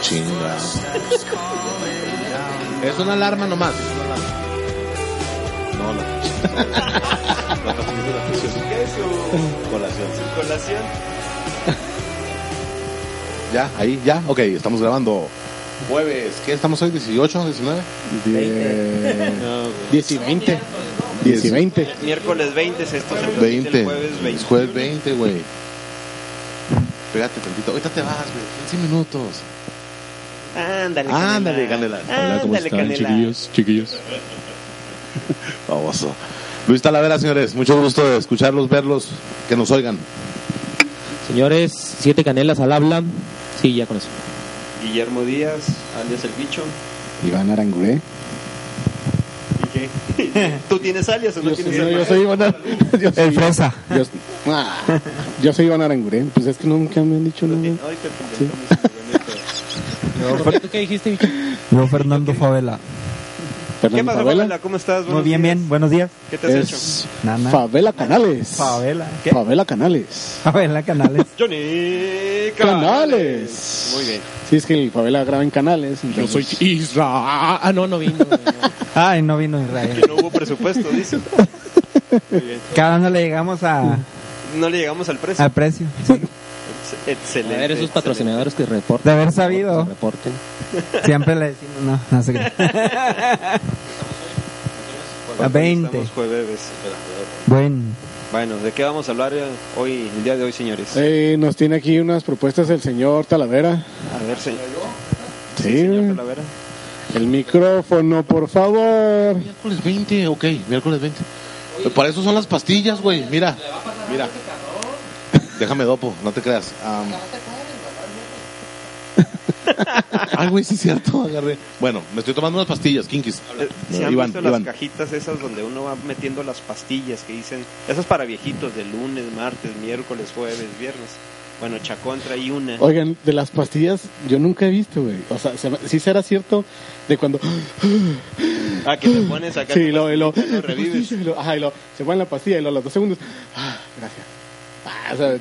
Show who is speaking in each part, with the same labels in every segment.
Speaker 1: Chinga. es una alarma nomás. es una alarma.
Speaker 2: No, la La cafeína es la preciosa.
Speaker 3: ¿Qué es su,
Speaker 2: Colación.
Speaker 3: su colación?
Speaker 1: Ya, ahí, ya. Ok, estamos grabando. Jueves, ¿qué estamos hoy? ¿18, 19?
Speaker 4: Veinte.
Speaker 2: No, güey.
Speaker 4: 10 y 20. 10 y 20.
Speaker 3: Miércoles 20 es esto, se transmite
Speaker 1: 20.
Speaker 3: el jueves 20.
Speaker 1: Jueves 20, güey. Pégate tantito. Ahorita te vas, güey. 15 minutos.
Speaker 3: Ándale,
Speaker 1: Ándale, Canela.
Speaker 3: Ándale, Canela.
Speaker 4: chiquillos?
Speaker 1: Famoso. Luis Talavera, señores. Mucho gusto de escucharlos, verlos, que nos oigan.
Speaker 4: Señores, siete canelas al habla. Sí, ya con eso.
Speaker 3: Guillermo Díaz, alias El Bicho.
Speaker 5: Iván Aranguré.
Speaker 3: ¿Y qué? ¿Tú tienes alias o no
Speaker 5: Yo soy,
Speaker 3: tienes
Speaker 5: no,
Speaker 3: alias?
Speaker 5: yo soy Iván Ar- yo soy-
Speaker 4: El fresa.
Speaker 5: Yo, Ah, yo soy Iván Aranguré. Pues es que nunca me han dicho
Speaker 3: Tú
Speaker 5: nada.
Speaker 3: tienes- Ay, te inventamos
Speaker 4: ¿Tú qué dijiste, bicho?
Speaker 6: Yo, Fernando Favela.
Speaker 3: un- ¿Qué
Speaker 5: Fernando
Speaker 3: pasa,
Speaker 5: Favela.
Speaker 3: Pamela? ¿Cómo estás?
Speaker 6: Muy
Speaker 3: Buenos
Speaker 6: bien,
Speaker 3: días.
Speaker 6: bien. Buenos días.
Speaker 3: ¿Qué te has hecho?
Speaker 5: Es
Speaker 6: Nada, nada.
Speaker 5: Favela Canales.
Speaker 6: Favela. ¿Qué?
Speaker 5: Favela Canales.
Speaker 6: Favela Canales.
Speaker 3: Johnny
Speaker 5: Canales.
Speaker 3: Muy bien.
Speaker 5: Sí, es que el Favela graba en Canales.
Speaker 4: Yo soy
Speaker 5: entonces-
Speaker 4: Isra. Ah, no, no vino. güey.
Speaker 6: Ay, no vino
Speaker 3: Que
Speaker 6: Israel.
Speaker 3: no hubo presupuesto, dice. Muy bien.
Speaker 6: Cada no le llegamos a,
Speaker 3: No le llegamos al precio.
Speaker 6: al precio.
Speaker 3: Ex-
Speaker 4: A
Speaker 3: Excelente.
Speaker 4: ver, esos
Speaker 3: excelente.
Speaker 4: patrocinadores que reportan.
Speaker 6: De haber sabido.
Speaker 4: que Reporten.
Speaker 6: Siempre le decimos no. no sé
Speaker 3: Bueno,
Speaker 6: A 20.
Speaker 3: estamos jueves.
Speaker 6: Bueno,
Speaker 3: Bueno, ¿de qué vamos a hablar eh, hoy, el día de hoy, señores?
Speaker 5: Eh, nos tiene aquí unas propuestas el señor Talavera.
Speaker 3: A ver, señor.
Speaker 5: Sí.
Speaker 3: señor
Speaker 1: Mm.
Speaker 3: Talavera.
Speaker 5: El micrófono, por favor.
Speaker 1: Miércoles 20, ok, miércoles 20. Eh, Para eso son las pastillas, güey. Mira, mira. Déjame dopo, no te creas. Am. Ay, güey, sí es cierto, agarré. Bueno, me estoy tomando unas pastillas, Kinkis.
Speaker 3: Eh, ¿Se
Speaker 1: Eh,
Speaker 3: han
Speaker 1: Iván,
Speaker 3: visto las
Speaker 1: Iván.
Speaker 3: cajitas esas donde uno va metiendo las pastillas que dicen, esas para viejitos de lunes, martes, miércoles, jueves, viernes? Bueno, Chacón trae una.
Speaker 5: Oigan, de las pastillas yo nunca he visto, güey. O sea, se me- sí será cierto de cuando...
Speaker 3: Ah, que te pones acá.
Speaker 5: Sí,
Speaker 3: con
Speaker 5: lo,
Speaker 3: las
Speaker 5: y lo,
Speaker 3: pastillas, lo revives.
Speaker 5: y lo- ajá, y lo- se pone la pastilla y lo, a los dos segundos. Ah, gracias. Ah, o sea,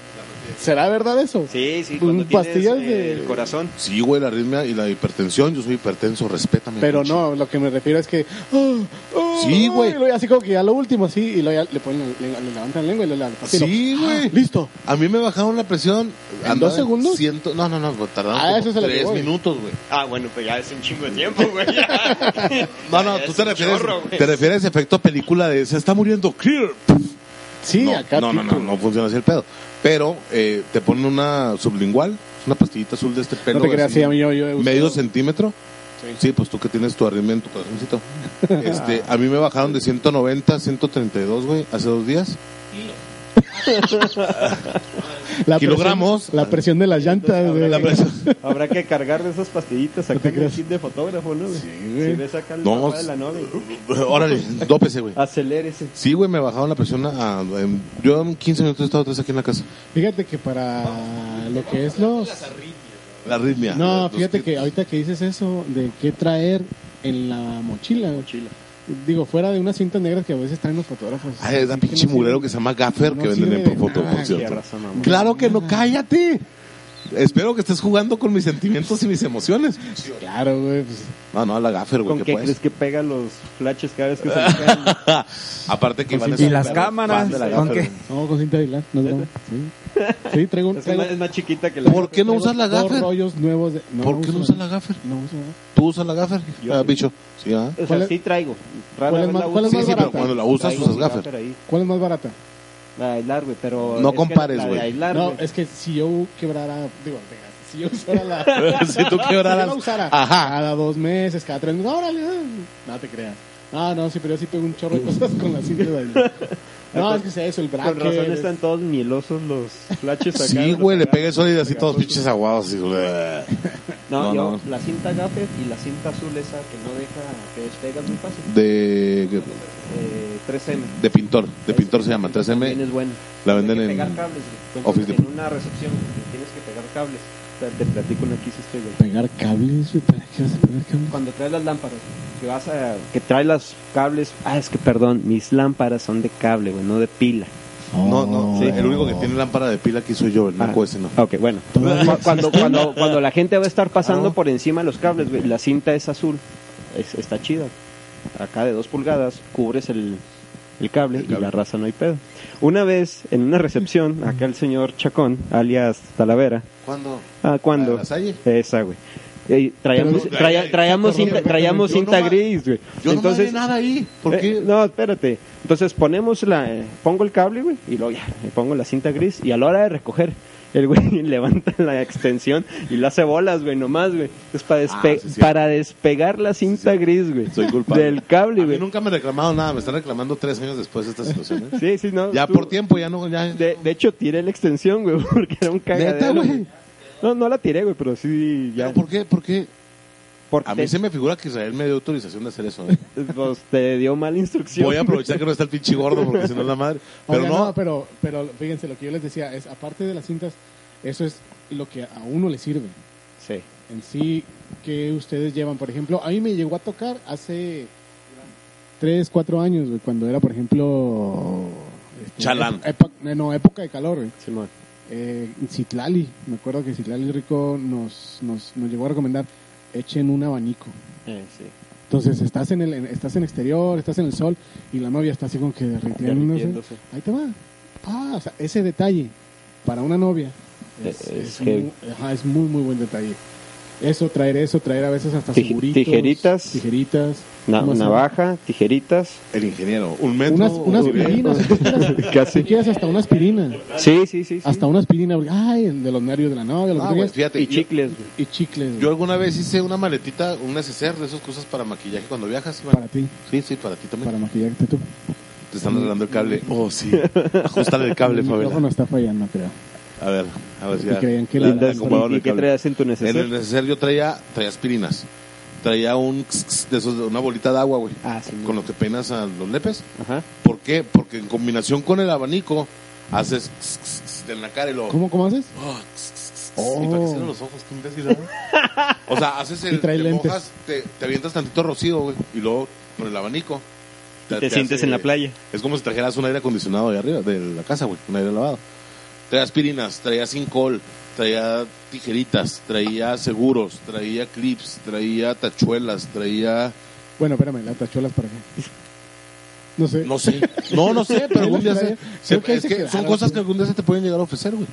Speaker 5: ¿Será verdad eso?
Speaker 3: Sí,
Speaker 1: Pues,
Speaker 3: sí,
Speaker 5: Un
Speaker 3: cuando tienes
Speaker 5: pastillas
Speaker 3: eh,
Speaker 5: de-
Speaker 3: el corazón.
Speaker 1: Sí, güey, la arritmia y la hipertensión. Yo soy hipertenso, respétame.
Speaker 5: Pero
Speaker 1: pinche.
Speaker 5: no, lo que me refiero es que. ah, ah,
Speaker 1: Sí, güey.
Speaker 5: y luego Así como que ya lo último, sí. Y luego ya le, ponen, le, le levantan la lengua y le levantan.
Speaker 1: Sí, güey.
Speaker 5: Listo.
Speaker 1: A mí me bajaron la presión.
Speaker 5: ¿En
Speaker 1: andaba
Speaker 5: dos segundos?
Speaker 1: ciento- No, no, no, tardaron
Speaker 5: Ah,
Speaker 1: como
Speaker 5: eso es a lo que
Speaker 1: tres
Speaker 5: voy.
Speaker 1: minutos, güey.
Speaker 3: Ah, bueno, pues ya es un chingo de tiempo, güey.
Speaker 1: No, no,
Speaker 3: Ya
Speaker 1: tú
Speaker 3: es
Speaker 1: te
Speaker 3: un
Speaker 1: refieres,
Speaker 3: chorro, güey.
Speaker 1: te refieres efecto película de se está muriendo Clear.
Speaker 5: Sí,
Speaker 1: no,
Speaker 5: acá.
Speaker 1: no, no,
Speaker 5: tipo,
Speaker 1: no, no funciona así el pedo. Pero eh, te ponen una sublingual, una pastillita azul de este pelo.
Speaker 5: No te creas,
Speaker 1: así,
Speaker 5: sí, a mí yo. yo he
Speaker 1: medio
Speaker 5: usado-
Speaker 1: centímetro. Sí. pues tú que tienes tu arritmia en tu corazoncito. Este, a mí me bajaron de 190 a 132, güey, hace dos días.
Speaker 5: la
Speaker 1: kilogramos.
Speaker 5: Presión, la presión de las llantas, güey.
Speaker 1: La presión-
Speaker 3: Habrá que cargar de esas pastillitas acá en el kit de fotógrafo, ¿no? güey?
Speaker 5: güey.
Speaker 3: Si ves acá el
Speaker 1: No,
Speaker 3: papá de
Speaker 1: s-
Speaker 3: la novia,
Speaker 1: Órale, dópese, güey.
Speaker 3: acelérese.
Speaker 1: Sí, güey, me bajaron la presión a, a- en- yo en 15 minutos he estado tres aquí en la casa.
Speaker 5: Fíjate que para lo que es los.
Speaker 1: La arritmia.
Speaker 5: No,
Speaker 1: Los-
Speaker 5: fíjate que ahorita que dices eso de qué traer en la mochila. Mochila. Digo, fuera de unas cintas negras que a veces traen los fotógrafos.
Speaker 1: Ay, Ah, es la
Speaker 5: Sí, que
Speaker 1: pinche
Speaker 5: no
Speaker 1: mulero
Speaker 5: sirve.
Speaker 1: que se llama Gaffer
Speaker 5: No
Speaker 1: que venden en
Speaker 5: sirve de
Speaker 1: Profoto,
Speaker 5: nada,
Speaker 1: por
Speaker 5: qué
Speaker 1: cierto.
Speaker 3: raza, mamá.
Speaker 1: Claro que no, cállate. Espero que estés jugando con mis sentimientos y mis emociones. Ah,
Speaker 5: Claro, güey. pues,
Speaker 1: No, no, la Gaffer, güey, que puedes.
Speaker 3: que pega los flashes cada vez que se le caen?
Speaker 1: Aparte que Iván es
Speaker 6: y
Speaker 1: un
Speaker 6: las
Speaker 1: perro
Speaker 6: cámaras,
Speaker 1: fan de la
Speaker 6: ¿con
Speaker 1: Gaffer,
Speaker 6: qué?
Speaker 1: güey.
Speaker 5: no, con cinta de hilar. No, no, sí. sí, traigo un.
Speaker 3: Es, una- es
Speaker 5: Traigo,
Speaker 3: más chiquita que la.
Speaker 1: ¿Por qué no usas la
Speaker 5: dos
Speaker 1: Gaffer?
Speaker 5: rollos nuevos de. No,
Speaker 1: ¿Por qué no
Speaker 5: uso
Speaker 1: usas la Gaffer?
Speaker 5: No uso nada.
Speaker 1: ¿Tú usas la Gaffer?
Speaker 3: Yo
Speaker 1: Ah,
Speaker 3: sí.
Speaker 1: bicho. Sí, ¿ah?
Speaker 3: O sea,
Speaker 5: ¿Cuál es-
Speaker 3: sí traigo.
Speaker 5: cuál es
Speaker 3: vez
Speaker 5: más-
Speaker 3: la
Speaker 5: cuál
Speaker 3: uso.
Speaker 5: es
Speaker 1: Sí,
Speaker 5: más
Speaker 1: sí, pero
Speaker 5: barata?
Speaker 1: cuando la usas,
Speaker 3: Traigo
Speaker 1: usas
Speaker 3: mi
Speaker 1: Gaffer.
Speaker 3: ahí.
Speaker 5: ¿Cuál es más barata?
Speaker 3: La de aislar, güey, pero.
Speaker 1: No
Speaker 3: es que
Speaker 1: compares,
Speaker 3: la de
Speaker 1: Ah, güey.
Speaker 3: aislar,
Speaker 5: No,
Speaker 3: güey.
Speaker 5: es que si yo quebrara. Digo, venga, si yo usara
Speaker 1: si tú
Speaker 5: la. Si yo
Speaker 1: quebraras.
Speaker 5: la usara.
Speaker 1: Ajá.
Speaker 5: Cada dos meses, cada tres meses. Órale, ah, no te creas. No, no, sí, pero yo sí pego un chorro de cosas con la cinta de hilar. No, es que sea eso, el bracket.
Speaker 3: Con razón están todos mielosos los flashes acá.
Speaker 1: Sí,
Speaker 3: los
Speaker 1: güey, le
Speaker 3: agarras.
Speaker 1: pegué el sólido así todos pinches aguados. así, güey.
Speaker 3: No,
Speaker 1: No,
Speaker 3: yo,
Speaker 1: no.
Speaker 3: la cinta gaffer y la cinta azul esa que no deja que despega muy fácil.
Speaker 1: De,
Speaker 3: Eh, 3M.
Speaker 1: de pintor, de pintor se llama,
Speaker 3: También
Speaker 1: 3M.
Speaker 3: es bueno.
Speaker 1: La venden
Speaker 3: Hay que pegar
Speaker 1: en-
Speaker 3: cables, güey.
Speaker 1: Office
Speaker 3: Entonces, en una recepción güey, tienes que pegar cables. Te, te platico una que hice este, güey.
Speaker 5: Pegar cables, güey. ¿Para qué vas a pegar cables?
Speaker 3: Cuando traes las lámparas, que vas a. Que traes los cables. Ah, es que perdón, mis lámparas son de cable, güey, no de pila.
Speaker 1: No, no, el único que tiene lámpara de pila aquí soy yo, el naco ese no.
Speaker 3: Ok, bueno. Cu- Cuando, cuando, cuando la gente va a estar pasando
Speaker 5: Ah.
Speaker 3: por encima de los cables, güey, la cinta es azul. Es- está chida. Acá de dos pulgadas, cubres el, el cable y la raza no hay pedo. Una vez, en una recepción, acá el señor Chacón, alias Talavera.
Speaker 1: ¿Cuándo?
Speaker 3: Ah, ¿cuándo?
Speaker 1: ¿La Lasalle?
Speaker 3: Esa, güey. Eh, traíamos
Speaker 1: Pero-
Speaker 3: traía- traíamos cinta, traíamos
Speaker 1: Yo no
Speaker 3: cinta
Speaker 1: ma-
Speaker 3: gris, güey.
Speaker 1: Yo no vi nada ahí. ¿Por
Speaker 3: Eh,
Speaker 1: qué?
Speaker 3: no, espérate. Entonces ponemos la, eh, pongo el cable, güey, y luego ya, le pongo la cinta gris y a la hora de recoger, el güey levanta la extensión y la hace bolas, güey, nomás, güey. Es para, despe-
Speaker 1: Ah, sí, cierto.
Speaker 3: para despegar la cinta gris, güey.
Speaker 1: Soy culpable.
Speaker 3: Del
Speaker 1: A
Speaker 3: cable,
Speaker 1: mí
Speaker 3: güey.
Speaker 1: nunca me han reclamado nada, me están reclamando tres años después de esta situación. ¿eh?
Speaker 3: Sí, sí, no.
Speaker 1: Ya
Speaker 3: tú-
Speaker 1: por tiempo, ya no, ya.
Speaker 3: De, de hecho, tiré la extensión, güey, porque era un cagadero.
Speaker 1: ¿Neta, güey?
Speaker 3: güey. No, no la tiré, güey, pero sí, ya.
Speaker 1: Pero ¿Por qué? ¿Por qué?
Speaker 3: porque
Speaker 1: A mí se me figura que Israel me dio autorización de hacer eso. ¿eh?
Speaker 3: pues, te dio mala instrucción.
Speaker 1: Voy a aprovechar que no está el pinche gordo porque si no es la madre. Pero
Speaker 5: Oiga,
Speaker 1: no,
Speaker 5: pero, pero fíjense, lo que yo les decía es, aparte de las cintas, eso es lo que a uno le sirve.
Speaker 3: Sí.
Speaker 5: En sí, que ustedes llevan, por ejemplo, a mí me llegó a tocar hace 3, 4 años, güey, cuando era, por ejemplo... este,
Speaker 1: Chalán.
Speaker 5: epo- epo- no, época de calor, güey.
Speaker 3: Simón.
Speaker 5: Eh, Citlali, me acuerdo que Citlali Rico nos, nos, nos llegó a recomendar, echen un abanico.
Speaker 3: Eh, sí.
Speaker 5: Entonces estás en el en- estás en exterior, estás en el sol y la novia está así como que derritiéndose.
Speaker 3: Derritiéndose.
Speaker 5: Ahí te va. Ah, o sea, ese detalle para una novia es,
Speaker 3: Es- es
Speaker 5: es
Speaker 3: heavy.
Speaker 5: muy, ajá, es muy muy buen detalle. Eso traer eso, traer a veces hasta
Speaker 3: Tij-
Speaker 5: seguritos,
Speaker 3: tijeritas.
Speaker 5: tijeritas,
Speaker 3: Na-
Speaker 5: ¿cómo se llama?
Speaker 3: navaja, tijeritas.
Speaker 1: el ingeniero, un metro.
Speaker 5: unas
Speaker 1: un
Speaker 5: unas
Speaker 1: nivel.
Speaker 5: aspirinas, si tú quieres-
Speaker 3: Casi.
Speaker 5: si quieres hasta una aspirina,
Speaker 3: Sí, sí, sí. sí.
Speaker 5: hasta una aspirina, porque, ay, el de los nervios de la novia, lo que
Speaker 1: Ah,
Speaker 5: tú
Speaker 1: güey,
Speaker 5: quieras,
Speaker 1: fíjate,
Speaker 3: y
Speaker 1: yo-
Speaker 3: chicles, güey.
Speaker 5: y chicles
Speaker 1: Yo alguna vez hice una maletita, un neceser de esas cosas para maquillaje cuando viajas. Iván.
Speaker 5: para ti,
Speaker 1: Sí, sí, para ti también.
Speaker 5: para maquillarte tú.
Speaker 1: Te están regalando el cable. Oh, sí. Ajustale el cable,
Speaker 5: el micrófono
Speaker 1: Fabiola.
Speaker 5: está fallando, creo.
Speaker 1: A ver, a ver si
Speaker 5: Y
Speaker 1: ya.
Speaker 5: creían que
Speaker 1: la-
Speaker 5: lindas-
Speaker 1: la acomodaron
Speaker 3: ¿Y
Speaker 1: el
Speaker 3: qué
Speaker 1: cable.
Speaker 3: traías en tu
Speaker 1: En el
Speaker 3: neceser?
Speaker 1: neceser yo traía, traía aspirinas. Traía un x- x de esos, una bolita de agua, güey.
Speaker 3: Ah, sí.
Speaker 1: Con lo que peinas a los lepes.
Speaker 3: Ajá.
Speaker 1: ¿Por qué? Porque en combinación con el abanico haces x- x- x en la cara y lo.
Speaker 5: ¿Cómo cómo haces?
Speaker 1: Oh, x- x- x-
Speaker 5: Oh.
Speaker 1: Y para que cierren los ojos, qué imbécil, ¿verdad? O sea, haces el.
Speaker 5: Y trae
Speaker 1: te
Speaker 5: lentes.
Speaker 1: mojas, te, te avientas tantito rocío, güey. Y luego con el abanico.
Speaker 3: Te, sientes
Speaker 1: hace-
Speaker 3: en la playa.
Speaker 1: es como si trajeras un aire acondicionado de arriba, de la casa, güey, un aire lavado. Traía aspirinas, traía sincol, traía tijeritas, traía seguros, traía clips, traía tachuelas, traía...
Speaker 5: Bueno, espérame, las tachuelas para qué. No sé.
Speaker 1: No sé, no, no sé, pero algún día se... se-
Speaker 5: Creo que ahí
Speaker 1: es
Speaker 5: se
Speaker 1: que
Speaker 5: quedaron,
Speaker 1: son cosas
Speaker 5: sí.
Speaker 1: que algún día se te pueden llegar a ofrecer, güey.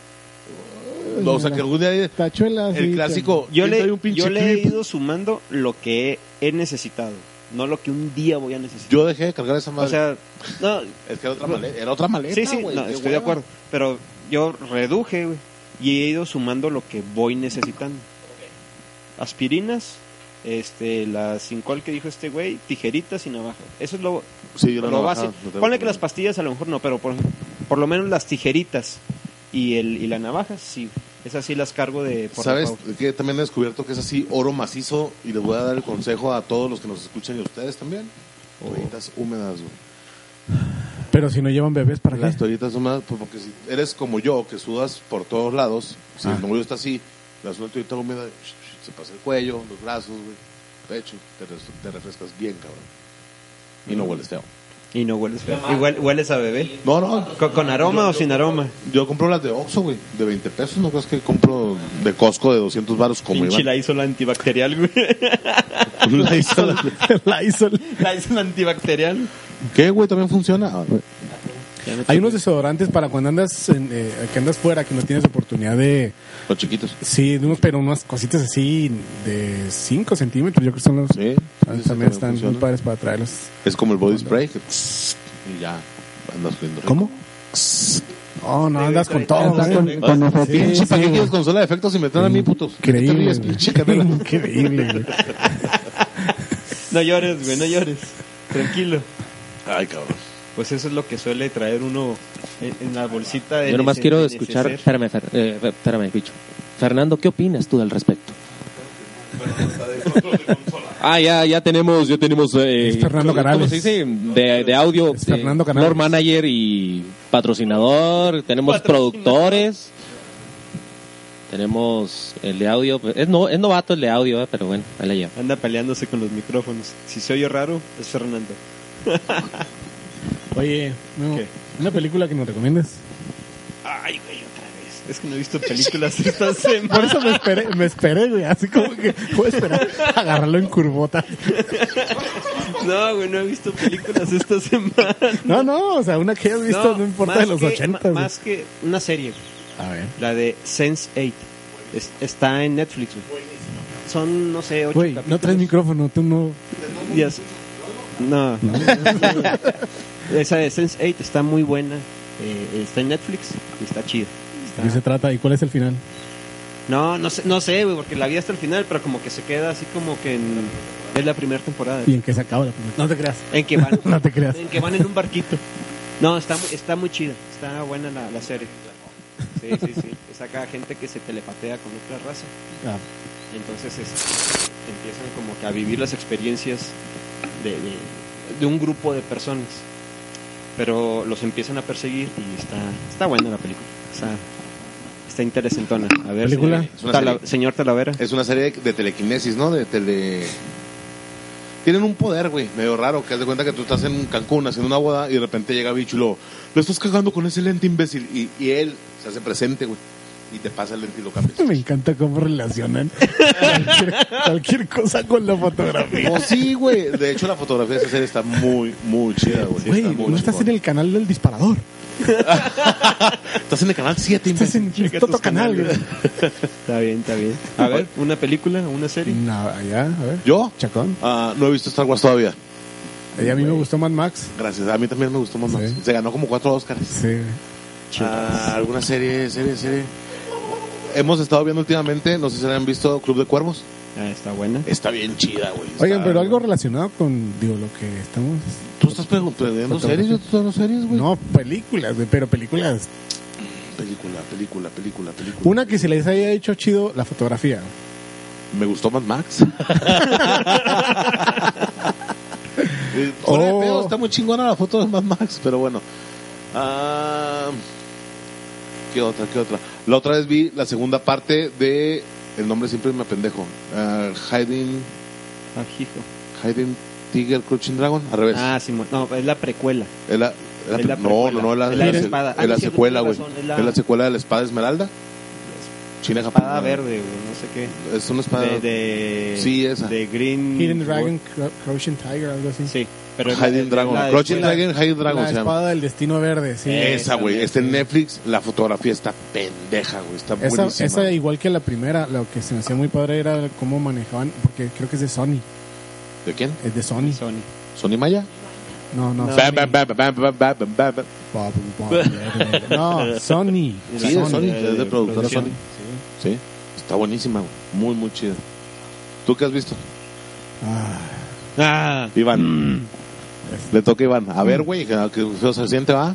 Speaker 1: No, o sea, que algún día...
Speaker 5: Tachuelas.
Speaker 1: El
Speaker 5: sí,
Speaker 1: clásico...
Speaker 3: Yo
Speaker 1: ¿quién trae
Speaker 3: le,
Speaker 1: un pinche
Speaker 3: yo le he
Speaker 1: clip?
Speaker 3: ido sumando lo que he necesitado, no lo que un día voy a necesitar.
Speaker 1: Yo dejé de cargar esa madre.
Speaker 3: o sea, no,
Speaker 1: es que era otra maleta, era otra maleta,
Speaker 3: sí, sí,
Speaker 1: güey,
Speaker 3: no,
Speaker 1: qué
Speaker 3: estoy de
Speaker 1: hueva.
Speaker 3: acuerdo. Pero yo reduje, güey, y he ido sumando lo que voy necesitando. Aspirinas, este, la sincol que dijo este güey, tijeritas y navaja. Eso es lo,
Speaker 1: Sí, yo la
Speaker 3: lo
Speaker 1: navaja,
Speaker 3: base.
Speaker 1: no tengo
Speaker 3: Ponle que
Speaker 1: problema.
Speaker 3: las pastillas a lo mejor no, pero por, por lo menos las tijeritas y, el, y la navaja, sí. Esas sí las cargo de... Por
Speaker 1: ¿Sabes?
Speaker 3: default.
Speaker 1: Que también he descubierto que es así oro macizo y les voy a dar el consejo a todos los que nos escuchan y a ustedes también. Toallitas húmedas, güey.
Speaker 5: Pero si no llevan bebés, ¿para
Speaker 1: Las toallitas húmedas, pues porque si eres como yo, que sudas por todos lados, si el novio está así, la una toallita húmeda, sh- sh- se pasa el cuello, los brazos, güey, pecho, te, res- te refrescas bien, cabrón. Y no hueles feo.
Speaker 3: Y no hueles feo. Y huel- hueles a bebé.
Speaker 1: No, no,
Speaker 3: ¿Con, con aroma o sin aroma?
Speaker 1: yo compro las de Oxxo, güey, de 20 pesos, no creas que compro de Costco de 200 baros como
Speaker 3: Pinche
Speaker 1: Iván.
Speaker 3: la hizo la antibacterial, güey.
Speaker 1: La Isol.
Speaker 5: La Isol.
Speaker 3: La hizo la antibacterial.
Speaker 1: ¿Qué, güey? También funciona. Ah, güey.
Speaker 5: Hay unos desodorantes para cuando andas en, eh, que andas fuera, que no tienes oportunidad de.
Speaker 1: Los chiquitos.
Speaker 5: Sí, de unos, pero unas cositas así de 5 centímetros, yo creo que son los.
Speaker 1: Sí,
Speaker 5: Ah,
Speaker 1: ese
Speaker 5: también están
Speaker 1: funciona.
Speaker 5: muy padres para traerlos.
Speaker 1: Es como el body spray que y ya andas oliendo rico.
Speaker 5: ¿Cómo? Oh, no, andas con todo,
Speaker 7: Andas con-
Speaker 5: güey.
Speaker 7: con
Speaker 1: Ah,
Speaker 7: efecto.
Speaker 1: Pinche, ¿para qué quieres consola de efectos y me traen a mí, putos? ¿Qué te
Speaker 5: Increíble.
Speaker 1: ríes, pinche canela?
Speaker 5: güey. Increíble, güey.
Speaker 3: No llores, güey, no llores. Tranquilo.
Speaker 1: Ay, cabrón.
Speaker 3: Pues eso es lo que suele traer uno en, en la bolsita de...
Speaker 4: Yo nomás
Speaker 3: nece-
Speaker 4: quiero
Speaker 3: de
Speaker 4: escuchar.
Speaker 3: neceser.
Speaker 4: Espérame, Fer- eh, Fer- espérame, bicho. Fernando, ¿qué opinas tú al respecto? Ah, ya, ya tenemos, ya tenemos. eh,
Speaker 5: Es Fernando
Speaker 4: ¿cómo-
Speaker 5: Canales.
Speaker 4: ¿Cómo se dice? De, de audio.
Speaker 5: Es
Speaker 4: de
Speaker 5: Fernando Canales.
Speaker 4: floor manager y patrocinador. Tenemos productores. Tenemos el de audio. Es, no, es novato el de audio, eh, pero bueno, ahí la lleva.
Speaker 3: Anda peleándose con los micrófonos. Si se oye raro, es Fernando.
Speaker 5: Oye, Memo,
Speaker 3: ¿Qué?
Speaker 5: ¿Una película que nos recomiendas?
Speaker 3: Ay, güey, otra vez. Es que no he visto películas esta semana.
Speaker 5: Por eso me esperé, me esperé, güey. Así como que voy a esperar a agarrarlo en curvota.
Speaker 3: No, güey, no he visto películas esta semana.
Speaker 5: No, no, o sea, una que hayas visto, no, importa, de
Speaker 3: más
Speaker 5: los
Speaker 3: que-
Speaker 5: 80.
Speaker 3: ma-
Speaker 5: güey.
Speaker 3: Más que una serie, güey.
Speaker 5: A ver.
Speaker 3: la de Sense8. Es- está en Netflix, güey. Son, no sé, ocho
Speaker 5: Güey, no
Speaker 3: capítulos.
Speaker 5: traes micrófono, tú no.
Speaker 3: Yes. No. Esa de Sense8 está muy buena. Eh, está en Netflix y está chida. Está-
Speaker 5: ¿De qué se trata y cuál es el final?
Speaker 3: No, no sé, no sé, güey, porque la vi hasta el final, pero como que se queda así como que en... es la primera temporada.
Speaker 5: Y en qué se acaba la película. No te creas.
Speaker 3: En que van,
Speaker 5: No te creas.
Speaker 3: en que van en un barquito. No, está muy, está muy chida, está buena la, la serie. Sí, sí, sí. Es acá gente que se telepatea con otra raza.
Speaker 5: Ah,
Speaker 3: Entonces es- empiezan como que a vivir las experiencias de, de- de un grupo de personas. Pero los empiezan a perseguir y está, está buena la película. Está, está interesantona. A ver,
Speaker 5: ¿Película?
Speaker 3: señor-
Speaker 1: Es una
Speaker 3: Tala-
Speaker 1: serie.
Speaker 3: señor Talavera.
Speaker 1: Es una serie de, de telequinesis, ¿no? De tele... Tienen un poder, güey, medio raro, que haz de cuenta que tú estás en Cancún haciendo una boda y de repente llega Bicho y lo, lo estás cagando con ese lente imbécil. Y, y él se hace presente, güey, y te pasa el lente y lo cambias.
Speaker 5: Me encanta cómo relacionan cualquier, cualquier cosa con la fotografía.
Speaker 1: Pues sí, güey. De hecho, la fotografía de esa serie está muy, muy chida, güey.
Speaker 5: Güey,
Speaker 1: Está muy
Speaker 5: no estás en
Speaker 1: chingona.
Speaker 5: el canal del disparador.
Speaker 1: Estás en el canal 7,
Speaker 5: Estás en
Speaker 1: imbécil.
Speaker 5: el otro canal, güey.
Speaker 3: Está bien, está bien. A ver, una película, una serie.
Speaker 5: No, ya, a ver.
Speaker 1: ¿Yo?
Speaker 5: Chacón.
Speaker 1: Ah, no he visto Star Wars todavía.
Speaker 5: Eh, a mí me gustó Mad Max.
Speaker 1: Gracias. A mí también me gustó más.
Speaker 5: Sí.
Speaker 1: Se ganó como cuatro Oscars.
Speaker 5: Sí.
Speaker 1: Ah, ¿Alguna serie, serie, serie? Hemos estado viendo últimamente, no sé si la han visto, Club de Cuervos.
Speaker 3: Ah, está buena.
Speaker 1: Está bien chida, güey. Está-
Speaker 5: Oigan, pero algo relacionado con, digo, lo que estamos...
Speaker 1: ¿Tú estás preguntando series? ¿Yo te estoy dando series, güey?
Speaker 5: No, películas, güey, pero películas.
Speaker 1: Película, película, película, película.
Speaker 5: Una que se les haya hecho chido la fotografía.
Speaker 1: Me gustó Mad Max. Eh, fuera de
Speaker 5: Oh.
Speaker 1: pedo, está muy chingona la foto de Mad Max, pero bueno. Ah, ¿Qué otra? ¿Qué otra? La otra vez vi la segunda parte de. El nombre siempre me apendejo. Ah, Hiding,
Speaker 3: Ah, hijo.
Speaker 1: Hiding Tiger Crouching Dragon. Al revés.
Speaker 3: Ah, Simón. No, es la precuela.
Speaker 1: Es la- es la-
Speaker 3: es la
Speaker 1: no, no, no, es la,
Speaker 3: precuela. Es la
Speaker 1: es la-
Speaker 3: espada. Ah,
Speaker 1: es la
Speaker 3: no es cierto,
Speaker 1: secuela, güey.
Speaker 3: tienes razón,
Speaker 1: Es,
Speaker 3: es la-
Speaker 1: la secuela de la espada esmeralda. China
Speaker 3: Espada
Speaker 1: japonesa.
Speaker 3: verde, güey, no sé qué.
Speaker 1: Es una espada.
Speaker 3: De, de-
Speaker 1: Sí, esa.
Speaker 3: De
Speaker 1: Mm,
Speaker 3: Green.
Speaker 5: Hidden Dragon, Cro- Crouching Tiger, algo así.
Speaker 3: Sí, pero. es la- es
Speaker 1: Hiding
Speaker 3: la
Speaker 1: Dragon.
Speaker 3: de
Speaker 1: Crouching
Speaker 3: escuela.
Speaker 1: Dragon, Hiding Dragon
Speaker 5: la
Speaker 1: se llama.
Speaker 5: espada del destino verde, sí.
Speaker 1: Esa, güey. Está en Netflix. La fotografía está pendeja, güey. Está
Speaker 5: Esa,
Speaker 1: buenísima.
Speaker 5: esa igual que la primera, lo que se me hacía muy padre era cómo manejaban, porque creo que es de Sony.
Speaker 1: ¿De quién?
Speaker 5: Es de Sony.
Speaker 3: Sony.
Speaker 1: ¿Sony Maya?
Speaker 5: No, no.
Speaker 1: Bam, bam, bam, bam, bam, bam, bam, bam, bam.
Speaker 5: Ba- ba- ba- No, Sony. eh,
Speaker 1: Sí, de Sony.
Speaker 3: de-
Speaker 1: Es de
Speaker 3: de
Speaker 1: productora
Speaker 3: producción.
Speaker 1: Sony. Sí. Está buenísima, güey. Muy, muy chida. ¿Tú qué has visto?
Speaker 5: Ah, Mm.
Speaker 3: Ah,
Speaker 1: Iván. Le toca a Iván. A ver, güey, que que feo se siente, ¿va?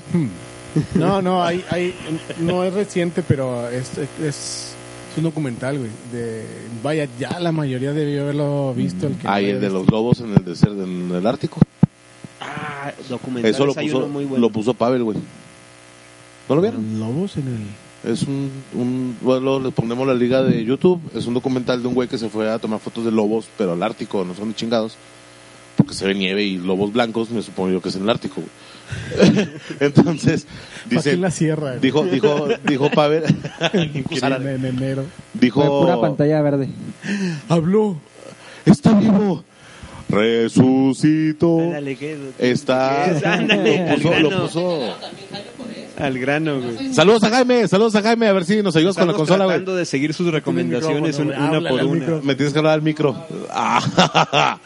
Speaker 5: No, no, hay, hay, no es reciente, pero es, es, es un documental, güey. De, vaya, ya la mayoría debió haberlo visto. El que
Speaker 1: Ahí
Speaker 5: no
Speaker 1: el de
Speaker 5: haya
Speaker 1: los
Speaker 5: visto.
Speaker 1: lobos en el desierto, en el Ártico.
Speaker 3: ah, documental.
Speaker 1: Eso lo puso,
Speaker 3: muy bueno.
Speaker 1: lo puso Pavel, güey. ¿No lo vieron?
Speaker 5: lobos en el...
Speaker 1: Es un, un bueno, luego le ponemos la liga de YouTube. Es un documental de un güey que se fue a tomar fotos de lobos, pero al Ártico, no son ni chingados. Porque se ve nieve y lobos blancos, me supongo yo que es en el Ártico. güey. Entonces,
Speaker 5: Aquí
Speaker 1: dice,
Speaker 5: en la sierra. güey.
Speaker 1: dijo, dijo, dijo Pavel,
Speaker 5: en, en enero.
Speaker 6: Fue pura
Speaker 1: dijo,
Speaker 6: pantalla verde.
Speaker 5: Habló.
Speaker 1: está vivo, resucitó,
Speaker 3: Ándale, ¿qué?
Speaker 1: está,
Speaker 3: ¿Qué es? Ándale,
Speaker 1: lo puso,
Speaker 3: al
Speaker 1: lo
Speaker 3: grano.
Speaker 1: puso-
Speaker 3: Al grano, güey.
Speaker 1: Saludos a Jaime, saludos a Jaime, a ver si nos ayudas con la
Speaker 3: Estamos
Speaker 1: consola, güey.
Speaker 3: tratando de seguir sus recomendaciones
Speaker 5: micrófono,
Speaker 3: un-
Speaker 5: güey.
Speaker 3: una por
Speaker 5: Háblale al
Speaker 3: una.
Speaker 5: micro.
Speaker 1: Me tienes que hablar al micro. Ah,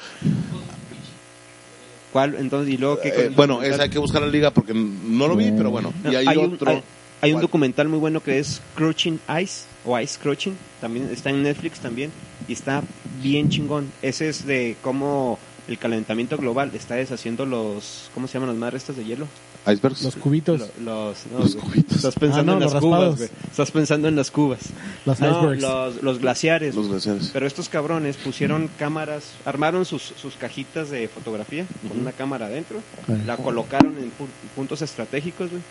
Speaker 3: ¿Cuál? Entonces, y luego, ¿qué?
Speaker 1: eh, bueno, esa hay que buscar la liga porque no lo vi, pero bueno.
Speaker 3: No,
Speaker 1: Y hay,
Speaker 3: un,
Speaker 1: otro.
Speaker 3: hay- hay un
Speaker 1: ¿Cuál?
Speaker 3: documental muy bueno que es Crouching Ice o Ice Crouching, también está en Netflix también y está bien chingón. Ese es de cómo el calentamiento global está deshaciendo los ¿cómo se llaman las madres estas de hielo?
Speaker 1: Icebergs.
Speaker 5: Los cubitos.
Speaker 3: Lo- Los, no,
Speaker 1: Los
Speaker 3: güey.
Speaker 1: cubitos.
Speaker 3: Estás pensando
Speaker 5: Ah, no,
Speaker 3: en
Speaker 5: los
Speaker 3: las cubas,
Speaker 5: raspados.
Speaker 3: güey. Estás pensando en las cubas.
Speaker 5: Los
Speaker 3: No,
Speaker 5: icebergs.
Speaker 3: los, los glaciares.
Speaker 1: Los glaciares.
Speaker 3: Pero estos cabrones pusieron cámaras, armaron sus, sus cajitas de fotografía con una cámara adentro,
Speaker 5: Ajá.
Speaker 3: la colocaron en pu- puntos estratégicos, güey.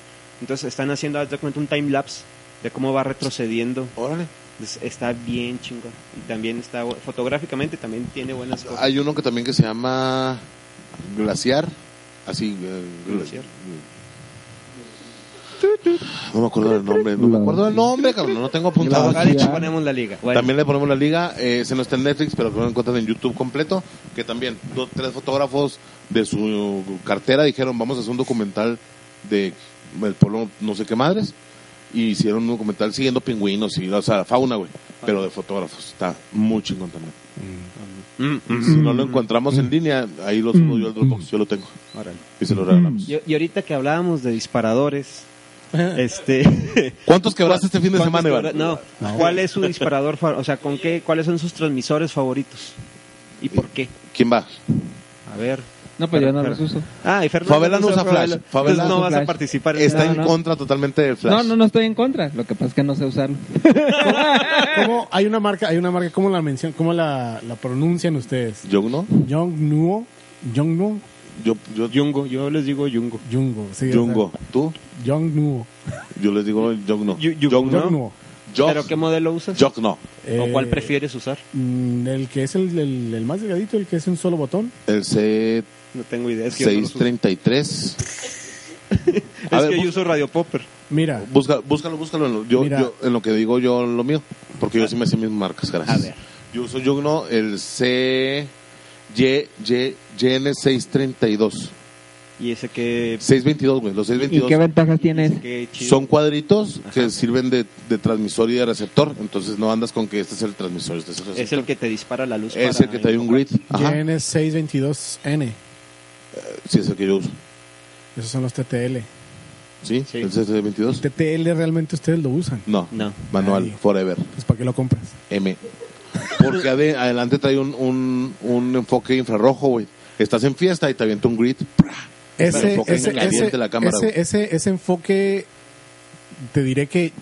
Speaker 3: Entonces están haciendo, haz de cuenta, un time lapse de cómo va retrocediendo.
Speaker 1: Órale.
Speaker 3: Entonces, está bien chingón. Y también está, bu- fotográficamente también tiene buenas cosas.
Speaker 1: Hay uno que también que se llama Glaciar. Así. eh,
Speaker 3: Glaciar.
Speaker 1: No me acuerdo del nombre. No me acuerdo del nombre, cabrón. No tengo apuntado acá.
Speaker 6: Gracias.
Speaker 3: ponemos la liga. Bueno,
Speaker 1: También le ponemos la liga. eh, se no está en Netflix, pero que lo encuentran en YouTube completo. Que también dos, tres fotógrafos de su cartera dijeron, vamos a hacer un documental de el pueblo no sé qué madres. Y hicieron un documental siguiendo pingüinos y, o sea, fauna, güey. Pero de fotógrafos. Está muy chingón también.
Speaker 3: mm,
Speaker 1: Si no lo encontramos en línea, ahí lo subo yo al Dropbox. Yo lo tengo.
Speaker 3: órale.
Speaker 1: Y se lo regalamos.
Speaker 3: mm. Y, y ahorita que hablábamos de disparadores, este...
Speaker 1: ¿Cuántos quebraste este fin de semana,
Speaker 3: ¿Cuántos
Speaker 1: Iván?
Speaker 3: quebra- No, ¿cuál es su disparador fa- O sea, ¿con qué, ¿cuáles son sus transmisores favoritos? ¿Y por qué?
Speaker 1: ¿Quién va?
Speaker 3: A ver.
Speaker 6: No, pues yo no los uso.
Speaker 3: Ah, y Fernando.
Speaker 1: Favela no usa flash.
Speaker 3: Favela.
Speaker 1: Favela
Speaker 3: Entonces no
Speaker 6: usa
Speaker 3: vas a
Speaker 6: flash.
Speaker 3: participar en
Speaker 1: Está
Speaker 3: nada.
Speaker 1: en
Speaker 6: no.
Speaker 1: contra totalmente del flash.
Speaker 6: No, no, no estoy en contra. Lo que pasa es que no sé usarlo.
Speaker 8: ¿Cómo hay una marca, hay una marca, cómo la mencionan, cómo la, la pronuncian ustedes?
Speaker 1: Yo no.
Speaker 8: Jongnuo, Jongnuo,
Speaker 1: Yo, yo,
Speaker 3: Yungo, yo les digo Yungo.
Speaker 8: Jungo, sí,
Speaker 1: Jungo. ¿Tú?
Speaker 8: Jongnuo,
Speaker 1: Yo les digo Jogno.
Speaker 3: Yu- yu-
Speaker 1: Jogno.
Speaker 8: Jongnuo.
Speaker 3: ¿Pero qué modelo usas?
Speaker 1: Jogno.
Speaker 3: ¿O cuál
Speaker 8: Eh,
Speaker 3: prefieres usar?
Speaker 8: mm, El que es el, el- el más delgadito, el que es un solo botón.
Speaker 1: El
Speaker 3: No tengo idea. Es que, yo, no los uso.
Speaker 1: C633.
Speaker 3: Es
Speaker 1: A
Speaker 3: que
Speaker 1: ver,
Speaker 3: yo
Speaker 1: bú-
Speaker 3: uso Radio Popper.
Speaker 8: Mira,
Speaker 1: busca, búscalo, búscalo. En lo, yo,
Speaker 8: Mira.
Speaker 1: yo- en lo que digo yo, en lo mío. Porque yo sí me sé mis marcas, gracias.
Speaker 3: A ver.
Speaker 1: Yo uso Jogno, el C... Y, Y, YN632.
Speaker 3: Y ese que...
Speaker 1: 622, güey. Los
Speaker 6: ¿Y
Speaker 1: 622
Speaker 6: qué ventajas tienes?
Speaker 3: que chido.
Speaker 1: Son cuadritos que sirven de, de transmisor y de receptor. Entonces no andas con que este es el transmisor, este es el
Speaker 3: Es
Speaker 1: receptor.
Speaker 3: el que te dispara la luz.
Speaker 1: Es
Speaker 3: para
Speaker 1: el que trae un grid. Ajá.
Speaker 8: YN622N.
Speaker 1: Sí, es el que yo uso.
Speaker 8: Esos son los TTL.
Speaker 1: ¿Sí?
Speaker 3: Sí.
Speaker 1: El CC22.
Speaker 8: TTL realmente ustedes lo usan.
Speaker 1: No.
Speaker 3: No.
Speaker 1: Manual,
Speaker 8: Ay.
Speaker 1: Forever,
Speaker 8: Pues para qué lo compras.
Speaker 1: M. Porque ade- adelante trae un, un, un enfoque infrarrojo, güey. Estás en fiesta y te avienta un grid. ¡prá! Pero
Speaker 8: Ese,
Speaker 1: enfoca en
Speaker 8: ese,
Speaker 1: que aviente
Speaker 8: ese-
Speaker 1: la cámara,
Speaker 8: ese-
Speaker 1: güey.
Speaker 8: ese- ese enfoque, te diré que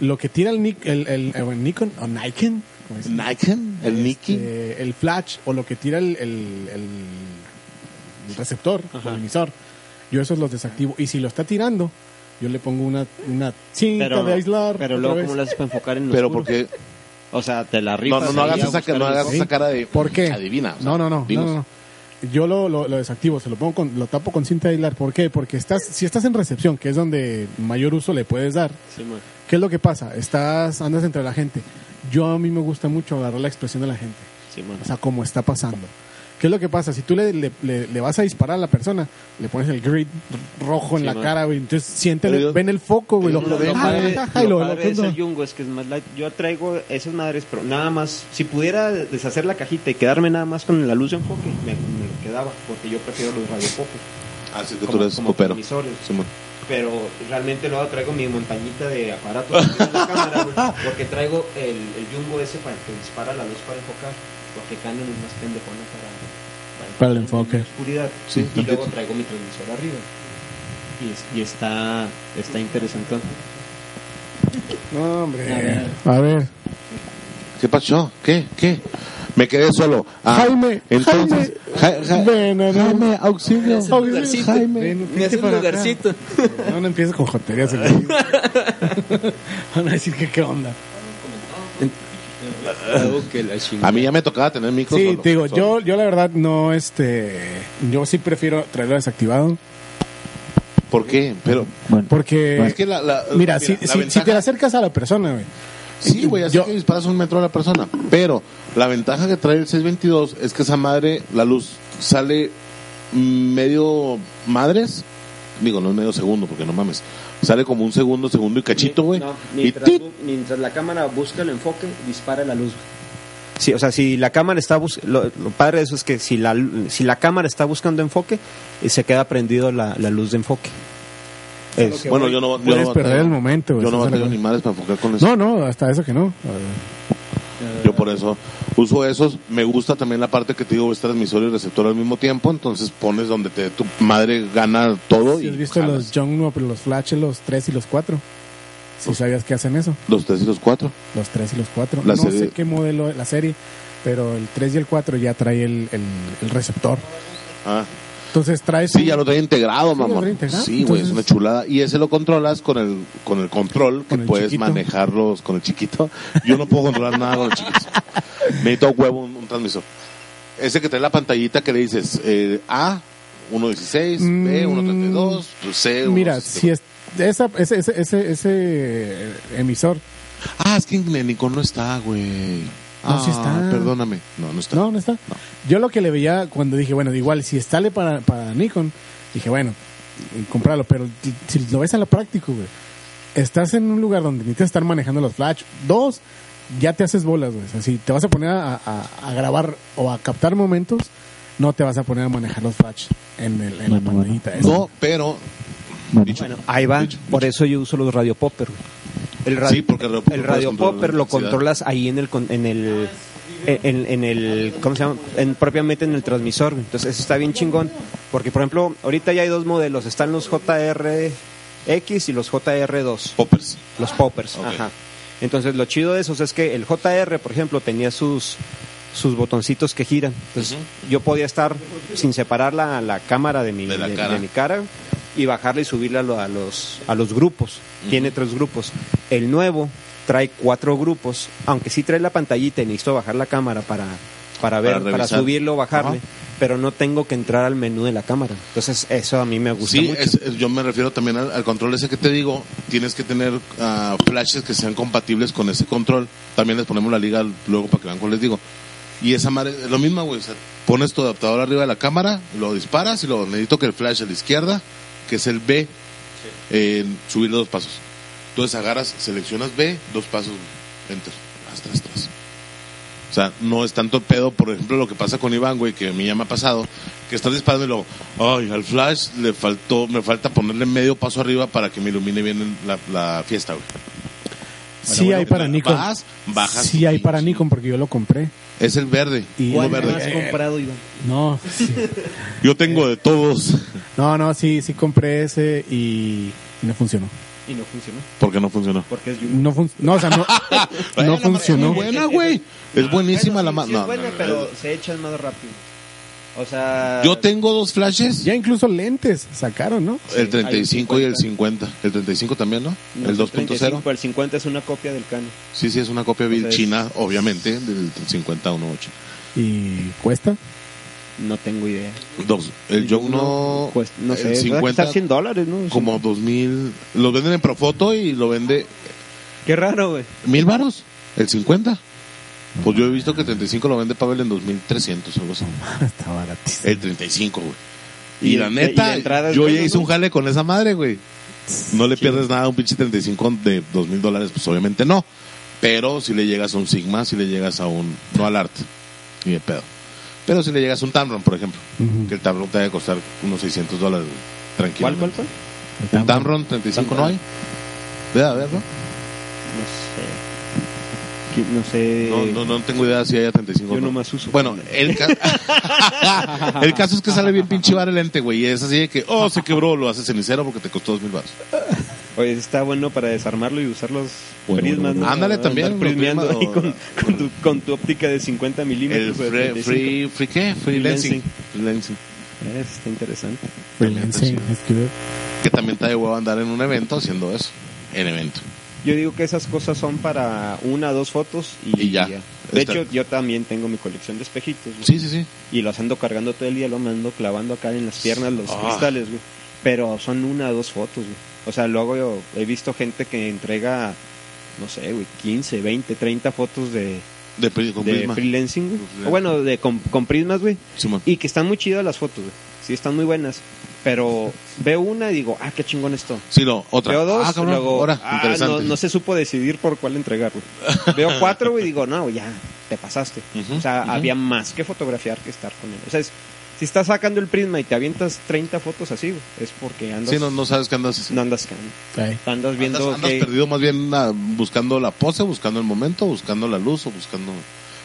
Speaker 8: lo que tira el, Nik- el, el- el Nikon o Nikon, ¿cómo se dice?
Speaker 1: Nikon, el Nikki.
Speaker 8: Pues Este, el flash o lo que tira el, el- el- el receptor, el emisor, yo esos los desactivo. Y si lo está tirando, yo le pongo una, una cinta
Speaker 3: Pero,
Speaker 8: de aislar.
Speaker 3: pero
Speaker 8: otra
Speaker 3: luego,
Speaker 8: vez.
Speaker 3: ¿cómo lo haces para enfocar en
Speaker 1: Pero
Speaker 3: oscuro?
Speaker 1: porque.
Speaker 3: O sea, te la
Speaker 1: No,
Speaker 3: rifas.
Speaker 1: no, no
Speaker 3: ahí
Speaker 1: hagas
Speaker 3: a
Speaker 1: esa, ca-
Speaker 3: buscar
Speaker 1: no
Speaker 3: el
Speaker 1: hagas
Speaker 3: foco.
Speaker 1: esa cara de.
Speaker 8: ¿Por qué?
Speaker 1: Adivina. o sea,
Speaker 8: no, no, no,
Speaker 1: dinos.
Speaker 8: no, no. Yo lo, lo, lo desactivo, se lo pongo con, lo tapo con cinta de aislar. ¿Por qué? Porque estás, si estás en recepción, que es donde mayor uso le puedes dar,
Speaker 3: Sí, man.
Speaker 8: ¿Qué es lo que pasa? Estás, andas entre la gente. Yo a mí me gusta mucho agarrar la expresión de la gente.
Speaker 3: Sí, man.
Speaker 8: O sea, cómo está pasando. ¿Qué es lo que pasa? Si tú le, le, le- le vas a disparar a la persona, le pones el grid rojo en
Speaker 3: Sí,
Speaker 8: la
Speaker 3: man.
Speaker 8: cara, güey. Entonces siéntele,
Speaker 1: Pero yo-
Speaker 8: ven el foco, güey.
Speaker 1: Yo
Speaker 8: Lo,
Speaker 1: lo veo,
Speaker 8: ah,
Speaker 1: padre,
Speaker 8: ja, ja, y
Speaker 3: lo
Speaker 8: lo- lo-
Speaker 3: Eh, padre de ese Yungo es que es más light. Yo traigo esas madres, pero nada más. Si pudiera deshacer la cajita y quedarme nada más con la luz de enfoque, me, me quedaba, porque yo prefiero los radiofocos.
Speaker 1: Así Ah, que tú
Speaker 3: Como-
Speaker 1: eres
Speaker 3: como
Speaker 1: popero.
Speaker 3: transmisores.
Speaker 1: Simón.
Speaker 3: Pero realmente luego traigo mi montañita de aparatos que tengo en la cámara, güey, porque traigo el, el Yungo ese para el que dispara la luz para enfocar, porque Canon es más pendejona para,
Speaker 8: Para el
Speaker 3: enfocar
Speaker 8: enfoque.
Speaker 3: en la oscuridad.
Speaker 1: Sí,
Speaker 3: y
Speaker 1: perfecto.
Speaker 3: luego traigo mi transmisor arriba. Y, es- y está, está interesante.
Speaker 8: No, hombre. A ver.
Speaker 1: ¿Qué pasó? ¿Qué? ¿Qué? Me quedé solo. Ah,
Speaker 8: Jaime,
Speaker 1: Entonces.
Speaker 8: Jaime,
Speaker 1: Ja- ja-
Speaker 8: ven, no, no.
Speaker 1: Jaime, auxilio.
Speaker 8: Jaime, ven,
Speaker 9: Me hace
Speaker 8: vente
Speaker 9: un
Speaker 8: para acá.
Speaker 9: lugarcito.
Speaker 8: No, no empieces con joterías. güey. Van a decir que qué onda.
Speaker 9: Algo que la chingada.
Speaker 1: A mí ya me tocaba tener micro.
Speaker 8: Sí,
Speaker 1: solo,
Speaker 8: te digo,
Speaker 1: solo.
Speaker 8: yo, yo la verdad no, este, yo sí prefiero traerlo desactivado
Speaker 1: ¿Por qué? Pero.
Speaker 8: porque,
Speaker 1: es que la. la-
Speaker 8: Eh, mira, si,
Speaker 1: la
Speaker 8: si- si
Speaker 1: ventaja-
Speaker 8: te acercas a la persona, güey,
Speaker 1: Sí, güey, así
Speaker 8: Yo-
Speaker 1: que disparas un metro a la persona. Pero la ventaja que trae el 622 es que esa madre, la luz sale medio madres. Digo, no es medio segundo, porque no mames. Sale como un segundo, segundo y cachito, güey. y
Speaker 3: mientras,
Speaker 1: tit,
Speaker 3: la cámara busca el enfoque, dispara la luz. Sí, o sea, si la cámara está bus- lo, lo padre de eso es que si la si la cámara está buscando enfoque, eh, se queda prendido la, la luz de enfoque. Es-
Speaker 8: que
Speaker 1: bueno,
Speaker 8: voy-
Speaker 1: yo no, yo
Speaker 8: puedes
Speaker 1: no
Speaker 8: perder
Speaker 1: batallo.
Speaker 8: el momento, güey,
Speaker 1: Yo no
Speaker 8: estás
Speaker 1: batallo
Speaker 8: hablando.
Speaker 1: ni madres para enfocar con eso.
Speaker 8: no, no, hasta eso que no. A ver.
Speaker 1: Yo por eso uso esos. Me gusta también la parte que te digo, es transmisor y receptor al mismo tiempo. Entonces pones donde te, tu madre gana todo.
Speaker 8: Si
Speaker 1: y
Speaker 8: has visto
Speaker 1: jalas.
Speaker 8: los Jongnuo, pero los flashes, los 3 y los 4. Si sabías que hacen eso,
Speaker 1: Los tres y los cuatro.
Speaker 8: los 3 y los 4.
Speaker 1: Pues, La
Speaker 8: no
Speaker 1: serie-
Speaker 8: sé qué modelo, la serie, pero el 3 y el 4 ya trae el, el, el receptor.
Speaker 1: Ah.
Speaker 8: Entonces traes...
Speaker 1: Sí,
Speaker 8: un-
Speaker 1: ya lo trae integrado,
Speaker 8: Sí, lo
Speaker 1: mamón.
Speaker 8: trae integrado,
Speaker 1: Sí, güey, es
Speaker 8: entonces-
Speaker 1: una chulada. Y ese lo controlas con el, con el control que
Speaker 8: Con el
Speaker 1: puedes
Speaker 8: chiquito.
Speaker 1: manejarlos con el chiquito. Yo no puedo controlar nada con el chiquito. Necesito huevo un, un transmisor. Ese que trae la pantallita que le dices eh, A, 1.16, B,
Speaker 8: Mm,
Speaker 1: 1.32, pues, C,
Speaker 8: Mira,
Speaker 1: 1.62.
Speaker 8: si es, esa, ese, ese, ese, ese emisor.
Speaker 1: Ah, es que en Lenicón no está, güey.
Speaker 8: No,
Speaker 1: Ah,
Speaker 8: sí está.
Speaker 1: Perdóname. No, no está.
Speaker 8: No, no está. Yo lo que le veía cuando dije, bueno, igual si estále para, para Nikon, dije, bueno, eh, comprarlo, pero ti- si lo ves a lo práctico, güey, estás en un lugar donde necesitas estar manejando los flash. Dos, ya te haces bolas, güey. O sea, si te vas a poner a, a- a grabar o a captar momentos, no te vas a poner a manejar los flash en, el, en la
Speaker 4: Bueno, bueno.
Speaker 8: pantallita. esa.
Speaker 1: No, pero. dicho,
Speaker 10: Bueno, ahí va. Por eso yo uso los radio popper. güey. El radio,
Speaker 1: Sí, porque el radio
Speaker 10: el
Speaker 1: popper
Speaker 10: radio
Speaker 1: puedes controlar
Speaker 10: popper
Speaker 1: la
Speaker 10: lo
Speaker 1: intensidad.
Speaker 10: controlas ahí en el con- en el en, en el ¿cómo se llama? En, propiamente en el transmisor. güey. Entonces eso está bien chingón porque por ejemplo, ahorita ya hay dos modelos, están los JRX y los JR2.
Speaker 1: Poppers.
Speaker 10: Los poppers,
Speaker 1: Ok.
Speaker 10: ajá. Entonces, lo chido de esos es que el JR, por ejemplo, tenía sus sus botoncitos que giran. Entonces, yo podía estar sin separar la, la cámara de mi,
Speaker 1: De la
Speaker 10: de-
Speaker 1: cara.
Speaker 10: de mi cara y bajarla y subirla a lo- a los, a los grupos. Tiene tres grupos. El nuevo trae cuatro grupus, aunque sí trae la pantallita y necesito bajar la cámara para, para ver, para,
Speaker 1: revisar.
Speaker 10: subirlo o bajarle,
Speaker 1: Ajá.
Speaker 10: pero no tengo que entrar al menú de la cámara. Entonces, eso a mí me gusta
Speaker 1: Sí,
Speaker 10: mucho.
Speaker 1: es- es- yo me refiero también al, al control ese que te digo. Tienes que tener ah, flashes que sean compatibles con ese control. También les ponemos la liga al- luego para que vean cuál les digo. Y esa madre es lo mismo, güey. O sea, pones tu adaptador arriba de la cámara, lo disparas y lo necesito que el flash a la izquierda, que es el B, eh, subirle dos pasos. Entonces agarras, seleccionas B, dos pasos, enter, tras, tras, tras. O sea, no es tanto pedo, por ejemplo, lo que pasa con Iván, güey, que a mí ya me ha pasado, que estás disparando y luego, ay, al flash le faltó, me falta ponerle medio paso arriba para que me ilumine bien la, la fiesta, güey.
Speaker 8: Sí
Speaker 1: Bueno,
Speaker 8: hay
Speaker 1: bueno,
Speaker 8: para Nikon.
Speaker 1: Vas, bajas.
Speaker 8: sí hay para
Speaker 1: pinche.
Speaker 8: Nikon porque yo lo compré.
Speaker 1: Es el verde,
Speaker 8: Y-
Speaker 1: uno
Speaker 8: ¿Cuál
Speaker 1: verde.
Speaker 8: más?
Speaker 11: comprado, Iván?
Speaker 8: No, sí.
Speaker 1: Yo tengo de todos.
Speaker 8: no, no, sí, sí compré ese y no funcionó.
Speaker 3: Y no funcionó.
Speaker 1: Porque no funcionó.
Speaker 3: Porque es
Speaker 8: No, fun- no, o sea, no,
Speaker 1: Bueno,
Speaker 8: no
Speaker 1: la madre Es
Speaker 8: funcionó.
Speaker 1: muy buena, güey. Es buenísima la mano.
Speaker 3: bueno, pero se echan más rápido. O sea.
Speaker 1: Yo tengo dos flashes.
Speaker 8: Ya incluso lentes sacaron, ¿no?
Speaker 1: El
Speaker 3: hay
Speaker 1: 35
Speaker 3: un
Speaker 1: y el 50. El 35 también, ¿no?
Speaker 3: no,
Speaker 1: el
Speaker 3: es 35,
Speaker 1: 2.0.
Speaker 3: El 50 es una copia del Canon.
Speaker 1: Sí, sí, es una copia vil
Speaker 3: sea, es-
Speaker 1: china, obviamente, del 50-1.8.
Speaker 8: Y cuesta.
Speaker 3: No tengo idea.
Speaker 1: Dos. El Jog no.
Speaker 3: Pues, no sé.
Speaker 1: el
Speaker 3: debe costar
Speaker 1: 50,
Speaker 3: 100 dólares, ¿no?
Speaker 1: como 2000. Lo venden en Profoto y lo vende.
Speaker 3: Qué raro, güey.
Speaker 1: ¿Mil varos? ¿El 50? Pues yo he visto que el 35 lo vende Pavel en 2300, algo así.
Speaker 8: Está baratísimo.
Speaker 1: El 35, güey. Y,
Speaker 3: Y
Speaker 1: la
Speaker 3: de- y
Speaker 1: neta,
Speaker 3: de entrada es
Speaker 1: yo
Speaker 3: bueno,
Speaker 1: ya hice
Speaker 3: ¿no?
Speaker 1: un jale con esa madre, güey. No le pierdes nada a un pinche 35 de dos mil dólares, pues obviamente no. Pero si le llegas a un Sigma, si le llegas a un. No al arte, ni de pedo. Pero si le llegas a un Tamron, por ejemplo,
Speaker 8: Ujú.
Speaker 1: que el Tamron te debe costar unos 600 dólares, güey,
Speaker 3: ¿Cuál,
Speaker 1: tranquilamente.
Speaker 3: cuál, cuál?
Speaker 1: ¿Un Tamron 35 no hay? Ve a verlo.
Speaker 3: No sé. No sé.
Speaker 1: No, no, no tengo idea si haya 35
Speaker 3: Eh, Yo
Speaker 1: o no.
Speaker 3: nomás uso.
Speaker 1: Bueno, el, ca- el caso es que sale bien pinche bar el ente, güey. Y es así de que, oh, se quebró, lo haces cenicero porque te costó dos mil baros.
Speaker 3: Oye, está bueno para desarmarlo y usar los
Speaker 4: Bueno,
Speaker 3: prismas.
Speaker 4: bueno,
Speaker 3: ¿no?
Speaker 1: Ándale
Speaker 3: Andar
Speaker 1: también, los
Speaker 3: prismeando
Speaker 1: prismas,
Speaker 3: ahí
Speaker 1: o-
Speaker 3: con, con tu, con tu óptica de 50
Speaker 1: El
Speaker 3: milímetros. o de
Speaker 1: free,
Speaker 3: 35.
Speaker 1: free, free, ¿qué? Freelancing.
Speaker 3: Freelancing.
Speaker 1: Freelancing.
Speaker 3: Eh, está interesante.
Speaker 8: Freelancing, es que-
Speaker 1: Que también está de huevo andar en un evento haciendo eso. En evento.
Speaker 3: Yo digo que esas cosas son para una, dos fotos y,
Speaker 1: Y ya.
Speaker 3: De
Speaker 1: Está-
Speaker 3: hecho, yo también tengo mi colección de espejitos. güey.
Speaker 1: Sí, sí, sí.
Speaker 3: Y los ando cargando todo el día, lo ando clavando acá en las piernas los
Speaker 1: Ah.
Speaker 3: cristales, güey. Pero son una, dos fotos, güey. O sea, luego yo he visto gente que entrega, no sé, güey, 15, 20, 30 fotos de,
Speaker 1: De pri- con
Speaker 3: de
Speaker 1: prisma.
Speaker 3: freelancing, güey.
Speaker 1: Con
Speaker 3: O
Speaker 1: prisma.
Speaker 3: bueno, de, con, con prismas, güey.
Speaker 1: Simón.
Speaker 3: Y que están muy chidas las fotos, güey. Sí, están muy buenas. Pero veo una y digo, ah, qué chingón esto.
Speaker 1: Sí, no, otra.
Speaker 3: Veo dos,
Speaker 1: ah, cabrón,
Speaker 3: luego,
Speaker 1: ahora,
Speaker 3: ah,
Speaker 1: interesante.
Speaker 3: no, no se supo decidir por cuál entregar, güey. Veo cuatro, güey, y digo, no, ya, te pasaste.
Speaker 1: Ujú,
Speaker 3: o sea,
Speaker 1: ujú.
Speaker 3: había más que fotografiar que estar con él. O sea, es- si estás sacando el prisma y te avientas 30 fotos así, güey, es porque andas,
Speaker 1: Sí, no,
Speaker 3: no,
Speaker 1: no sabes qué andas.
Speaker 3: andas, can-
Speaker 8: Ay,
Speaker 3: andas viendo
Speaker 1: Andas, andas
Speaker 3: que...
Speaker 1: perdido más bien ah, buscando la pose, buscando el momento, buscando la luz o buscando.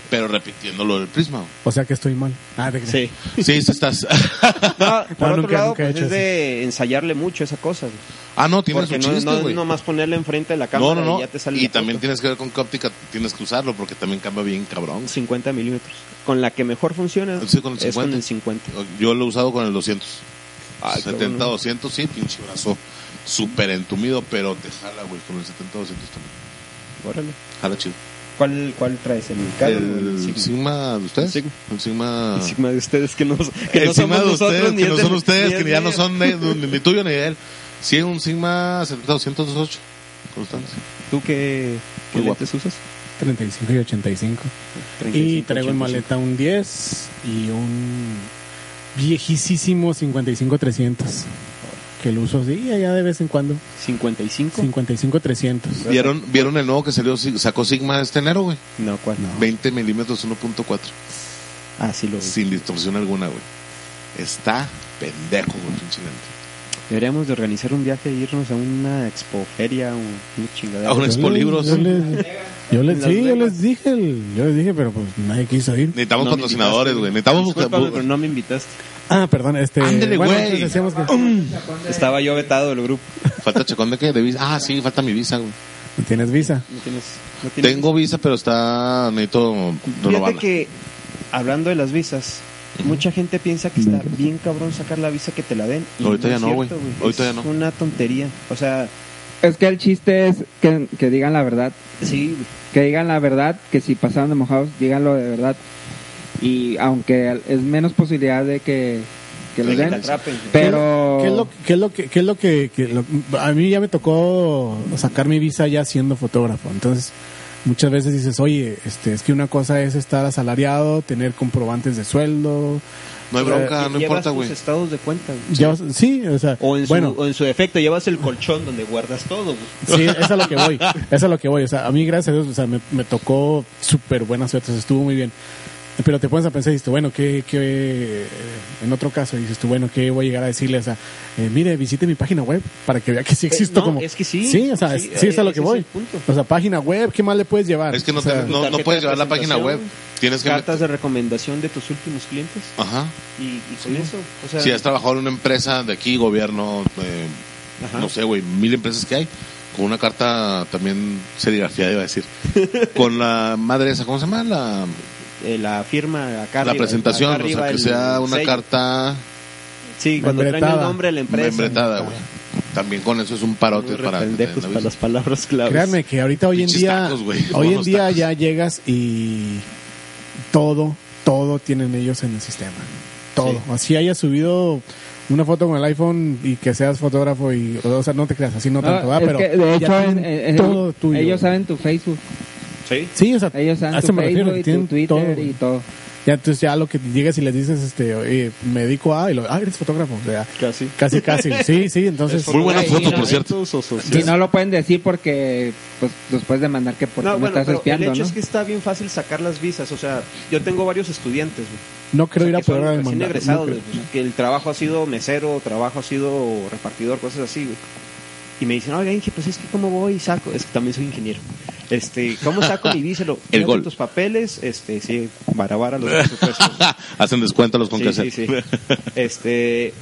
Speaker 1: Pero repitiendo lo del prisma. güey.
Speaker 8: O sea que estoy mal. Ah, te
Speaker 3: Sí.
Speaker 1: Sí, sí estás.
Speaker 3: No, por otro
Speaker 8: nunca-
Speaker 3: lado,
Speaker 8: nunca he
Speaker 3: pues,
Speaker 8: hecho
Speaker 3: es de ensayarle mucho esa cosa, güey.
Speaker 1: ah, no, tienes
Speaker 3: Porque
Speaker 1: un
Speaker 3: no,
Speaker 1: chiste,
Speaker 3: no
Speaker 1: güey.
Speaker 3: es nomás ponerle enfrente de la
Speaker 1: no,
Speaker 3: cámara
Speaker 1: no, no.
Speaker 3: y ya te sale
Speaker 1: Y
Speaker 3: la
Speaker 1: también
Speaker 3: foto.
Speaker 1: tienes que ver con qué óptica tienes que usarlo porque también cambia bien cabrón.
Speaker 3: 50 milímetros. Con la que mejor funciona
Speaker 1: Sí, con el
Speaker 3: es con
Speaker 1: 50.
Speaker 3: el 50.
Speaker 1: Yo lo he usado con el 200.
Speaker 3: Ay,
Speaker 1: 70,
Speaker 3: cabrón.
Speaker 1: 200, sí, pinche brazo. Súper entumido, pero te jala, güey, con el 70, 200 también.
Speaker 3: Órale.
Speaker 1: Jala chido.
Speaker 3: ¿Cuál, cuál traes? ¿El Canon o el
Speaker 1: el
Speaker 3: Sigma?
Speaker 1: Sigma de ustedes?
Speaker 3: Sigma.
Speaker 1: El Sigma.
Speaker 3: El Sigma de ustedes que no, que
Speaker 1: El
Speaker 3: no
Speaker 1: Sigma
Speaker 3: somos
Speaker 1: de
Speaker 3: nosotros,
Speaker 1: ustedes,
Speaker 3: ni
Speaker 1: que
Speaker 3: es
Speaker 1: no
Speaker 3: de-
Speaker 1: son ustedes,
Speaker 3: ni es
Speaker 1: que ya no
Speaker 3: mío.
Speaker 1: son de- ni, ni tuyo ni de él. Sí, un Sigma 70-208 constante.
Speaker 5: ¿Tú qué, qué
Speaker 1: Muy
Speaker 5: lentes usas?
Speaker 8: 35 y 85. y traigo en maleta un 10 y un viejísimo 55-300. Que lo uso así allá de vez en cuando.
Speaker 5: 55.
Speaker 8: 55-300.
Speaker 1: ¿Vieron, ¿Vieron el nuevo que salió, sacó Sigma este enero, güey?
Speaker 5: No, ¿cuál? No.
Speaker 1: 20 milímetros 1.4.
Speaker 5: Ah, sí lo vi.
Speaker 1: Sin distorsión alguna, güey. Está pendejo, güey, pinche lente.
Speaker 5: Deberíamos de organizar un viaje e irnos a una expoferia o una chingadera.
Speaker 1: A un
Speaker 8: Yo les-
Speaker 1: expolibros.
Speaker 8: Yo les, yo les-
Speaker 5: En
Speaker 8: sí,
Speaker 5: Las
Speaker 8: yo
Speaker 5: Vegas.
Speaker 8: les dije, el- yo les dije, pero pues nadie quiso ir.
Speaker 1: Necesitamos
Speaker 5: No me
Speaker 1: patrocinadores,
Speaker 5: invitaste,
Speaker 1: güey. Necesitamos buscar-
Speaker 5: Discúlpame,
Speaker 1: bu-
Speaker 5: pero no me invitaste.
Speaker 8: Ah, perdón, este.
Speaker 1: Ándele,
Speaker 8: bueno,
Speaker 1: güey.
Speaker 8: entonces decíamos que
Speaker 5: Estaba yo vetado del grupo.
Speaker 1: Falta chacón de qué? De visa. Ah, sí, falta mi visa, güey.
Speaker 8: no tienes visa.
Speaker 5: No tienes- no tienes-
Speaker 1: Tengo visa, pero está. Necesito
Speaker 5: Fíjate
Speaker 1: renovarla.
Speaker 5: que, hablando de las visas, mucha gente piensa que está bien cabrón sacar la visa que te la den. y
Speaker 1: Ahorita ya
Speaker 5: es
Speaker 1: no, güey.
Speaker 5: cierto,
Speaker 1: Ahorita
Speaker 5: Es
Speaker 1: ya no.
Speaker 5: una tontería. O sea,
Speaker 6: Es que el chiste es que, que digan la verdad.
Speaker 5: sí,
Speaker 6: Que digan la verdad, que si pasaron de mojados, díganlo de verdad. Y aunque es menos posibilidad de que, que los
Speaker 1: Que
Speaker 6: den,
Speaker 1: te
Speaker 5: atrapen.
Speaker 6: pero...
Speaker 8: ¿Qué es lo, qué es lo que, qué es lo que, que lo- a mí ya me tocó sacar mi visa ya siendo fotógrafo? Entonces, muchas veces dices, oye, este, es que una cosa es estar asalariado, tener comprobantes de sueldo.
Speaker 1: No hay bronca,
Speaker 5: Y
Speaker 1: no
Speaker 5: eh, llevas
Speaker 1: importa,
Speaker 5: tus
Speaker 1: güey.
Speaker 5: estados de cuenta, güey.
Speaker 8: Ya, sí, o sea,
Speaker 5: O en,
Speaker 8: bueno,
Speaker 5: su, o en su defecto, llevas el colchón donde guardas todo. güey.
Speaker 8: Sí, es a lo que voy. Es a lo que voy. O sea, a mí, gracias a Dios, o sea, me, me tocó súper buenas suertes. Estuvo muy bien. Pero te pones a pensar y dices, tú, bueno, ¿qué, qué, eh, en otro caso, dices tú, bueno, ¿qué voy a llegar a decirle? O sea, eh, mire, visite mi página web para que vea que sí existo
Speaker 5: Eh, no,
Speaker 8: como...
Speaker 5: es que sí.
Speaker 8: Sí, o sea,
Speaker 5: Sí, eh,
Speaker 8: es- sí, es a lo
Speaker 5: ese
Speaker 8: que
Speaker 5: es
Speaker 8: voy.
Speaker 5: el punto.
Speaker 8: O sea, página web, ¿qué más le puedes llevar?
Speaker 1: Es que no,
Speaker 8: O sea,
Speaker 1: te- no, no
Speaker 5: tarjeta
Speaker 1: puedes
Speaker 5: de
Speaker 1: llevar la página web.
Speaker 5: presentación,
Speaker 1: Tienes que.
Speaker 5: Cartas
Speaker 1: meter-
Speaker 5: de recomendación de tus últimos clientes.
Speaker 1: Ajá.
Speaker 5: Y, y con eso. O sea,
Speaker 1: Si has trabajado en una empresa de aquí, gobierno, eh,
Speaker 5: Ajá.
Speaker 1: no sé, güey, mil empresas que hay. Con una carta también serigrafiada, iba a decir. Con la madre esa, ¿cómo se llama? La,
Speaker 5: eh, la firma acá
Speaker 1: la
Speaker 5: arriba,
Speaker 1: presentación,
Speaker 5: acá
Speaker 1: o sea,
Speaker 5: arriba
Speaker 1: que
Speaker 5: el
Speaker 1: sea una
Speaker 5: sello.
Speaker 1: carta
Speaker 5: Sí, cuando traen el
Speaker 8: Membretada.
Speaker 5: nombre de la empresa.
Speaker 1: membretada, güey. También con eso es un
Speaker 5: Muy
Speaker 1: parote para. que te den
Speaker 5: rependejos
Speaker 1: la
Speaker 5: para
Speaker 1: visa.
Speaker 5: las palabras claves.
Speaker 8: Créanme que ahorita hoy en
Speaker 1: Pinches
Speaker 8: día,
Speaker 1: tacos, güey.
Speaker 8: hoy en
Speaker 1: Buenos
Speaker 8: día
Speaker 1: tacos.
Speaker 8: ya llegas y todo, todo tienen ellos en el sistema. Todo. Así hayas subido una foto con el iPhone y que seas fotógrafo y, o sea, no te creas, así no tanto,
Speaker 6: No,
Speaker 8: ¿verdad?
Speaker 6: es
Speaker 8: pero
Speaker 6: que, de
Speaker 8: ya
Speaker 6: hecho, en-
Speaker 8: tienen
Speaker 6: en- en-
Speaker 8: todo tuyo.
Speaker 6: ellos saben tu Facebook,
Speaker 5: Sí.
Speaker 8: Sí, o sea,
Speaker 6: ellos saben
Speaker 8: a
Speaker 6: tu
Speaker 8: eso me refiero,
Speaker 6: Facebook y tu
Speaker 8: tienen
Speaker 6: Twitter
Speaker 8: todo,
Speaker 6: y
Speaker 8: güey.
Speaker 6: todo.
Speaker 8: Ya entonces ya lo que llegas y les dices, este, oye, me dedico a, y lo, ah, eres fotógrafo, o sea,
Speaker 5: Casi.
Speaker 8: casi, casi, sí, sí, entonces,
Speaker 1: Muy buena
Speaker 5: Güey,
Speaker 1: foto, por cierto.
Speaker 6: Si no lo pueden decir porque pues después de mandar que porque
Speaker 3: No,
Speaker 6: me
Speaker 3: bueno,
Speaker 6: estás
Speaker 3: pero
Speaker 6: espiando,
Speaker 3: el
Speaker 6: ¿no?
Speaker 3: hecho es que está bien fácil sacar las visas. O sea, yo tengo varios estudiantes, güey.
Speaker 8: no creo
Speaker 3: o sea,
Speaker 8: ir a
Speaker 3: que son
Speaker 8: poder al
Speaker 3: recién
Speaker 8: mandado,
Speaker 3: egresados,
Speaker 8: no creo.
Speaker 3: güey, pues, que el trabajo ha sido mesero, trabajo ha sido repartidor, cosas así, güey.
Speaker 5: Y me dicen, oiga, Inge, pues es que cómo voy y saco. Es que también soy ingeniero. Este, ¿cómo saco mi visa? Lo-
Speaker 1: El gol.
Speaker 3: Tus papeles, este, sí, barabara los presupuestos.
Speaker 1: Hacen descuento a los con
Speaker 3: Sí,
Speaker 1: que
Speaker 3: sí, sí. Este,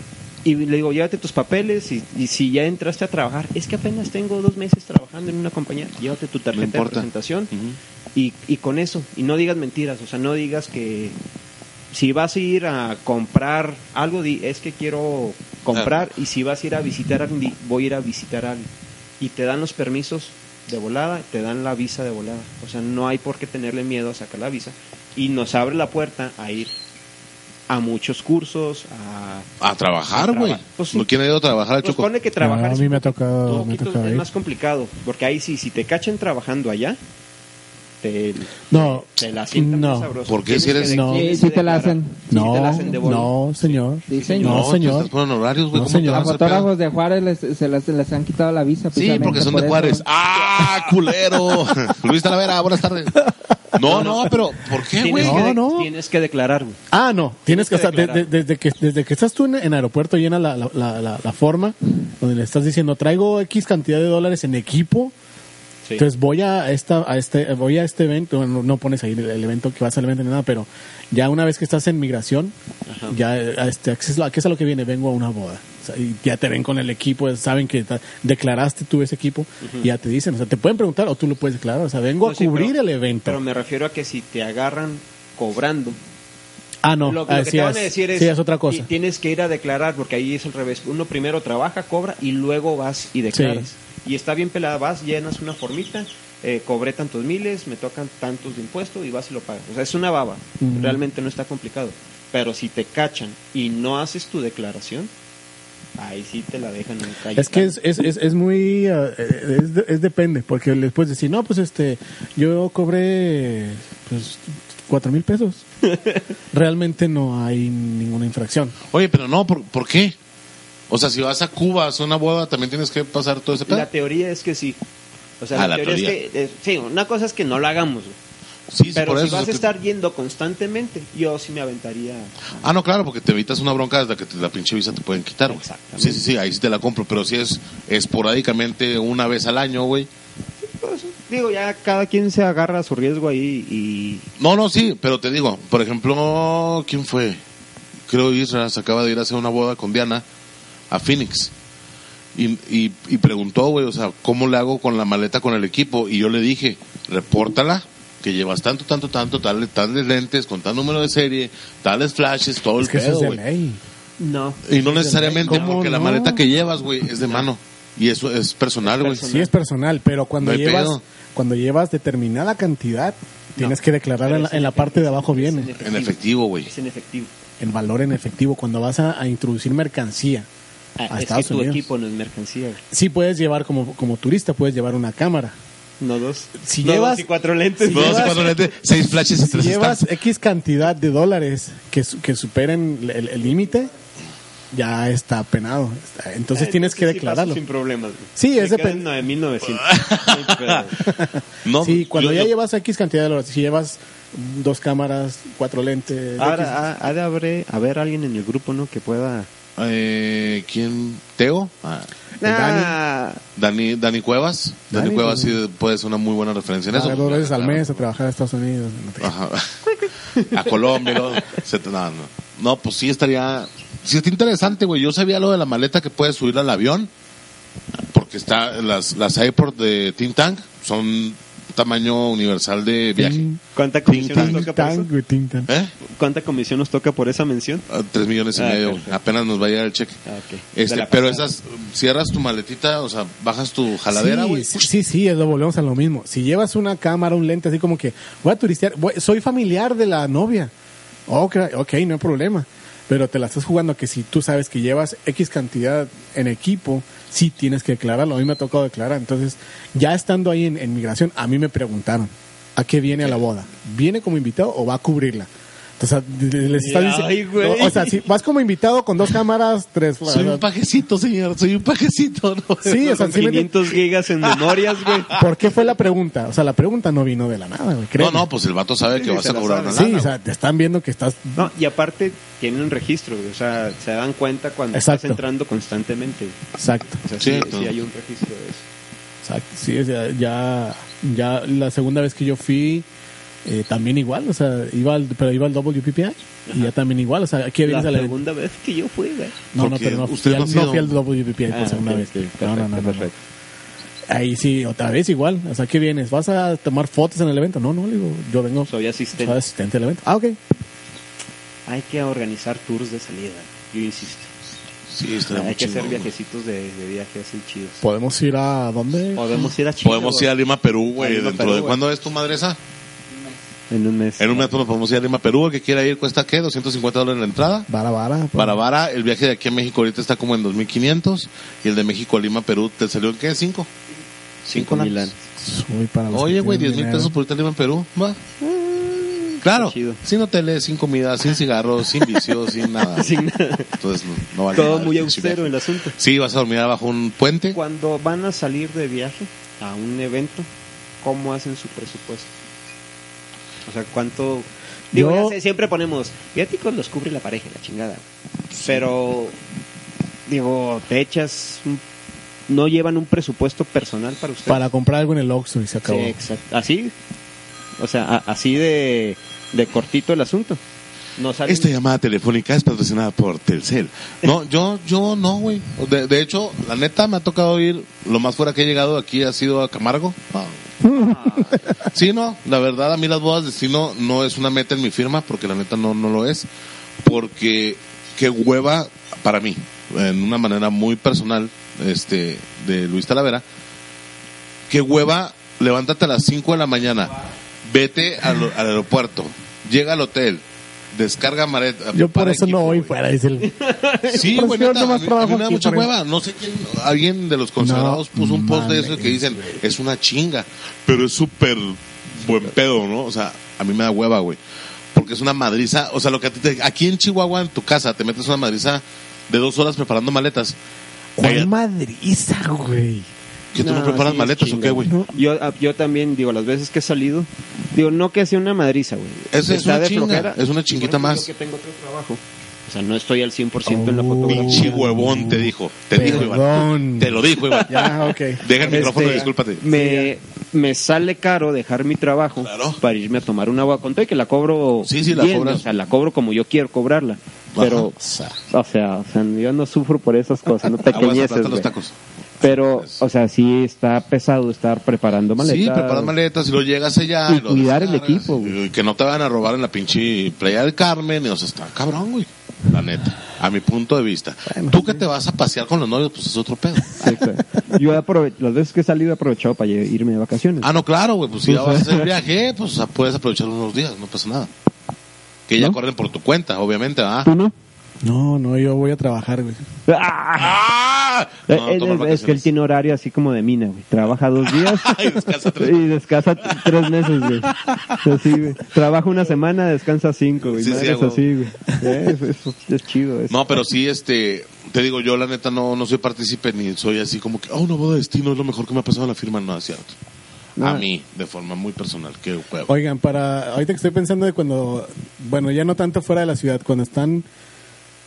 Speaker 3: y le digo, llévate tus papeles y, y si ya entraste a trabajar, es que apenas tengo dos meses trabajando en una compañía, llévate tu tarjeta de
Speaker 1: importa.
Speaker 3: presentación y, y con eso, y no digas mentiras, o sea, no digas que si vas a ir a comprar algo, di, es que quiero comprar y si vas a ir a visitar a alguien, di, voy a ir a visitar a alguien y te dan los permisos de volada, te dan la visa de volada, o sea, no hay por qué tenerle miedo a sacar la visa y nos abre la puerta a ir a muchos cursos, a
Speaker 1: A trabajar,
Speaker 3: A traba-
Speaker 1: güey.
Speaker 3: Pues sí.
Speaker 1: ¿No quién ha ido a trabajar a
Speaker 3: pues
Speaker 1: Choco?
Speaker 3: pone que trabajar
Speaker 8: No, a
Speaker 3: es
Speaker 8: mí me ha
Speaker 3: un
Speaker 8: tocado, me ha
Speaker 3: poquito-
Speaker 8: tocado
Speaker 3: es
Speaker 8: ir.
Speaker 3: más complicado, porque ahí sí, si te cachan trabajando allá, te,
Speaker 8: No,
Speaker 3: te la sientan
Speaker 8: no.
Speaker 3: muy sabroso.
Speaker 1: ¿Por qué
Speaker 3: Tienes
Speaker 1: si eres-
Speaker 3: que
Speaker 8: No.
Speaker 3: tienes
Speaker 6: Sí,
Speaker 3: que
Speaker 6: sí te la
Speaker 3: declarar.
Speaker 6: hacen.
Speaker 3: Sí te
Speaker 8: No,
Speaker 3: la hacen de bola.
Speaker 8: no, señor.
Speaker 6: Sí,
Speaker 8: No,
Speaker 6: señor.
Speaker 1: te
Speaker 8: señor.
Speaker 1: Estás poniendo horarios, güey. ¿cómo
Speaker 8: No,
Speaker 1: te
Speaker 8: señor.
Speaker 1: van a
Speaker 6: Los
Speaker 1: hacer
Speaker 6: fotógrafos de Juárez les, se, las, se les han quitado la visa.
Speaker 1: Sí,
Speaker 6: precisamente
Speaker 1: porque son
Speaker 6: por
Speaker 1: de
Speaker 6: eso.
Speaker 1: Juárez. ¡Ah, culero! Luis Talavera, buenas tardes. No, no, pero ¿por qué, güey?
Speaker 3: Tienes, que
Speaker 8: güey?
Speaker 3: de-
Speaker 8: No, no.
Speaker 3: tienes que declarar, güey.
Speaker 8: Ah, no, tienes,
Speaker 3: Tienes
Speaker 8: que,
Speaker 3: que
Speaker 8: estar, de-
Speaker 3: declarar.
Speaker 8: de- desde, que, desde que estás tú en, en aeropuerto llena la, la, la, la- la forma donde le estás diciendo traigo X cantidad de dólares en equipo,
Speaker 3: Sí.
Speaker 8: entonces voy a esta a este voy a este evento, Bueno, no, no pones ahí el, el evento que vas al evento ni nada, pero ya una vez que estás en migración, ya eh, a este, ¿a ¿qué es, lo, a qué es a lo que viene? Vengo a una boda. O sea, y ya te ven con el equipo, saben que ta- declaraste tú ese equipo, y ya te dicen, o sea, te pueden preguntar o tú lo puedes declarar, o sea, vengo
Speaker 3: No,
Speaker 8: a
Speaker 3: sí,
Speaker 8: cubrir
Speaker 3: pero-
Speaker 8: el evento.
Speaker 3: Pero me refiero a que si te agarran cobrando,
Speaker 8: ah, no,
Speaker 3: lo, lo que
Speaker 8: así
Speaker 3: te van
Speaker 8: es.
Speaker 3: a decir es,
Speaker 8: sí, es
Speaker 3: y
Speaker 8: otra cosa.
Speaker 3: tienes que ir a declarar, porque ahí es al revés. Uno primero trabaja, cobra y luego vas y declaras. Y está bien pelada, vas, llenas una formita, eh, cobré tantos miles, me tocan tantos de impuesto y vas y lo pagas. O sea, es una baba,
Speaker 8: Ujú.
Speaker 3: realmente no está complicado. Pero si te cachan y no haces tu declaración, Ahí sí te la dejan en calle.
Speaker 8: Es que es, es, es, es muy. eh, es, de- es depende, porque les puedes decir, no, pues este, yo cobré pues, cuatro mil pesos. Realmente no hay ninguna infracción.
Speaker 1: Oye, pero no, ¿por, por qué? O sea, si vas a Cuba a hacer una boda, también tienes que pasar todo ese pedo.
Speaker 3: La teoría es que sí. O sea,
Speaker 1: Ah,
Speaker 3: la,
Speaker 1: la
Speaker 3: teoría,
Speaker 1: teoría.
Speaker 3: es que. eh, sí, una cosa es que no la hagamos. güey.
Speaker 1: Sí, sí,
Speaker 3: pero
Speaker 1: por
Speaker 3: si
Speaker 1: eso,
Speaker 3: vas a
Speaker 1: que-
Speaker 3: estar yendo constantemente, yo sí me aventaría.
Speaker 1: Ah, no, claro, porque te evitas una bronca desde que te- la pinche visa te pueden quitar, güey.
Speaker 3: Exactamente.
Speaker 1: Sí, sí, sí, ahí sí te la compro, pero si es esporádicamente una vez al año, güey.
Speaker 3: Pues, digo, ya cada quien se agarra a su riesgo ahí y.
Speaker 1: No, no, sí, pero te digo, por ejemplo, ¿quién fue? Creo Isra se acaba de ir a hacer una boda con Diana a Phoenix. Y, y, y preguntó, güey, o sea, ¿cómo le hago con la maleta con el equipo? Y yo le dije, repórtala, que llevas tanto, tanto, tanto, tales, tales lentes, con tal número de serie, tales flashes, todo el
Speaker 8: Es que eso
Speaker 1: pedo,
Speaker 8: es de
Speaker 1: güey.
Speaker 8: ley.
Speaker 3: No.
Speaker 1: Y no necesariamente
Speaker 8: ¿Cómo
Speaker 1: porque la
Speaker 8: no?
Speaker 1: maleta que llevas, güey, es de mano. Y eso es personal, güey.
Speaker 8: Sí, es personal, pero cuando
Speaker 1: No hay
Speaker 8: llevas
Speaker 1: pedo.
Speaker 8: cuando llevas determinada cantidad, tienes que declarar en la, en la parte de abajo viene
Speaker 1: En efectivo, güey.
Speaker 3: Es en efectivo.
Speaker 8: el valor en efectivo cuando vas a, a introducir mercancía.
Speaker 3: Ah,
Speaker 8: A
Speaker 3: es
Speaker 8: Estados
Speaker 3: que tu
Speaker 8: Unidos.
Speaker 3: equipo no es mercancía. güey.
Speaker 8: Sí puedes llevar como como turista puedes llevar una cámara.
Speaker 3: No dos.
Speaker 8: Si
Speaker 3: no
Speaker 8: llevas-
Speaker 3: dos y cuatro lentes.
Speaker 8: si
Speaker 1: Dos,
Speaker 8: llevas-
Speaker 1: cuatro lentes, este seis flashes y
Speaker 8: Si
Speaker 1: tres
Speaker 8: llevas eh,
Speaker 1: stamps.
Speaker 8: X cantidad de dólares que, su- que superen el- el el límite, ya está penado. Está- Entonces tienes que
Speaker 3: sí, sí,
Speaker 8: declararlo.
Speaker 3: paso Eh, Sin problemas. güey.
Speaker 8: Sí,
Speaker 3: Me
Speaker 8: es de
Speaker 3: quedan
Speaker 8: pen-
Speaker 3: 9900.
Speaker 1: No,
Speaker 8: sí, cuando
Speaker 1: yo-
Speaker 8: ya
Speaker 1: yo-
Speaker 8: llevas X cantidad de dólares, si llevas mm, dos cámaras, cuatro lentes,
Speaker 1: Ah,
Speaker 8: X-
Speaker 3: Ahora, ha, ha de haber, eh, haber alguien en el grupo, ¿no? Que pueda.
Speaker 1: Eh, ¿Quién? ¿Teo? Ah,
Speaker 3: Nah,
Speaker 1: Dani, Dani Cuevas. Dani,
Speaker 8: Dani,
Speaker 1: Cuevas
Speaker 8: pues,
Speaker 1: sí puede ser una muy buena referencia en eso.
Speaker 8: pagar dos veces al
Speaker 1: Claro.
Speaker 8: mes a trabajar a Estados Unidos. no te-
Speaker 1: Ajá. A Colombia. luego se te- no, no. No, pues sí estaría... Sí está interesante, güey. Yo sabía lo de la maleta que puedes subir al avión. Porque está las, las airport de Think Tank son tamaño universal de viaje.
Speaker 3: ¿Cuánta comisión
Speaker 1: Ting, ting,
Speaker 3: nos toca
Speaker 8: Think
Speaker 3: por eso?
Speaker 8: tank, güey, think tank.
Speaker 1: ¿Eh?
Speaker 3: ¿Cuánta comisión nos toca por esa mención?
Speaker 1: A Tres millones y
Speaker 3: Ah,
Speaker 1: medio.
Speaker 3: perfecto.
Speaker 1: Apenas nos va a llegar el cheque.
Speaker 3: Ah, ok. De
Speaker 1: Este,
Speaker 3: la
Speaker 1: pero
Speaker 3: pasada.
Speaker 1: esas, cierras tu maletita, o sea, bajas tu jaladera,
Speaker 8: Sí,
Speaker 1: güey.
Speaker 8: sí, sí, sí, es lo volvemos a lo mismo. Si llevas una cámara, un lente, así como que voy a turistear, voy- soy familiar de la novia. Ok, ok, no hay problema. Pero te la estás jugando que si tú sabes que llevas X cantidad en equipo, sí tienes que declararlo. A mí me ha tocado declarar. Entonces, ya estando ahí en, en migración, a mí me preguntaron, ¿a qué viene a la boda? ¿Viene como invitado o va a cubrirla? Entonces, les estás diciendo...
Speaker 3: Ay, güey.
Speaker 8: O sea, si vas como invitado con dos cámaras, tres...
Speaker 1: Soy un pajecito, señor, soy un pajecito. ¿no?
Speaker 8: Sí, o sea,
Speaker 3: Con
Speaker 8: sí me-
Speaker 3: 500 gigas en memorias, güey.
Speaker 8: ¿Por qué fue la pregunta? O sea, la pregunta no vino de la nada, güey.
Speaker 1: No,
Speaker 8: créeme.
Speaker 1: no, pues el vato sabe que vas
Speaker 3: se
Speaker 1: a
Speaker 3: la
Speaker 1: cobrar
Speaker 3: sabe.
Speaker 1: una
Speaker 8: Sí,
Speaker 1: lana,
Speaker 8: o sea, te están viendo que estás.
Speaker 3: No, y aparte tienen un registro, güey. O sea, se dan cuenta cuando
Speaker 8: Exacto.
Speaker 3: estás entrando constantemente. güey.
Speaker 8: Exacto,
Speaker 3: O sea,
Speaker 1: Sí,
Speaker 3: sí,
Speaker 1: entonces-
Speaker 3: sí hay un registro de eso.
Speaker 8: exacto. Sí, o sea, ya, ya la segunda vez que yo fui, eh, también igual, o sea, iba al, pero iba al WPPI y ya también igual, o sea, aquí
Speaker 3: La
Speaker 8: vienes a la.
Speaker 3: segunda vez que yo fui, güey.
Speaker 8: No, no,
Speaker 1: Porque
Speaker 8: pero no,
Speaker 1: usted
Speaker 8: fui al-
Speaker 1: no ha sido-
Speaker 8: no fui al WPPI
Speaker 3: Ah,
Speaker 8: por segunda
Speaker 3: ok,
Speaker 8: vez.
Speaker 3: ok,
Speaker 8: no, no,
Speaker 3: perfecto,
Speaker 8: no, no, no.
Speaker 3: perfecto.
Speaker 8: Ahí sí, otra vez igual, o sea, ¿qué vienes? ¿Vas a tomar fotos en el evento? No, no, le digo, yo vengo, soy
Speaker 3: Soy asistente.
Speaker 8: asistente del evento. Ah, ok.
Speaker 3: Hay que organizar tours de salida, yo insisto.
Speaker 1: Sí, estaría muy
Speaker 3: Hay que hacer
Speaker 1: chingón, güey.
Speaker 3: viajecitos de, de viaje así chidos.
Speaker 8: ¿Podemos ir a dónde?
Speaker 3: Podemos ir a Chile.
Speaker 1: Podemos ir a Lima, Perú,
Speaker 3: A
Speaker 1: güey.
Speaker 3: Lima,
Speaker 1: Dentro
Speaker 3: Perú,
Speaker 1: de
Speaker 3: güey.
Speaker 1: cuándo es tu madre esa?
Speaker 3: en un mes.
Speaker 1: En un momento nos podemos ir a Lima, Perú. El que quiera ir cuesta qué? 250 dólares la entrada.
Speaker 8: Vara, vara.
Speaker 1: Para vara, el viaje de aquí a México ahorita está como en 2500 y el de México a Lima, Perú, ¿te salió en qué? ¿Cinco? Cinco lanas.
Speaker 8: Uy, para los
Speaker 1: Oye,
Speaker 8: que
Speaker 1: güey, 10
Speaker 8: tienen
Speaker 1: mil
Speaker 8: dinero.
Speaker 1: pesos por irte a Lima, Perú. Va. Claro,
Speaker 3: chido.
Speaker 1: sin hoteles, sin comida, sin cigarros, sin vicios, sin nada. Entonces no, no vale
Speaker 3: Todo
Speaker 1: nada el
Speaker 3: muy
Speaker 1: pinche
Speaker 3: austero
Speaker 1: viaje.
Speaker 3: el asunto.
Speaker 1: Sí, vas a dormir abajo un puente.
Speaker 3: Cuando van a salir de viaje a un evento, ¿cómo hacen su presupuesto? O sea, ¿cuánto...? Digo,
Speaker 8: Yo-
Speaker 3: ya sé, siempre ponemos viáticos los cubre la pareja, la chingada. Pero, digo, te echas... un- No llevan un presupuesto personal para ustedes.
Speaker 8: Para comprar algo en el Oxxo y se
Speaker 3: Sí,
Speaker 8: acabó.
Speaker 3: exacto. Así, o sea, a- así de, de cortito el asunto. No salen-
Speaker 1: Esta llamada telefónica es patrocinada por Telcel. No, yo, yo no, güey. De, de hecho, la neta me ha tocado ir, lo más fuera que he llegado aquí ha sido a Camargo. Ah. Sí, no, la verdad a mí las bodas de destino no es una meta en mi firma, porque la neta no, no lo es, porque qué hueva para mí, en una manera muy personal, este, de Luis Talavera, qué hueva, levántate a las 5 de la mañana, vete al, al aeropuerto, llega al hotel, Descarga Maret.
Speaker 8: Yo por eso no voy fuera, dice el.
Speaker 1: Sí,
Speaker 8: Por
Speaker 1: güey,
Speaker 8: eso
Speaker 1: neta,
Speaker 8: nomás
Speaker 1: a mí- a
Speaker 8: trabajo
Speaker 1: mí me da
Speaker 8: aquí
Speaker 1: mucha
Speaker 8: para-
Speaker 1: hueva. No sé quién, alguien de los consagrados
Speaker 8: No
Speaker 1: puso un post de eso
Speaker 8: mames.
Speaker 1: que dicen, es una chinga, pero es súper buen pedo, ¿no? O sea, a mí me da hueva, güey. Porque es una madriza, o sea, lo que a ti te- aquí en Chihuahua, en tu casa, te metes una madriza de dos horas preparando maletas. Allá-
Speaker 8: ¿Cuál madriza, güey?
Speaker 1: ¿Que tú no,
Speaker 3: No,
Speaker 1: preparas
Speaker 3: sí, es
Speaker 1: maletas o
Speaker 3: chinga,
Speaker 1: qué, güey?
Speaker 8: No.
Speaker 3: Yo, ah, yo también, digo, las veces que he salido, digo, no que sea una madriza, güey.
Speaker 1: Es, es
Speaker 3: Está
Speaker 1: una
Speaker 3: de
Speaker 1: chinga,
Speaker 3: flojera.
Speaker 1: es una chinguita
Speaker 3: Por ejemplo,
Speaker 1: más.
Speaker 3: Yo que tengo otro trabajo. O sea, no estoy al 100% en la
Speaker 8: Oh.
Speaker 3: fotografía.
Speaker 1: Pinche huevón, te dijo. Te dijo, Iván.
Speaker 8: Perdón.
Speaker 1: Te lo dijo, Iván.
Speaker 8: Ya, ok.
Speaker 1: Deja el micrófono,
Speaker 3: Este,
Speaker 1: discúlpate.
Speaker 3: Me, me sale caro dejar mi trabajo
Speaker 1: Claro.
Speaker 3: para irme a tomar un agua con todo y que la cobro.
Speaker 1: Sí, sí, la
Speaker 3: bien,
Speaker 1: cobras.
Speaker 3: O sea, la cobro como yo quiero cobrarla. Pero, o sea, o sea, yo no sufro por esas cosas, no
Speaker 1: Aguas, aplasta
Speaker 3: pequeñeces.
Speaker 1: los
Speaker 3: güey.
Speaker 1: tacos.
Speaker 3: Pero, o sea, sí está pesado estar preparando maletas.
Speaker 1: Sí, preparar maletas y lo llegas allá.
Speaker 3: Y
Speaker 1: lo
Speaker 3: cuidar el
Speaker 1: descargas,
Speaker 3: equipo,
Speaker 1: y- y que no te van a robar en la pinche playa del Carmen. Y, o sea, está cabrón, güey. La neta. A mi punto de vista. Tú que te vas a pasear con los novios, pues es otro pedo.
Speaker 3: Sí, claro. Yo he aprove- las veces que he salido he aprovechado para lle- irme de vacaciones.
Speaker 1: Ah, no, claro, güey. Pues si ya vas a hacer
Speaker 3: eh.
Speaker 1: un viaje, pues o sea, puedes aprovechar unos días, no pasa nada. Que ya corren por tu cuenta, obviamente, ¿ah?
Speaker 3: ¿Tú no?
Speaker 8: No, no, yo voy a trabajar, güey.
Speaker 3: ¡Ah!
Speaker 1: ¡Ah!
Speaker 3: Eh,
Speaker 1: No,
Speaker 3: eh,
Speaker 1: tomar
Speaker 3: es, que él
Speaker 1: vacaciones.
Speaker 3: tiene horario así como de mina, güey. Trabaja dos días
Speaker 1: Ay, descansa tres.
Speaker 3: y descansa t- tres meses, güey. Así, güey. Trabaja una semana, descansa cinco, güey.
Speaker 1: Sí, sí,
Speaker 3: Madres
Speaker 1: hago.
Speaker 3: así, güey. Eh, Es, es- es chido eso.
Speaker 1: No, pero sí, este, te digo, yo la neta no, no soy partícipe ni soy así como que, oh, una boda de destino es lo mejor que me ha pasado en la firma, no es cierto. A mí, de forma muy personal, qué huevo.
Speaker 8: Oigan, para ahorita que estoy pensando de cuando, bueno, ya no tanto fuera de la ciudad, cuando están,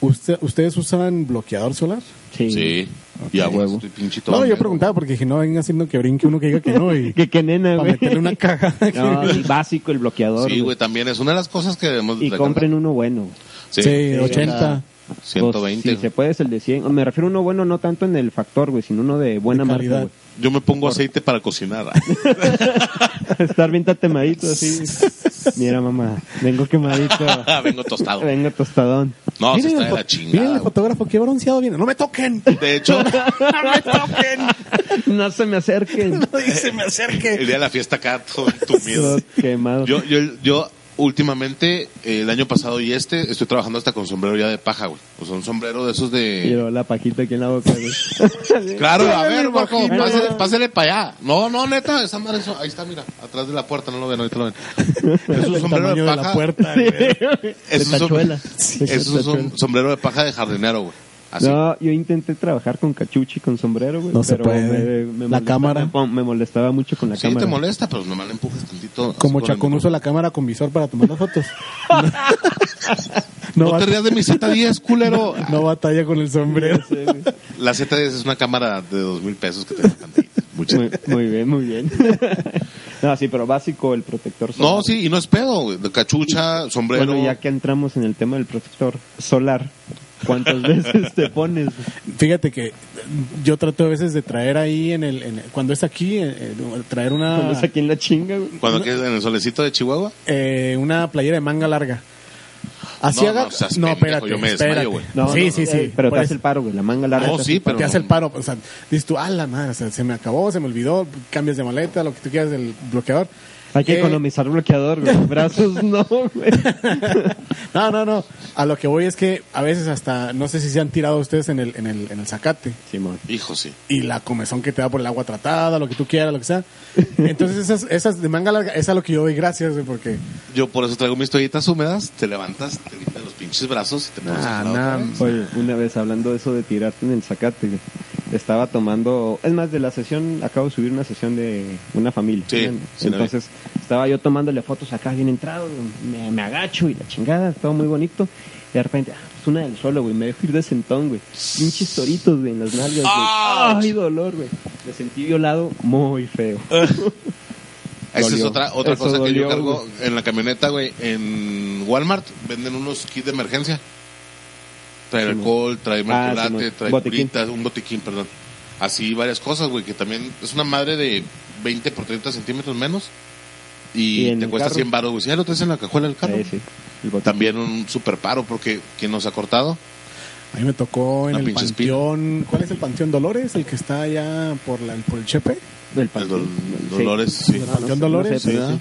Speaker 8: usted- ustedes usan bloqueador solar.
Speaker 3: Sí.
Speaker 1: Sí, y a huevo. Estoy pinche todo
Speaker 8: No, yo
Speaker 1: miedo.
Speaker 8: preguntaba porque dije no venga haciendo que brinque uno que diga que no y
Speaker 3: Que, que nena,
Speaker 8: para
Speaker 3: güey.
Speaker 8: meterle una caja.
Speaker 3: No, el básico, el bloqueador.
Speaker 1: Sí, güey,
Speaker 3: güey.
Speaker 1: también es una de las cosas que debemos
Speaker 3: Y
Speaker 1: destacar.
Speaker 3: compren uno bueno. güey.
Speaker 8: sí, 80.
Speaker 3: Pues,
Speaker 1: 120.
Speaker 3: Si se puede, es el de 100. Me refiero a uno bueno, no tanto en el factor, güey, sino uno de buena
Speaker 8: De
Speaker 3: marca,
Speaker 8: calidad.
Speaker 3: güey.
Speaker 1: Yo me pongo aceite para cocinar.
Speaker 3: Estar bien tatemadito así. Mira, mamá, vengo quemadito.
Speaker 1: Ah, Vengo tostado.
Speaker 3: Vengo tostadón.
Speaker 1: No, se
Speaker 8: Miren
Speaker 1: está
Speaker 8: el
Speaker 1: de
Speaker 8: fo-
Speaker 1: la
Speaker 8: miren
Speaker 1: chingada.
Speaker 8: el fotógrafo que bronceado viene. No me toquen.
Speaker 1: güey. De hecho,
Speaker 3: No se me acerquen.
Speaker 8: se me acerque.
Speaker 1: el día de la fiesta acá, todo entumido.
Speaker 3: Quemado.
Speaker 1: Yo, yo, yo últimamente, eh, el año pasado y este, estoy trabajando hasta con sombrero ya de paja, güey. O sea, un sombrero de esos de...
Speaker 3: Quiero la pajita aquí en la boca, güey.
Speaker 1: Claro, a
Speaker 8: me
Speaker 1: ver, Paco,
Speaker 8: imagino.
Speaker 1: pásale, pásale para allá. No, no, neta, esa madre, eso- ahí está, mira, atrás de la puerta, no lo ven, ahorita lo ven. Es un sombrero
Speaker 8: El
Speaker 1: de
Speaker 8: tamaño de la
Speaker 1: paja.
Speaker 8: puerta.
Speaker 1: es un som-
Speaker 3: tachuela.
Speaker 1: Sí, es un som- sombrero de paja de jardinero, güey. Así.
Speaker 3: No, yo intenté trabajar con cachuchi, con sombrero, güey.
Speaker 8: No se
Speaker 3: pero
Speaker 8: puede.
Speaker 3: Me, me
Speaker 8: La
Speaker 3: molestaba-
Speaker 8: cámara.
Speaker 3: Me, me molestaba mucho con la
Speaker 1: sí,
Speaker 3: cámara.
Speaker 1: te molesta, pero nomás le empujas tantito. así
Speaker 8: Como
Speaker 1: con el
Speaker 8: Chacón usa la cámara con visor para tomar las fotos. No,
Speaker 1: No, te
Speaker 8: bat-
Speaker 1: rías de mi Z10, culero.
Speaker 8: no batalla con el sombrero.
Speaker 1: La Z10 es una cámara de dos mil pesos que te dejan ahí. Muchas
Speaker 3: Muy, muy bien, muy bien. no, sí, pero básico, el protector solar.
Speaker 1: No, sí, y no es pedo, güey. De Cachucha, sombrero.
Speaker 3: Bueno, ya que entramos en el tema del protector solar, ¿cuántas veces te pones? güey?
Speaker 8: Fíjate que yo trato a veces de traer ahí en el, en el- cuando es aquí eh, eh, traer
Speaker 3: Cuando
Speaker 8: una
Speaker 3: es aquí en la chinga, güey.
Speaker 1: Cuando quedes en el solecito de Chihuahua.
Speaker 8: eh, una playera de manga larga. Así
Speaker 1: No,
Speaker 8: haga
Speaker 1: no seas
Speaker 8: no,
Speaker 1: pendejo,
Speaker 8: espérate,
Speaker 1: yo me desmayo,
Speaker 8: espérate.
Speaker 1: güey.
Speaker 3: No,
Speaker 8: sí,
Speaker 3: no,
Speaker 8: sí,
Speaker 3: no,
Speaker 8: sí. Pues-
Speaker 3: eh, Pero
Speaker 8: Por
Speaker 3: te hace
Speaker 8: eso.
Speaker 3: el paro, güey. La manga larga.
Speaker 1: No,
Speaker 3: te
Speaker 1: sí,
Speaker 3: hace el
Speaker 1: pero.
Speaker 8: te hace el
Speaker 1: no.
Speaker 8: paro, o sea, dices tú, ah, la madre, o sea, se me acabó, se me olvidó, cambias de maleta, lo que tú quieras del bloqueador.
Speaker 3: paro. Hay que
Speaker 8: Eh,
Speaker 3: economizar bloqueador, güey. Brazos no, güey.
Speaker 8: No, no, no. A lo que voy es que a veces hasta, no sé si se han tirado ustedes en el, en el, en el zacate
Speaker 3: Simón.
Speaker 1: Hijo, sí.
Speaker 8: y la comezón que te da por el agua tratada, lo que tú quieras, lo que sea. Entonces esas, esas de manga larga, es a lo que yo doy gracias, güey, porque...
Speaker 1: Yo por eso traigo mis toallitas húmedas. Te levantas, te limpias los pinches brazos y te pones. a
Speaker 8: Ah,
Speaker 1: jalar otra
Speaker 8: no,
Speaker 1: vez.
Speaker 3: Oye, una vez hablando de eso de tirarte en el zacate, güey, estaba tomando, es más, de la sesión, acabo de subir una sesión de una familia.
Speaker 1: Sí, sí la
Speaker 3: ¿no?
Speaker 1: vi.
Speaker 3: Entonces, estaba yo tomándole fotos acá bien entrado, güey, me, me agacho y la chingada, todo muy bonito. Y de repente, ah, es una del suelo, güey, me dejo ir de sentón, güey. Pinches toritos, güey, en las nalgas, güey. ¡Ay, dolor, güey! Me sentí violado muy feo.
Speaker 1: Ah. Esa es
Speaker 3: dolió.
Speaker 1: otra, otra
Speaker 3: Eso
Speaker 1: cosa que yo
Speaker 3: dolió,
Speaker 1: cargo en la camioneta, güey. En Walmart venden unos kits de emergencia. Trae alcohol,
Speaker 3: Ah,
Speaker 1: trae merculate,
Speaker 3: Simón.
Speaker 1: trae
Speaker 3: Botiquín.
Speaker 1: curitas, un botiquín, perdón. Así varias cosas, güey, que también es una madre de 20 por 30 centímetros menos.
Speaker 3: Y
Speaker 1: Y,
Speaker 3: en
Speaker 1: te
Speaker 3: el
Speaker 1: cuesta
Speaker 3: carro.
Speaker 1: 100 baros, güey. Si ya lo traes en la cajuela del carro.
Speaker 3: Ahí sí, el botín.
Speaker 1: También un super paro, porque quien nos ha cortado,
Speaker 8: A mí me tocó en
Speaker 1: Una
Speaker 8: el
Speaker 1: pinche espina.
Speaker 8: panteón. ¿Cuál es el panteón Dolores? El que está allá por, la, por el Chepe.
Speaker 3: El
Speaker 1: el
Speaker 3: panteón.
Speaker 1: dol- Dolores, sí.
Speaker 3: Ah,
Speaker 8: Panteón Dolores.
Speaker 3: pero
Speaker 1: Sí,
Speaker 3: sí.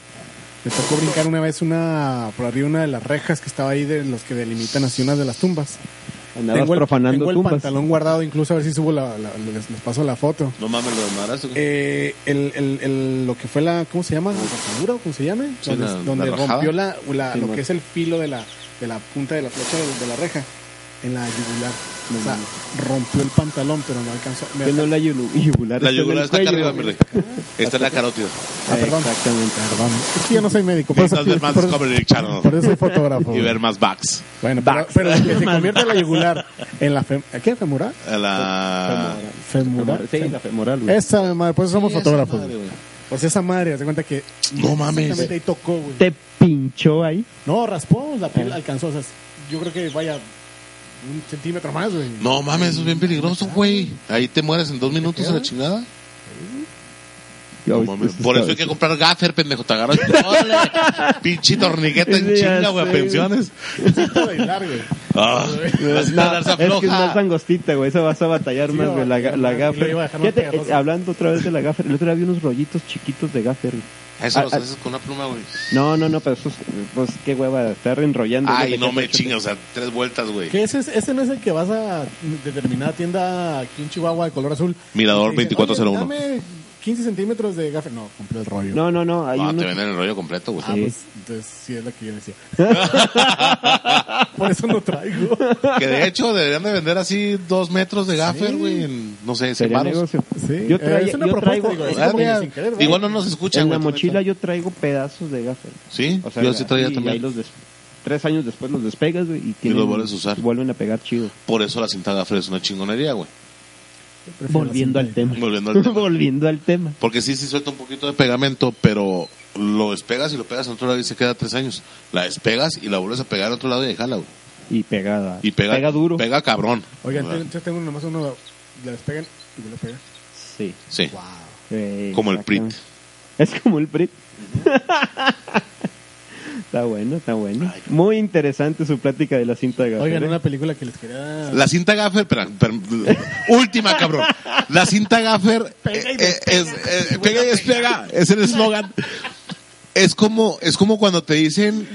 Speaker 8: Me tocó brincar una vez una por arriba una de las rejas que estaba ahí de los que delimitan así unas de las tumbas.
Speaker 3: Andabas
Speaker 8: tengo el,
Speaker 3: profanando
Speaker 8: tengo el
Speaker 3: tumbas.
Speaker 8: pantalón guardado, incluso a ver si subo la, la- les, les paso la foto.
Speaker 1: No mames, lo desmadraste. güey.
Speaker 8: Eh, el, el, el- lo que fue la, ¿cómo se llama? ¿La rajadura o cómo se llame?
Speaker 1: Sí,
Speaker 8: donde
Speaker 1: la-
Speaker 8: donde
Speaker 1: la rajada.
Speaker 8: rompió la, la- lo
Speaker 3: bueno.
Speaker 8: que es el filo de la, de la punta de la flecha de, de la reja en la yugular. o sea,
Speaker 1: Mm.
Speaker 8: rompió el pantalón, pero no alcanzó. me
Speaker 3: Que no la yulu- yugular.
Speaker 1: La
Speaker 3: está en el
Speaker 1: yugular está acá
Speaker 3: cuello.
Speaker 1: arriba, mi rey. Esta es la carótida.
Speaker 8: Ah, perdón.
Speaker 3: Exactamente.
Speaker 8: Perdón. Es que yo no soy médico. Por eso,
Speaker 1: Necesitas ver más
Speaker 8: por-
Speaker 1: Discovery Channel
Speaker 8: por eso soy fotógrafo.
Speaker 1: y ver más Bugs.
Speaker 8: Bueno, pero, pero el que se convierte la yugular en la fem, ¿qué? femoral.
Speaker 1: A La...
Speaker 8: Femoral.
Speaker 3: Sí, la femoral, güey.
Speaker 8: Esa madre, por eso somos
Speaker 1: Sí, esa
Speaker 8: fotógrafos.
Speaker 1: madre, güey.
Speaker 8: Pues esa madre, te cuenta que
Speaker 1: No mames.
Speaker 8: exactamente ahí tocó, güey.
Speaker 3: Te pinchó ahí. Ah.
Speaker 8: No, raspó, la piel alcanzó. O sea, yo creo que vaya un centímetro más, güey.
Speaker 1: No mames, eso es bien peligroso, güey. Ahí te mueres en dos minutos a la chingada. No mames. Por eso hay que comprar gaffer, pendejo. Te agarras. ¡Ole! Pinche torniquete en
Speaker 3: Sí, ya
Speaker 1: chinga, güey. a
Speaker 3: sé,
Speaker 1: Pensiones.
Speaker 8: Puedo bailar, güey.
Speaker 1: Ah, vas a
Speaker 3: No,
Speaker 1: estar darse
Speaker 3: es que es más
Speaker 1: afloja.
Speaker 3: angostita, güey. Esa vas a batallar
Speaker 8: Sí,
Speaker 3: más,
Speaker 8: va a
Speaker 3: güey. La, ga- la
Speaker 8: batallar más, y
Speaker 3: gaffer.
Speaker 8: lo iba a dejar más
Speaker 3: Fíjate,
Speaker 8: pegajosa.
Speaker 3: eh, hablando otra vez de la gaffer, el otro día vi unos rollitos chiquitos de gaffer. güey.
Speaker 1: Eso
Speaker 3: Ah,
Speaker 1: lo
Speaker 3: ah.
Speaker 1: haces con una pluma, güey.
Speaker 3: No, no, no, pero eso es, pues qué hueva de estar enrollando.
Speaker 1: Ay,
Speaker 3: güey,
Speaker 1: no
Speaker 3: de
Speaker 1: me
Speaker 3: gaffer.
Speaker 1: chingas. O sea, tres vueltas, güey.
Speaker 8: Que ese, es- ese no es el que vas a determinada tienda aquí en Chihuahua de color azul.
Speaker 1: Mirador
Speaker 8: Y te dicen,
Speaker 1: 2401.
Speaker 8: "Oye, Dame 15 centímetros de gafe. No, compré el rollo.
Speaker 3: No, no, no. Hay
Speaker 1: Ah,
Speaker 3: unos-
Speaker 1: te venden el rollo completo, güey.
Speaker 8: Ah,
Speaker 3: Sí.
Speaker 8: pues, entonces sí es la que yo decía. Por eso no traigo.
Speaker 3: pues.
Speaker 1: Que de hecho deberían de vender así dos metros de gaffer, güey. en, No sé,
Speaker 3: sería
Speaker 1: separados.
Speaker 3: negocio.
Speaker 8: Sí, eh,
Speaker 3: Yo traía-
Speaker 8: es una
Speaker 3: yo
Speaker 8: propuesta,
Speaker 3: traigo-
Speaker 8: digo, es
Speaker 3: Ah,
Speaker 8: como
Speaker 3: mira,
Speaker 8: sin querer, ¿verdad?
Speaker 1: Igual no nos escuchan,
Speaker 3: En la
Speaker 1: güey.
Speaker 3: mochila yo traigo pedazos de gaffer.
Speaker 1: Sí,
Speaker 3: O sea,
Speaker 1: yo sí traía
Speaker 3: y ahí
Speaker 1: también.
Speaker 3: los des- tres años después los despegas, güey. Y,
Speaker 1: los
Speaker 3: tienen-
Speaker 1: vuelves a usar.
Speaker 3: Vuelven a pegar chido.
Speaker 1: Por eso la cinta gaffer es una chingonería, güey.
Speaker 8: Prefiero
Speaker 3: Volviendo
Speaker 8: así.
Speaker 3: al tema.
Speaker 1: Volviendo al tema.
Speaker 3: Volviendo al tema.
Speaker 1: Porque sí, sí suelta un poquito de pegamento, pero lo despegas y lo pegas en otro lado y se queda tres años. La despegas y la vuelves a pegar a otro lado y déjala, güey.
Speaker 3: Y pegada.
Speaker 1: Y pega,
Speaker 3: Pega duro.
Speaker 1: Pega cabrón.
Speaker 8: Oigan,
Speaker 1: ¿verdad?
Speaker 8: ten- yo tengo nomás uno. Le despegan y me lo pegan.
Speaker 3: Sí.
Speaker 1: Sí.
Speaker 3: Eh,
Speaker 1: Como el Prit.
Speaker 3: exactamente. Es como el Brit. está bueno, está bueno. Muy interesante su plática de la cinta de gaffer.
Speaker 8: Oigan,
Speaker 3: ¿eh?
Speaker 8: una película que les quería.
Speaker 1: La cinta gaffer, espera, per- última cabrón. La cinta gaffer
Speaker 8: Pega y
Speaker 1: eh,
Speaker 8: despega,
Speaker 1: es, eh, pega y despega, es el eslogan. Es como, es como cuando te dicen,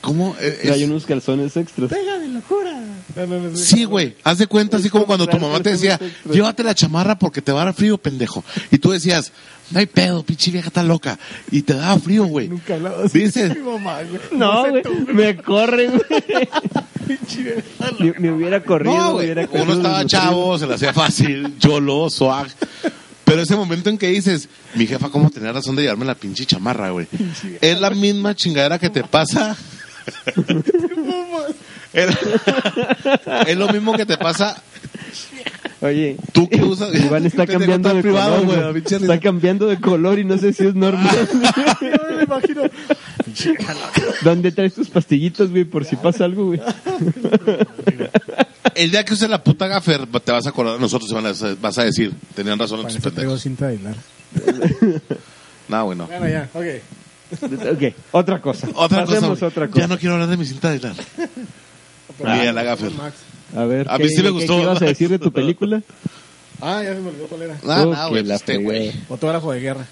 Speaker 1: ¿cómo? Eh,
Speaker 3: Hay
Speaker 1: es-
Speaker 3: unos calzones extras.
Speaker 8: ¡Pega de locura! No, no, no,
Speaker 1: Sí, güey. Haz de cuenta, así como cuando tu mamá te decía, llévate la chamarra porque te va a dar frío, pendejo. Y tú decías, no hay pedo, pinche vieja está loca. Y te daba frío, güey.
Speaker 8: Nunca he hablado así.
Speaker 1: Dices-
Speaker 8: Mi mamá, güey.
Speaker 3: ¿eh? No,
Speaker 8: sé
Speaker 3: güey.
Speaker 8: tú,
Speaker 3: Me corren, güey.
Speaker 8: chile.
Speaker 3: Me, me hubiera corrido,
Speaker 1: No, güey.
Speaker 3: hubiera corrido.
Speaker 1: Uno estaba chavo, se la hacía fácil, yolo, swag. Pero ese momento en que dices, mi jefa, ¿cómo tenía razón de llevarme la pinche chamarra, güey? Es la misma chingadera que te pasa. Es- es lo mismo que te pasa
Speaker 3: Oye,
Speaker 1: tú que usas.
Speaker 3: Iván está
Speaker 1: Pendejo,
Speaker 3: cambiando
Speaker 1: tan
Speaker 3: de
Speaker 1: privado,
Speaker 3: color.
Speaker 1: güey,
Speaker 3: güey.
Speaker 1: pinche
Speaker 3: Está cambiando de color y no sé si es normal.
Speaker 8: No me imagino.
Speaker 3: ¿Dónde traes tus pastillitas, güey? Por si pasa algo, güey.
Speaker 1: El día que uses la puta gaffer, te vas a acordar de nosotros y van a- vas a decir, tenían razón
Speaker 8: Para
Speaker 1: estos
Speaker 8: eso traigo
Speaker 1: pendejos.
Speaker 8: cinta de hilar.
Speaker 1: No, bueno.
Speaker 8: Bueno, ya, ok.
Speaker 3: Ok, otra cosa.
Speaker 1: Otra cosa,
Speaker 3: Pasemos
Speaker 1: güey.
Speaker 3: a otra cosa. Ah.
Speaker 1: Ya no quiero hablar de mi cinta de hilar. Mira la gaffer.
Speaker 8: Max.
Speaker 3: A ver,
Speaker 1: A
Speaker 3: ¿qué-
Speaker 1: mí sí me
Speaker 3: qué-
Speaker 1: gustó.
Speaker 3: ¿Qué ibas a decir de tu película?
Speaker 8: Ah, ya se me olvidó cuál era.
Speaker 1: No,
Speaker 3: Oh,
Speaker 1: no,
Speaker 3: que
Speaker 1: güey,
Speaker 3: la
Speaker 1: este güey.
Speaker 3: fregué.
Speaker 8: Fotógrafo de guerra.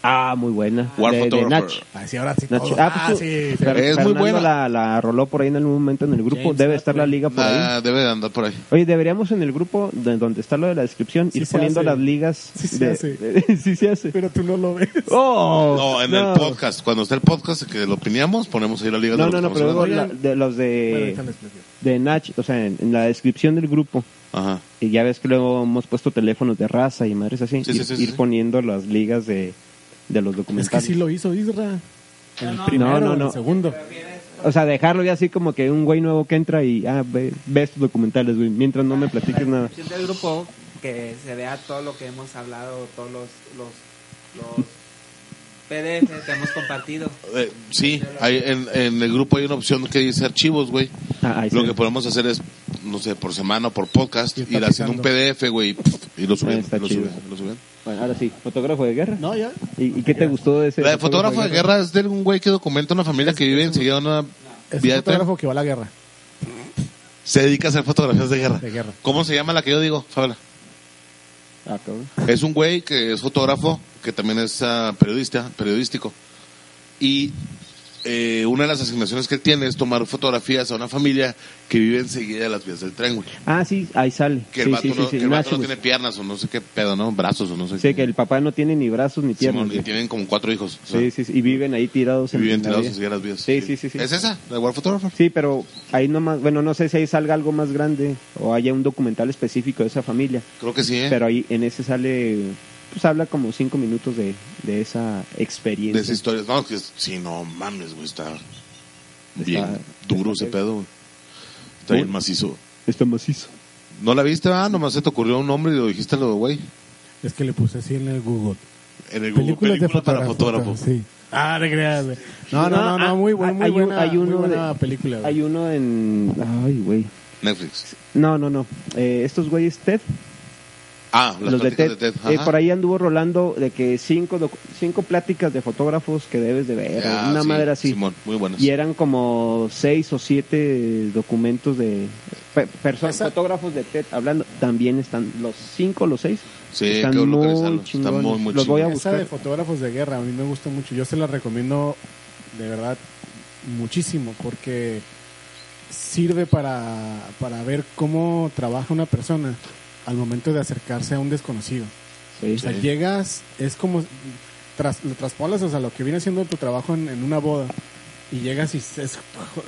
Speaker 3: Ah, muy buena.
Speaker 1: War
Speaker 3: de, de
Speaker 1: Photographer.
Speaker 3: Nach.
Speaker 8: Ah, sí, ahora sí.
Speaker 3: Nach-
Speaker 8: todo.
Speaker 3: Ah, pues,
Speaker 8: sí.
Speaker 3: Fer-
Speaker 1: Es muy
Speaker 3: Fernando
Speaker 1: buena.
Speaker 3: La, la roló por ahí en algún momento en el grupo.
Speaker 8: James
Speaker 3: Debe
Speaker 8: Nach,
Speaker 3: estar la
Speaker 8: güey.
Speaker 3: liga por ahí.
Speaker 1: Ah, debe de andar por ahí.
Speaker 3: Oye, deberíamos en el grupo de- donde está lo de la descripción
Speaker 8: Sí
Speaker 3: ir
Speaker 8: se
Speaker 3: poniendo
Speaker 8: hace.
Speaker 3: las ligas.
Speaker 8: Sí se
Speaker 3: de-
Speaker 8: hace.
Speaker 3: de- sí se hace.
Speaker 8: Pero tú no lo ves.
Speaker 3: Oh,
Speaker 1: No, en el podcast. Cuando está el podcast que lo opinamos, ponemos ahí la liga de
Speaker 3: No,
Speaker 1: lo
Speaker 3: no,
Speaker 1: que
Speaker 3: no,
Speaker 1: estamos
Speaker 3: pero digo
Speaker 1: hablando.
Speaker 3: la- de los
Speaker 8: Bueno,
Speaker 3: de,
Speaker 8: ahorita les platico.
Speaker 3: de Nach, o sea, en, en la descripción del grupo.
Speaker 1: Ajá.
Speaker 3: Y ya ves que luego hemos puesto teléfonos de raza y madres así.
Speaker 1: Sí,
Speaker 3: ir,
Speaker 1: sí, sí,
Speaker 3: ir
Speaker 1: sí.
Speaker 3: poniendo las ligas de, de los
Speaker 8: Es que
Speaker 3: documentales.
Speaker 8: sí lo hizo Isra. El primero,
Speaker 3: No, no,
Speaker 8: el
Speaker 3: no.
Speaker 8: segundo.
Speaker 3: O sea, dejarlo ya así como que un güey nuevo que entra y ah, ve, ve estos documentales, güey, mientras no me platiques nada.
Speaker 6: descripción del grupo que se vea todo lo que hemos hablado, todos los, los, los PDF que hemos compartido.
Speaker 1: Eh, sí, hay, en, en el grupo hay una opción que dice archivos, güey.
Speaker 3: Ah, ahí
Speaker 1: Lo
Speaker 3: sí.
Speaker 1: que podemos hacer es, no sé, por semana o por podcast,
Speaker 8: Y
Speaker 1: ir haciendo un
Speaker 8: platicando.
Speaker 1: PDF, güey, y, pff, y lo suben.
Speaker 3: Está
Speaker 1: Lo
Speaker 3: chido.
Speaker 1: suben, lo suben.
Speaker 3: Bueno, ahora sí, fotógrafo de guerra.
Speaker 8: No, ya.
Speaker 3: ¿Y, y qué te gustó de ese?
Speaker 1: La de fotógrafo de guerra es de un güey que documenta una familia que vive enseguida de una
Speaker 8: Es
Speaker 1: vía
Speaker 8: un
Speaker 1: de tren.
Speaker 8: fotógrafo que va a la guerra.
Speaker 1: Se dedica a hacer fotografías de guerra.
Speaker 8: De guerra.
Speaker 1: ¿Cómo se llama la que yo digo? Fábala.
Speaker 3: Ah, cabrón.
Speaker 1: Es un güey que es fotógrafo, que también es ah, periodista, periodístico. y eh, una de las asignaciones que él tiene es tomar fotografías a una familia que vive enseguida de las vías del tren, güey.
Speaker 3: Ah, sí, ahí sale.
Speaker 1: Que el
Speaker 3: Sí,
Speaker 1: vato,
Speaker 3: sí, sí,
Speaker 1: no,
Speaker 3: sí,
Speaker 1: que el vato no
Speaker 3: Nachos.
Speaker 1: tiene piernas o no sé qué pedo, ¿no? Brazos o no sé
Speaker 3: Sí,
Speaker 1: qué.
Speaker 3: que el papá Ah, no tiene ni brazos ni piernas.
Speaker 1: Simón, y
Speaker 3: güey.
Speaker 1: tienen como cuatro hijos. o sea,
Speaker 3: Sí, sí, sí, y viven ahí tirados
Speaker 1: y viven
Speaker 3: la
Speaker 1: tirados
Speaker 3: vía.
Speaker 1: enseguida de las vías.
Speaker 3: Sí, sí, sí, sí.
Speaker 1: ¿Es esa? ¿La War Photographer?
Speaker 3: Sí, pero ahí nomás, bueno, no sé si ahí salga algo más grande o haya un documental específico de esa familia,
Speaker 1: Creo que sí, ¿eh?
Speaker 3: pero ahí en ese sale, pues habla como cinco minutos de, de esa
Speaker 1: de
Speaker 3: experiencia.
Speaker 1: esas historias. No, que es- sí, no mames, güey, está bien
Speaker 3: Está-
Speaker 1: duro ese pedo, güey. Está bien macizo.
Speaker 3: Está macizo.
Speaker 1: ¿No la viste, ah? Nomás se te ocurrió un nombre y lo dijiste, lo güey.
Speaker 8: Es que le puse así en el Google.
Speaker 1: En el Google,
Speaker 8: Películas de
Speaker 1: película para fotógrafo.
Speaker 8: Sí. Ah, de creas, güey. No, ah, no, no,
Speaker 1: Ah,
Speaker 8: no, muy, buen- muy
Speaker 3: hay un-
Speaker 8: buena,
Speaker 3: hay
Speaker 8: muy
Speaker 3: uno
Speaker 8: buena
Speaker 3: de-
Speaker 8: película. güey.
Speaker 3: Hay uno en, ay, güey,
Speaker 1: Netflix.
Speaker 3: no, no, no, Eh, estos güeyes TED,
Speaker 1: Ah, las
Speaker 3: los de TED,
Speaker 1: pláticas de TED.
Speaker 3: eh,
Speaker 1: ajá.
Speaker 3: por ahí anduvo rolando de que cinco, docu- cinco pláticas de fotógrafos que debes de ver,
Speaker 1: Ah,
Speaker 3: eh, una
Speaker 1: sí,
Speaker 3: madre así.
Speaker 1: Simón, muy buenas.
Speaker 3: Y eran como seis o siete documentos de pe- personas, fotógrafos de TED hablando. También están los cinco, los seis.
Speaker 1: Sí, hay
Speaker 3: están
Speaker 1: que
Speaker 3: muy
Speaker 1: localizarlos. Están
Speaker 3: chingones.
Speaker 1: muy, muy
Speaker 3: Los voy a
Speaker 1: chingones.
Speaker 8: Esa
Speaker 3: buscar.
Speaker 8: de fotógrafos de guerra a mí me gusta mucho. Yo se la recomiendo de verdad muchísimo porque sirve para, para ver cómo trabaja una persona al momento de acercarse a un desconocido. O sea, llegas, es como tras, lo traspolas o sea, lo que viene haciendo tu trabajo en, en una boda y llegas y es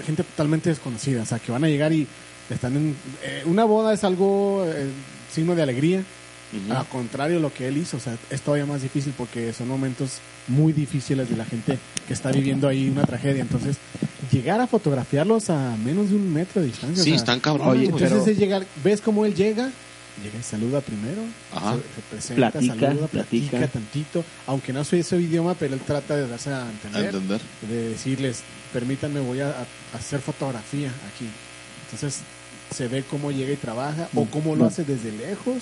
Speaker 8: gente totalmente desconocida, o sea, que van a llegar y están en eh, una boda es algo eh, signo de alegría. Al contrario de lo que él hizo, o sea, es todavía más difícil porque son momentos muy difíciles de la gente que está viviendo ahí una tragedia. Entonces, llegar a fotografiarlos a menos de un metro de distancia.
Speaker 1: Sí,
Speaker 8: o sea,
Speaker 1: están cabrones.
Speaker 3: Oye,
Speaker 1: güey.
Speaker 8: entonces pues,
Speaker 3: pero-
Speaker 8: es llegar, ves cómo él llega, llega y saluda primero,
Speaker 1: Ajá.
Speaker 8: se, se presenta,
Speaker 3: Platica,
Speaker 8: saluda, platica,
Speaker 3: platica.
Speaker 8: tantito, aunque no soy su idioma, pero él trata de darse
Speaker 3: eh,
Speaker 8: a
Speaker 1: A
Speaker 8: entender,
Speaker 1: entender.
Speaker 8: de decirles, permítanme, voy a, a hacer fotografía aquí. Entonces se ve cómo llega y trabaja,
Speaker 3: Mm.
Speaker 8: o cómo lo hace desde lejos,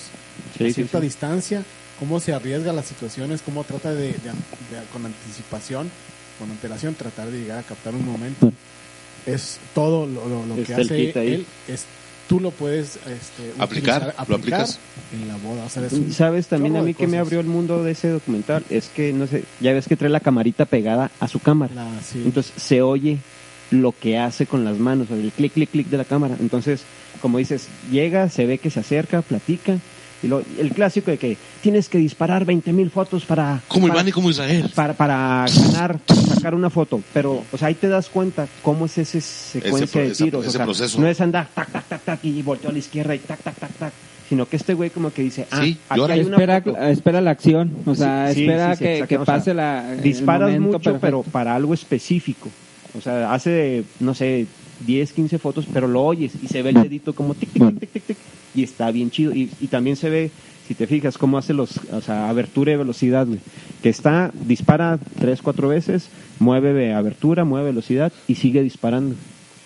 Speaker 8: a cierta distancia, cómo se arriesga las situaciones, cómo trata de, de- de- con anticipación, con antelación, tratar de llegar a captar un momento. Es todo lo, lo- lo que
Speaker 3: Está el
Speaker 8: hace
Speaker 3: kit ahí.
Speaker 8: él, es, tú lo puedes este,
Speaker 1: Aplicar, lo aplicas.
Speaker 8: en la boda. o sea, es un
Speaker 3: Y ¿Sabes también
Speaker 8: chorro
Speaker 3: a
Speaker 8: de
Speaker 3: mí que me
Speaker 8: cosas.
Speaker 3: abrió el mundo de ese documental? Es que, no sé, ya ves que trae la camarita pegada a su cámara.
Speaker 8: La- Ah, sí.
Speaker 3: Entonces se oye lo que hace con las manos, el clic, clic, clic de la cámara. Entonces, como dices, llega, se ve que se acerca, platica. Y lo, el clásico de que tienes que disparar 20 mil fotos para...
Speaker 1: Como
Speaker 3: para-
Speaker 1: Iván y como Israel.
Speaker 3: para, para ganar, para sacar una foto. Pero, o sea, ahí te das cuenta cómo es ese
Speaker 1: pro-
Speaker 3: secuencia de
Speaker 1: esa-
Speaker 3: tiros.
Speaker 1: ese
Speaker 3: o sea,
Speaker 1: proceso.
Speaker 3: No es andar tac, tac, tac, tac y volteo a la izquierda y tac, tac, tac, tac. Sino que este güey como que dice, ah,
Speaker 1: Sí,
Speaker 3: aquí
Speaker 1: llora.
Speaker 3: hay una
Speaker 6: espera,
Speaker 3: foto.
Speaker 6: espera la acción, o sea,
Speaker 3: Sí, sí,
Speaker 6: espera
Speaker 3: sí, sí,
Speaker 6: que,
Speaker 3: exacto,
Speaker 6: que
Speaker 3: o sea,
Speaker 6: pase la. el
Speaker 3: Disparas
Speaker 6: momento
Speaker 3: mucho,
Speaker 6: perfecto.
Speaker 3: pero para algo específico. O sea, hace, no sé, 10, 15 fotos, pero lo oyes y se ve el dedito como tic, tic, tic, tic, tic, tic, y está bien chido. Y, y también se ve, si te fijas, cómo hace los, o sea, abertura y velocidad, güey. Que está, dispara 3, 4 veces, mueve ve- abertura, mueve velocidad y sigue disparando.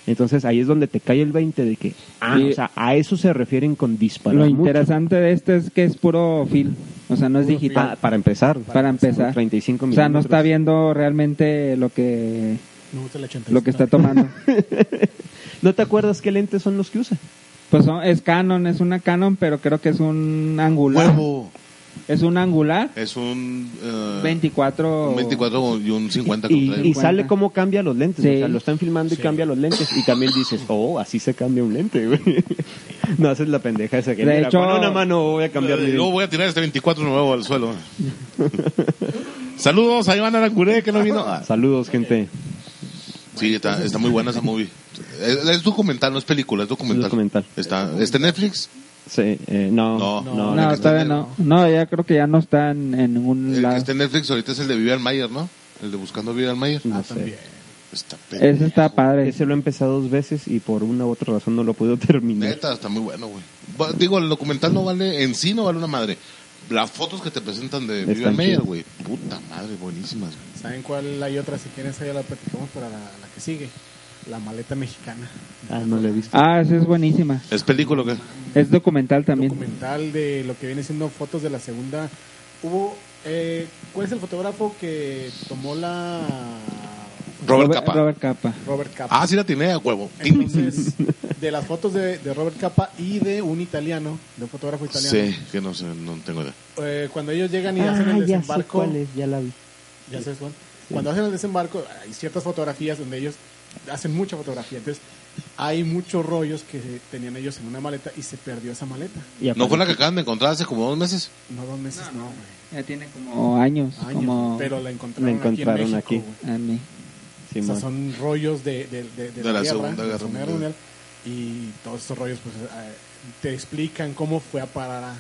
Speaker 3: Entonces ahí es donde te cae el 20 de que, ah,
Speaker 6: Y-
Speaker 3: o sea, a eso se refieren con disparar.
Speaker 6: Lo
Speaker 3: mucho.
Speaker 6: interesante de este es que es puro film, o sea, no es
Speaker 3: Pa-
Speaker 6: digital.
Speaker 3: para empezar,
Speaker 6: Para empezar.
Speaker 3: 35
Speaker 6: O
Speaker 3: minutos.
Speaker 6: sea, no está viendo realmente lo que
Speaker 8: Me gusta el 80.
Speaker 6: lo que está tomando.
Speaker 3: ¿No te acuerdas qué lentes son los que usa?
Speaker 6: Pues son- es Canon, es una Canon, pero creo que es un angular.
Speaker 1: Huevo.
Speaker 6: Es un angular
Speaker 1: Es un. eh,
Speaker 6: 24.
Speaker 1: un 24 y un 50 contra
Speaker 3: Y, y
Speaker 1: él.
Speaker 6: cincuenta.
Speaker 3: sale cómo cambia los lentes.
Speaker 6: Sí.
Speaker 3: O sea, lo están filmando y cambia los lentes. Y también dices, oh, así se cambia un lente, güey. No haces la pendeja esa que
Speaker 6: De
Speaker 3: mira,
Speaker 6: hecho-
Speaker 3: con una mano voy a cambiar mi
Speaker 1: Eh, Yo
Speaker 3: lente.
Speaker 1: voy a tirar este 24 nuevo al suelo. Saludos a Iván Aracuré que no vino. Ah,
Speaker 3: Saludos, gente.
Speaker 1: Sí, está, está muy buena esa movie. Es, es documental, no es película, es documental.
Speaker 3: Es documental.
Speaker 1: Está, ¿Está en Netflix?
Speaker 3: Sí, eh, no,
Speaker 1: No.
Speaker 3: no,
Speaker 6: No,
Speaker 3: no.
Speaker 1: la que está
Speaker 6: todavía
Speaker 1: en
Speaker 6: no. No, ya creo que ya no está en, en ningún
Speaker 1: El que
Speaker 6: lado.
Speaker 1: está en Netflix ahorita es el de Vivian Mayer, ¿no? El de Buscando a Vivian Mayer.
Speaker 8: Ah,
Speaker 3: no sé.
Speaker 1: Está pendejo.
Speaker 6: Ese está padre.
Speaker 3: Ese lo he empezado dos veces y por una u otra razón no lo puedo terminar.
Speaker 1: Neta, está muy bueno, güey. Va- Digo, el documental no vale, en sí no vale una madre. Las fotos que te presentan de
Speaker 3: Están
Speaker 1: Vivian Mayer,
Speaker 3: chidas.
Speaker 1: güey. Puta madre, buenísimas, güey.
Speaker 8: ¿Saben cuál hay otra? Si quieren, esa ya la platicamos para la, la que sigue. La maleta mexicana.
Speaker 3: Ah, no lo he visto.
Speaker 6: Ah, esa es buenísima.
Speaker 1: ¿Es película o qué?
Speaker 6: Es documental también.
Speaker 8: documental de lo que viene siendo fotos de la segunda. Hubo. Eh, ¿Cuál es el fotógrafo que tomó la.
Speaker 1: Robert Capa.
Speaker 6: Robert Capa.
Speaker 8: Robert Capa?
Speaker 1: Ah, sí la tiene a huevo.
Speaker 8: Entonces, de las fotos de, de Robert Capa y de un italiano, de un fotógrafo italiano,
Speaker 1: Sí, que no sé, no tengo idea.
Speaker 8: eh, cuando ellos llegan y hacen
Speaker 3: Ah,
Speaker 8: el
Speaker 3: ya sé
Speaker 8: desembarco,
Speaker 3: cuál es, ya la vi.
Speaker 8: ¿Ya sabes cuál? cuando hacen el desembarco, hay ciertas fotografías donde ellos hacen mucha fotografía. Entonces, hay muchos rollos que tenían ellos en una maleta y se perdió esa maleta.
Speaker 3: Y
Speaker 1: ¿No fue
Speaker 3: aparece-
Speaker 1: la que acaban de encontrar hace como dos meses?
Speaker 8: No dos meses, no, güey.
Speaker 6: Ya tiene como años,
Speaker 8: Años,
Speaker 6: como
Speaker 8: pero la encontraron,
Speaker 3: la encontraron aquí.
Speaker 8: aquí. En México,
Speaker 6: a mí.
Speaker 8: güey. O sea,
Speaker 3: Simón.
Speaker 8: son rollos de, de, de,
Speaker 1: De la Segunda
Speaker 8: de
Speaker 1: Guerra Mundial.
Speaker 8: Y todos estos rollos, pues, eh, te explican cómo fue a parar a. a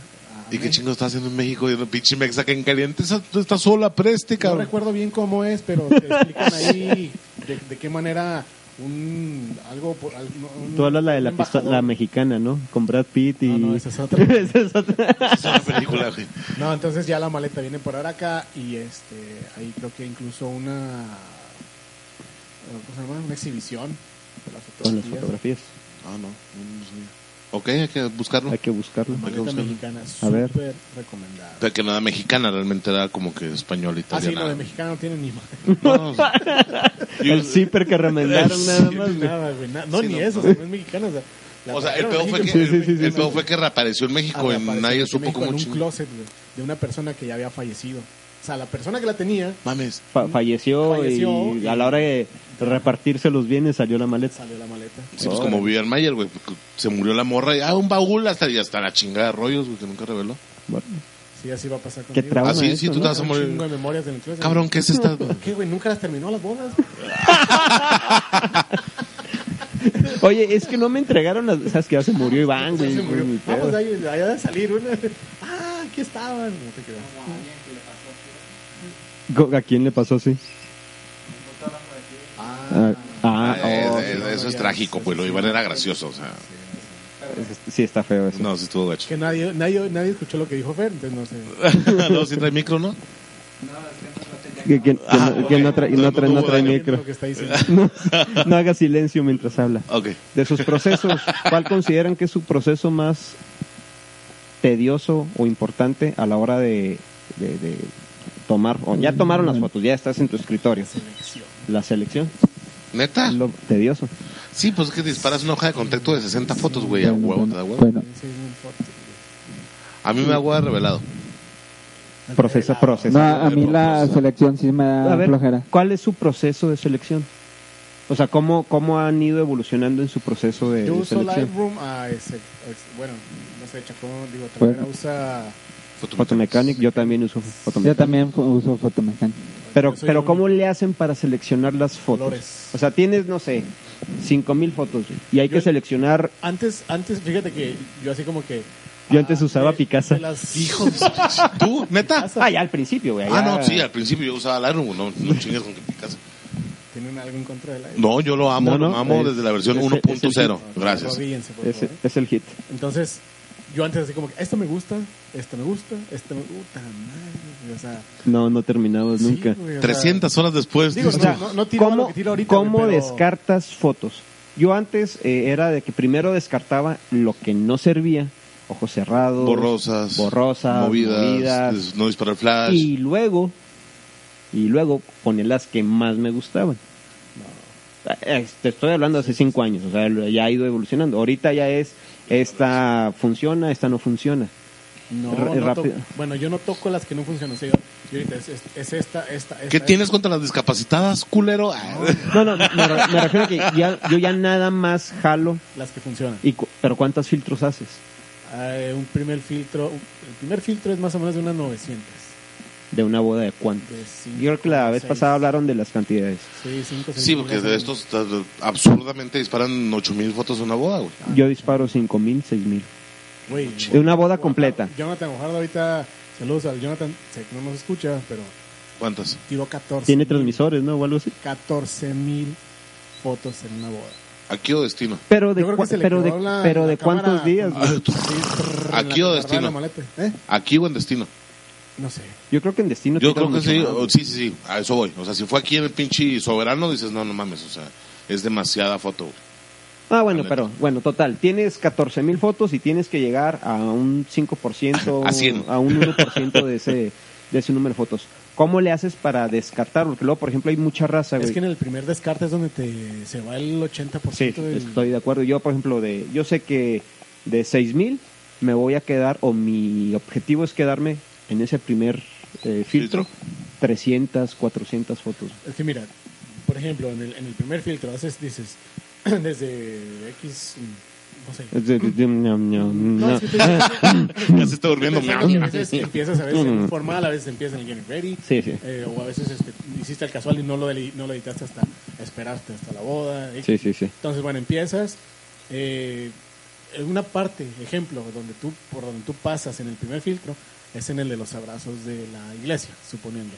Speaker 1: ¿Y qué
Speaker 8: México.
Speaker 1: chingo está haciendo en México? Y el pinche mexa que en caliente esa- está sola, preste,
Speaker 8: No
Speaker 1: cabrón.
Speaker 8: recuerdo bien cómo es, pero te explican ahí de, de qué manera un algo por- al- no, un-
Speaker 3: Tú hablas la de la
Speaker 8: un
Speaker 3: pista-
Speaker 8: embajador.
Speaker 3: la mexicana, ¿no? Con Brad Pitt y...
Speaker 8: No, no, esa es otra.
Speaker 3: Esa es otra.
Speaker 1: Es una película, güey.
Speaker 8: No, entonces ya la maleta viene por ahora acá y este ahí creo que incluso una ¿cómo se llama? una exhibición de las
Speaker 3: Con las
Speaker 8: fotografías.
Speaker 3: fotografías.
Speaker 1: Ah, no. no, no sabía. Ok, hay que buscarlo.
Speaker 3: Hay que buscarlo.
Speaker 1: Hay que
Speaker 8: Maleta
Speaker 1: buscarlo.
Speaker 8: mexicana,
Speaker 3: A ver.
Speaker 8: súper recomendada.
Speaker 1: Pero que no era mexicana, realmente era como que española,
Speaker 8: Ah, sí, lo de
Speaker 1: italiana.
Speaker 8: mexicano no tiene ni madre,
Speaker 1: No, no,
Speaker 3: Y el zipper que remendaron nada más. güey.
Speaker 8: nada, güey, na- no
Speaker 1: Sí,
Speaker 8: ni
Speaker 1: no,
Speaker 8: eso, o sea, no es mexicano, o sea, la
Speaker 1: O sea, el
Speaker 8: trajeron
Speaker 1: peor
Speaker 8: a
Speaker 1: fue que,
Speaker 8: México,
Speaker 1: el,
Speaker 8: sí, sí, sí,
Speaker 1: el
Speaker 8: sí,
Speaker 1: peor
Speaker 8: sí.
Speaker 1: fue que reapareció en México
Speaker 8: Ah,
Speaker 1: y
Speaker 8: apareció
Speaker 1: nadie
Speaker 8: en
Speaker 1: supo
Speaker 8: México
Speaker 1: cómo
Speaker 8: en un
Speaker 1: chingó.
Speaker 8: closet güey, de una persona que ya había fallecido. O sea, la persona que la tenía
Speaker 1: Mames.
Speaker 3: Fa- falleció,
Speaker 8: Falleció
Speaker 3: y
Speaker 8: y-
Speaker 3: a la hora de repartirse los bienes salió la maleta.
Speaker 8: salió la maleta.
Speaker 1: Sí, pues como Vivian Mayer, güey. Se murió la morra y ah, un baúl hasta, y hasta la chingada de rollos, güey, que nunca reveló.
Speaker 3: Bueno,
Speaker 8: Sí, así va a pasar con
Speaker 3: qué trauma
Speaker 1: Ah, sí,
Speaker 3: eso,
Speaker 1: sí, tú
Speaker 3: ¿no?
Speaker 1: te vas a
Speaker 8: Un chingo
Speaker 1: morir.
Speaker 8: de memorias del closet.
Speaker 1: Cabrón, ¿qué es esta?
Speaker 8: ¿Qué, güey? ¿Nunca las terminó las bodas?
Speaker 3: Oye, es que no me entregaron las... Sabes que ya se murió Iván, güey.
Speaker 8: Se murió.
Speaker 3: Muy
Speaker 8: Ah,
Speaker 3: feo.
Speaker 8: pues ahí, allá de salir una. Ah, aquí estaban. No te creas.
Speaker 3: Go- ¿A quién le pasó así? Ah, ah,
Speaker 1: Ah,
Speaker 3: oh,
Speaker 1: eh, eh,
Speaker 8: sí,
Speaker 1: eso
Speaker 8: no,
Speaker 1: es
Speaker 8: ya,
Speaker 1: trágico,
Speaker 8: sí,
Speaker 1: pues. Lo
Speaker 8: sí,
Speaker 1: de Iván
Speaker 8: sí.
Speaker 1: era gracioso, o sea.
Speaker 3: sí, está feo eso.
Speaker 1: No, sí estuvo gacho.
Speaker 8: Que nadie, nadie, nadie escuchó lo que dijo Fer, entonces no sé.
Speaker 1: no, sí trae micro, ¿no?
Speaker 3: Que, que- que no, que no trae, no trae- no trae
Speaker 8: Está bien
Speaker 3: micro.
Speaker 8: Lo que está diciendo.
Speaker 3: No, no haga silencio mientras habla.
Speaker 1: Ok.
Speaker 3: De sus procesos, ¿cuál consideran que es su proceso más tedioso o importante a la hora de, de- de tomar? o ya tomaron las fotos, ya estás en tu escritorio. La selección.
Speaker 6: Ah.
Speaker 1: ¿Neta?
Speaker 3: Lo tedioso.
Speaker 1: Sí, pues es que disparas una hoja de contacto de 60 fotos, güey. A huevo, te da huevo.
Speaker 6: Bueno,
Speaker 8: Sí, es un fuerte.
Speaker 1: A mí me da huevo de revelado.
Speaker 3: Proceso, proceso.
Speaker 6: no, a mí la selección sí me da
Speaker 3: A ver,
Speaker 6: flojera.
Speaker 3: ¿cuál es su proceso de selección? O sea, ¿cómo, cómo han ido evolucionando en su proceso de,
Speaker 8: Yo
Speaker 3: de
Speaker 8: uso
Speaker 3: selección?
Speaker 8: Lightroom a ese, ex- bueno, no sé, Chacón, digo,
Speaker 6: Bueno.
Speaker 8: también usa
Speaker 3: Fotomechanic, yo también uso
Speaker 6: Yo
Speaker 3: Fotomechanic.
Speaker 6: también fu- uso fotomecánica.
Speaker 3: Pero,
Speaker 8: Yo soy
Speaker 3: pero
Speaker 8: un-
Speaker 3: ¿cómo le hacen para seleccionar las fotos?
Speaker 8: colores.
Speaker 3: O sea, tienes, no sé, 5000 fotos güey, y hay
Speaker 8: Yo-
Speaker 3: que seleccionar.
Speaker 8: Antes, antes, fíjate que yo así como que.
Speaker 3: Yo antes usaba
Speaker 8: Ah, de-
Speaker 3: Picasa.
Speaker 8: de las-
Speaker 1: ¿Tú? ¿Neta?
Speaker 3: Ah, ya al principio, güey.
Speaker 1: Ah,
Speaker 3: ya-
Speaker 1: no, sí, al principio yo usaba Lightroom, no, no chingues con que picas.
Speaker 8: ¿Tienen algo en contra de la
Speaker 1: No, yo lo amo,
Speaker 3: No, no,
Speaker 1: lo amo
Speaker 3: es-
Speaker 1: desde la versión
Speaker 3: es- es el
Speaker 1: 1.0.
Speaker 8: No, no,
Speaker 1: Gracias.
Speaker 8: arrodíllense, por
Speaker 3: Es,
Speaker 8: favor.
Speaker 3: es el hit.
Speaker 8: Entonces, yo antes así como que, esto me gusta, esto me gusta, esto me gusta, madre, güey, o sea,
Speaker 3: No, no terminabas
Speaker 8: sí,
Speaker 3: Pues nunca.
Speaker 8: güey, o sea,
Speaker 1: 300 horas después.
Speaker 8: Digo,
Speaker 1: tú-
Speaker 3: O sea,
Speaker 8: no- no tiraba lo
Speaker 3: ¿Cómo,
Speaker 8: que tiro ahorita,
Speaker 3: cómo
Speaker 8: güey, pero-
Speaker 3: descartas fotos? Yo antes eh, era de que primero descartaba lo que no servía, ojos cerrados,
Speaker 1: borrosas,
Speaker 3: borrosas,
Speaker 1: movidas,
Speaker 3: movidas,
Speaker 1: des- no disparar flash.
Speaker 3: y luego y luego ponía las que más me gustaban. Eh, Te estoy hablando hace cinco años, o sea, lo- ya ha ido evolucionando. Ahorita ya es esta funciona, esta no funciona.
Speaker 8: No,
Speaker 3: R-
Speaker 8: no
Speaker 3: rápido.
Speaker 8: toco- bueno, yo no toco las que no funcionan, o sea, yo, yo ahorita es, es, es esta, esta, esta.
Speaker 1: ¿Qué
Speaker 8: esta.
Speaker 1: tienes contra las discapacitadas, culero? Ah,
Speaker 3: No, no, me, re- me refiero a que ya, yo ya nada más jalo.
Speaker 8: Las que funcionan.
Speaker 3: Y cu- pero ¿cuántos filtros haces?
Speaker 8: Eh, un primer filtro, un- el primer filtro es más o menos de unas 900.
Speaker 3: De una boda de cuánto.
Speaker 8: de cinco,
Speaker 3: Yo creo que la vez
Speaker 8: seis.
Speaker 3: pasada hablaron de las cantidades.
Speaker 8: Sí, cinco, seis
Speaker 1: Sí, porque
Speaker 8: mil,
Speaker 1: de
Speaker 8: más o
Speaker 1: estos t- absurdamente disparan 8000 fotos en una boda, güey.
Speaker 8: Ah,
Speaker 3: Yo disparo cinco mil, seis mil.
Speaker 8: Güey,
Speaker 3: De una boda completa.
Speaker 8: Jonathan Ojardo ahorita, saludos al Jonathan, sé que no nos escucha, pero
Speaker 1: ¿Cuántas?
Speaker 8: tiró 14.
Speaker 3: Tiene transmisores, ¿no? O algo así.
Speaker 8: 14 mil fotos en una boda.
Speaker 1: Aquí o destino.
Speaker 3: Pero de,
Speaker 8: Yo creo que
Speaker 3: cua-
Speaker 8: se le
Speaker 3: pero de,
Speaker 8: quedó la-
Speaker 3: pero
Speaker 8: la
Speaker 3: de cuántos
Speaker 8: cámara-
Speaker 3: días. güey?
Speaker 1: Ah, tú-
Speaker 8: Sí, trrr,
Speaker 1: Aquí
Speaker 8: la-
Speaker 1: o
Speaker 8: la-
Speaker 1: destino.
Speaker 8: la maleta, ¿eh?
Speaker 1: Aquí o en destino.
Speaker 8: No sé.
Speaker 3: Yo creo que en destino.
Speaker 1: Yo
Speaker 3: tira
Speaker 1: creo que
Speaker 3: mucho
Speaker 1: sí,
Speaker 3: más.
Speaker 1: o- sí, sí, sí, a eso voy. O sea, si fue aquí en el pinche soberano, dices, no, no mames, o sea, es demasiada foto. güey.
Speaker 3: Ah, bueno,
Speaker 1: La neta.
Speaker 3: pero bueno, total, tienes 14 mil fotos y tienes que llegar a un 5%,
Speaker 1: A 100.
Speaker 3: a un 1% de ese, de ese número de fotos. ¿Cómo le haces para descartarlo? Porque luego, por ejemplo, hay mucha raza,
Speaker 8: Es
Speaker 3: güey.
Speaker 8: que en el primer descarte es donde te, se va el 80%
Speaker 3: Sí,
Speaker 8: del...
Speaker 3: estoy de acuerdo. Yo, por ejemplo, de yo sé que de 6 mil me voy a quedar, o mi objetivo es quedarme en ese primer eh, filtro 300, 400 fotos.
Speaker 8: Es que mira, por ejemplo, en el, en el primer filtro haces, dices, desde X, no sé. No, es que tú
Speaker 1: Ya se está durmiendo.
Speaker 8: a veces empiezas a veces en formal, a veces empiezas en el Getting Ready.
Speaker 3: Mm. Sí, sí.
Speaker 8: eh, o a veces este, hiciste el casual y no lo, deli- no lo editaste hasta, esperaste hasta la boda. ¿eh?
Speaker 3: Sí, sí, sí.
Speaker 8: Entonces, bueno, empiezas. eh, en una parte, ejemplo, donde tú, por donde tú pasas en el primer filtro, es en el de los abrazos de la iglesia, suponiendo.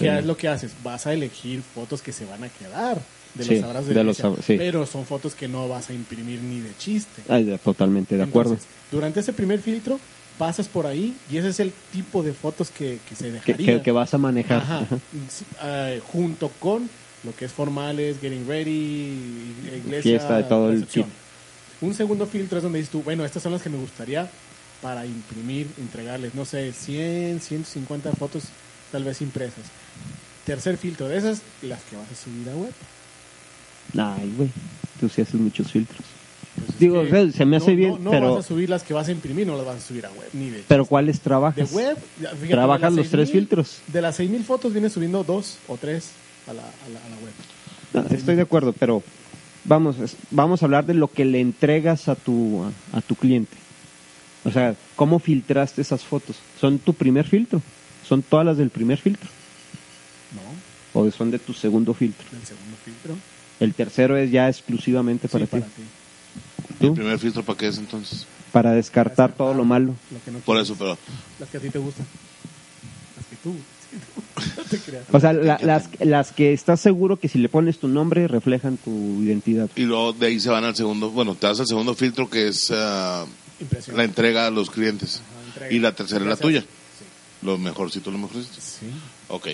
Speaker 8: ¿Qué es lo que haces? Vas a elegir fotos que se van a quedar de
Speaker 3: Sí,
Speaker 8: los abrazos de,
Speaker 3: de
Speaker 8: la
Speaker 3: los
Speaker 8: iglesia,
Speaker 3: ab- sí.
Speaker 8: pero son fotos que no vas a imprimir ni de chiste.
Speaker 3: Ay, de- totalmente de acuerdo.
Speaker 8: Entonces, durante ese primer filtro pasas por ahí y ese es el tipo de fotos que, que se
Speaker 3: Que,
Speaker 8: dejaría.
Speaker 3: que, que vas a manejar.
Speaker 8: Ajá.
Speaker 3: Ajá.
Speaker 8: Sí, ah, junto con lo que es formales, getting ready, iglesia,
Speaker 3: Fiesta de todo el
Speaker 8: recepción.
Speaker 3: kit.
Speaker 8: Un segundo filtro es donde dices tú, bueno, estas son las que me gustaría para imprimir, entregarles, no sé, 100, 150 fotos tal vez impresas. Tercer filtro de esas, las que vas a subir a web.
Speaker 3: Ay, güey. Tú sí haces muchos filtros.
Speaker 8: Pues es
Speaker 3: Digo,
Speaker 8: que
Speaker 3: Fred, se me hace
Speaker 8: no-
Speaker 3: bien,
Speaker 8: no- no
Speaker 3: pero-
Speaker 8: vas a subir las que vas a imprimir, no las vas a subir a web, ni de
Speaker 3: Pero ¿cuáles
Speaker 8: De
Speaker 3: trabajas?
Speaker 8: web, ya, fíjate,
Speaker 3: Trabajas
Speaker 8: de las
Speaker 3: los
Speaker 8: 6,000
Speaker 3: tres filtros.
Speaker 8: De las 6.000 fotos viene subiendo dos o tres a la, a la- a la web.
Speaker 3: No, estoy de acuerdo, pero vamos, es- vamos a hablar de lo que le entregas a tu, a, a tu cliente. O sea, ¿cómo filtraste esas fotos? ¿Son tu primer filtro? ¿Son todas las del primer filtro?
Speaker 8: No,
Speaker 3: ¿O son de tu segundo filtro?
Speaker 8: del segundo filtro.
Speaker 3: El tercero es ya exclusivamente para
Speaker 8: Sí,
Speaker 3: ti.
Speaker 8: para
Speaker 3: Para,
Speaker 8: ti.
Speaker 1: ¿El primer filtro para qué es entonces?
Speaker 3: descartar todo lo malo.
Speaker 8: Lo que no
Speaker 1: Por
Speaker 8: quieres,
Speaker 1: eso, pero
Speaker 8: Las que a ti te gustan. Las que tú. sí te gustan, No te creas.
Speaker 3: O sea, la- las, las que estás seguro que si le pones tu nombre reflejan tu identidad.
Speaker 1: Y luego de ahí se van al segundo, bueno, te das al segundo filtro que es ah,
Speaker 8: Impresionante.
Speaker 1: la entrega a los clientes.
Speaker 8: Ajá, entrega.
Speaker 1: Y la tercera es la
Speaker 8: Gracias.
Speaker 1: tuya. Lo mejorcito, lo mejorcito.
Speaker 8: Sí.
Speaker 1: Ok.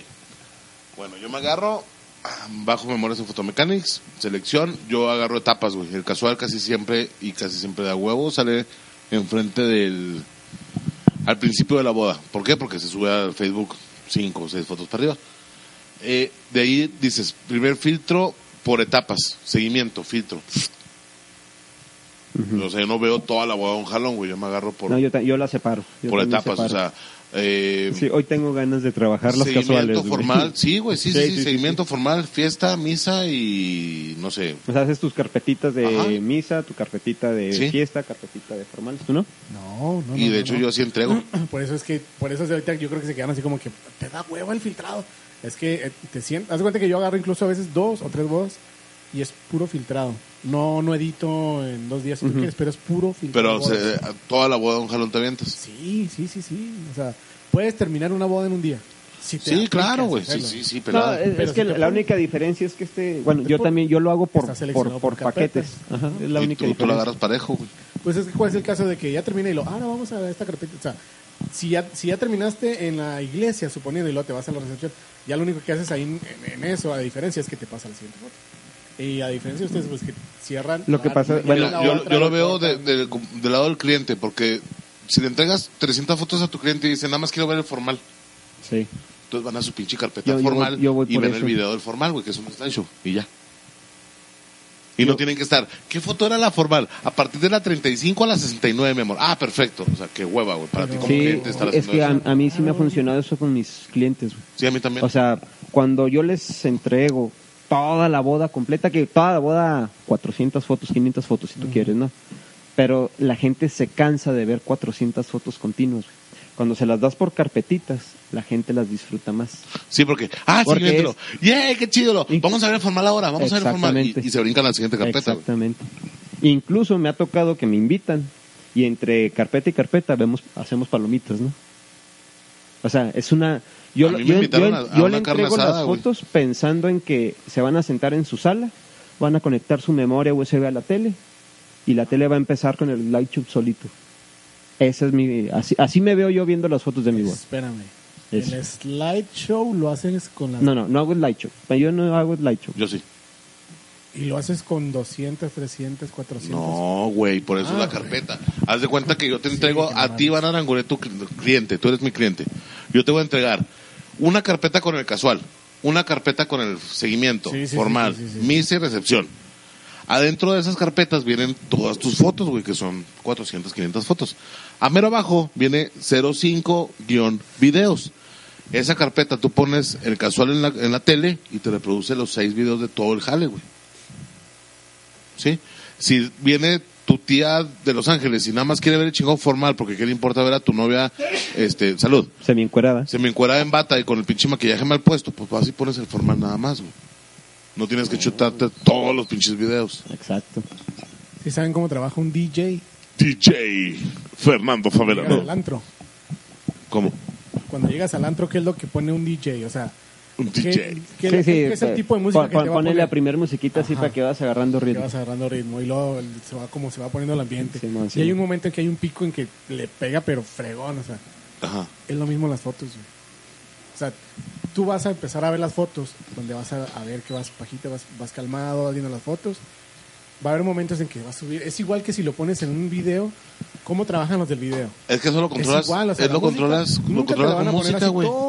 Speaker 1: Bueno, yo me agarro, ah, bajo memorias en Photomechanics, selección, yo agarro etapas, güey. El casual casi siempre y casi siempre da huevo sale enfrente del... Al principio de la boda. ¿Por qué? Porque se sube al Facebook cinco o seis fotos para arriba. Eh, de ahí dices, primer filtro por etapas, seguimiento, filtro. O sea, yo no veo toda la boda de un jalón, güey. Yo me agarro por,
Speaker 3: No, yo, ta- yo la separo. Yo
Speaker 1: por
Speaker 3: también
Speaker 1: etapas. O
Speaker 3: separo.
Speaker 1: sea, eh,
Speaker 3: Sí, hoy tengo ganas de trabajar las casuales.
Speaker 1: seguimiento
Speaker 3: güey.
Speaker 1: formal, sí, güey, sí, sí,
Speaker 3: Sí,
Speaker 1: sí,
Speaker 3: sí, sí,
Speaker 1: seguimiento formal, fiesta, misa y no sé.
Speaker 3: O sea, haces tus carpetitas de
Speaker 1: Ajá.
Speaker 3: misa, tu carpetita de
Speaker 1: Sí.
Speaker 3: fiesta, carpetita de formales, ¿tú no?
Speaker 8: No, no,
Speaker 1: y
Speaker 8: no,
Speaker 1: de
Speaker 8: no,
Speaker 1: hecho
Speaker 8: no.
Speaker 1: yo así entrego.
Speaker 8: Por eso es que, por eso es de ahorita yo creo que se quedan así como que te da hueva el filtrado. Es que eh, te sientas, haz de cuenta que yo agarro incluso a veces dos o tres bodas y es puro filtrado. No, no edito en dos días si tú quieres, pero es puro filtrado.
Speaker 1: Pero se- toda la boda de un jalón te avientas.
Speaker 8: Sí, sí, sí, sí. O sea, puedes terminar una boda en un día. Si te
Speaker 1: Sí,
Speaker 8: aplicas
Speaker 1: claro,
Speaker 8: a
Speaker 1: güey. Sí,
Speaker 8: hacerlo.
Speaker 1: sí, sí,
Speaker 3: No,
Speaker 1: pelada.
Speaker 3: es,
Speaker 8: Pero
Speaker 3: es
Speaker 8: si
Speaker 3: que
Speaker 8: te
Speaker 3: la
Speaker 8: pones-
Speaker 3: única diferencia es que este, bueno,
Speaker 8: Es
Speaker 3: yo
Speaker 8: por-
Speaker 3: también, yo lo hago por,
Speaker 8: Está
Speaker 3: por,
Speaker 8: seleccionado
Speaker 3: por
Speaker 8: por carpetas.
Speaker 3: paquetes. Ajá, es la
Speaker 1: y
Speaker 3: única
Speaker 1: tú, tú la
Speaker 3: diferencia.
Speaker 1: agarras parejo, güey.
Speaker 8: Pues es, ¿cuál es el caso de que ya termina y lo, ah, no, vamos a esta carpeta? O sea, si ya, si ya terminaste en la iglesia, suponiendo, y luego te vas a la recepción, ya lo único que haces ahí en, en- en eso, a diferencia, es que te pasa la siguiente foto. Y a diferencia de ustedes, pues que cierran.
Speaker 3: Lo que
Speaker 8: ah,
Speaker 3: pasa-
Speaker 8: me
Speaker 3: bueno,
Speaker 8: llega
Speaker 1: Mira,
Speaker 8: la
Speaker 1: yo,
Speaker 8: otra,
Speaker 1: yo lo
Speaker 8: otra,
Speaker 1: veo
Speaker 8: otra.
Speaker 1: de- de- del lado del cliente, porque si le entregas 300 fotos a tu cliente y dice, nada más quiero ver el formal,
Speaker 3: Sí.
Speaker 1: entonces van a su pinche carpeta
Speaker 3: Yo- yo
Speaker 1: formal
Speaker 3: voy- yo voy
Speaker 1: y
Speaker 3: por
Speaker 1: ven el
Speaker 3: eso.
Speaker 1: video del formal, güey, que es un stand show, y ya. Y no tienen que estar, ¿qué foto era la formal? A partir de la 35 a la 69, mi amor. Ah, perfecto. O sea, qué hueva, güey, para ti como
Speaker 3: Sí,
Speaker 1: cliente estar
Speaker 3: es
Speaker 1: haciendo
Speaker 3: que a,
Speaker 1: eso.
Speaker 3: a mí sí me ha funcionado eso con mis clientes. güey.
Speaker 1: Sí, a mí también.
Speaker 3: O sea, cuando yo les entrego toda la boda completa, que toda la boda, 400 fotos, 500 fotos, si tú quieres, ¿no? Pero la gente se cansa de ver 400 fotos continuas. güey. Cuando se las das por carpetitas, la gente las disfruta más.
Speaker 1: sí, porque, ah, sí,
Speaker 3: porque
Speaker 1: viéndolo. Yeah, qué chido. lo-
Speaker 3: Y-
Speaker 1: Vamos a ver el formal ahora, vamos a ver el formal. Y,
Speaker 3: Exactamente.
Speaker 1: y se brincan a la siguiente carpeta, güey.
Speaker 3: Exactamente. Incluso me ha tocado que me invitan y entre carpeta y carpeta vemos, hacemos palomitas, ¿no? O sea, es una... Yo,
Speaker 1: A mí me
Speaker 3: yo-
Speaker 1: invitaron
Speaker 3: yo-
Speaker 1: a- a
Speaker 3: yo
Speaker 1: una
Speaker 3: le
Speaker 1: carne
Speaker 3: entrego
Speaker 1: asada,
Speaker 3: las
Speaker 1: güey.
Speaker 3: fotos pensando en que se van a sentar en su sala, van a conectar su memoria USB a la tele y la tele va a empezar con el LiveTube solito. Esa es mi... Así, así me veo yo viendo las fotos de mi boda.
Speaker 8: Espérame.
Speaker 3: Es-
Speaker 8: El slideshow lo haces con las.
Speaker 3: No, no, no hago el LiveTube. Yo no hago el LiveTube.
Speaker 1: Yo sí.
Speaker 8: Y lo haces con 200, 300, 400.
Speaker 1: No, güey, por eso
Speaker 8: Ah,
Speaker 1: la
Speaker 8: güey.
Speaker 1: carpeta. Haz de cuenta que yo te entrego
Speaker 8: que no
Speaker 1: a ti, Van Arangure, tu cl- cliente, tú eres mi cliente. Yo te voy a entregar una carpeta con el casual, una carpeta con el seguimiento
Speaker 8: Sí, sí,
Speaker 1: formal,
Speaker 8: sí, sí, sí, sí.
Speaker 1: misa y recepción. Adentro de esas carpetas vienen todas tus fotos, güey, que son 400, 500 fotos. A mero abajo viene 05-videos. Esa carpeta tú pones el casual en la, en la tele y te reproduce los seis videos de todo el jale, güey. ¿Sí? Si viene tu tía de Los Ángeles y nada más quiere ver el chingón formal porque qué le importa ver a tu novia, este, salud,
Speaker 3: Semiencuerada.
Speaker 1: se me encueraba en bata y con el pinche maquillaje mal puesto, pues así pones el formal nada más, güey. No tienes que chutarte todos los pinches videos.
Speaker 3: Exacto.
Speaker 8: Si saben cómo trabaja un DJ
Speaker 1: DJ Fernando Favela.
Speaker 8: Llegas al antro.
Speaker 1: ¿Cómo?
Speaker 8: Cuando llegas al antro, ¿qué es lo que pone un DJ? O sea,
Speaker 1: Un
Speaker 8: ¿qué,
Speaker 1: DJ.
Speaker 8: qué-
Speaker 3: Sí, sí,
Speaker 8: qué es el tipo de música
Speaker 3: pon-
Speaker 8: que te va a
Speaker 3: ponle
Speaker 8: poner?
Speaker 3: la primera musiquita así
Speaker 8: Ajá.
Speaker 3: para que vas agarrando
Speaker 8: que
Speaker 3: ritmo.
Speaker 8: vas agarrando ritmo y luego el- se va como se va poniendo el ambiente.
Speaker 3: Sí, man, sí,
Speaker 8: y hay
Speaker 3: man.
Speaker 8: un momento en que hay un pico en que le pega pero fregón, o sea,
Speaker 1: Ajá.
Speaker 8: es lo mismo las fotos. güey. O sea, tú vas a empezar a ver las fotos donde vas a, a ver que vas pajita, vas, vas calmado, vas viendo las fotos. Va a haber momentos en que vas a subir. Es igual que si lo pones en un video, cómo trabajan los del video.
Speaker 1: Es que eso lo controlas.
Speaker 8: es igual, o sea,
Speaker 1: es
Speaker 8: la
Speaker 1: lo
Speaker 8: música
Speaker 1: controlas, lo
Speaker 8: nunca te la
Speaker 1: controlas
Speaker 8: van a
Speaker 1: con
Speaker 8: poner
Speaker 1: música,
Speaker 8: así
Speaker 1: güey.
Speaker 8: toda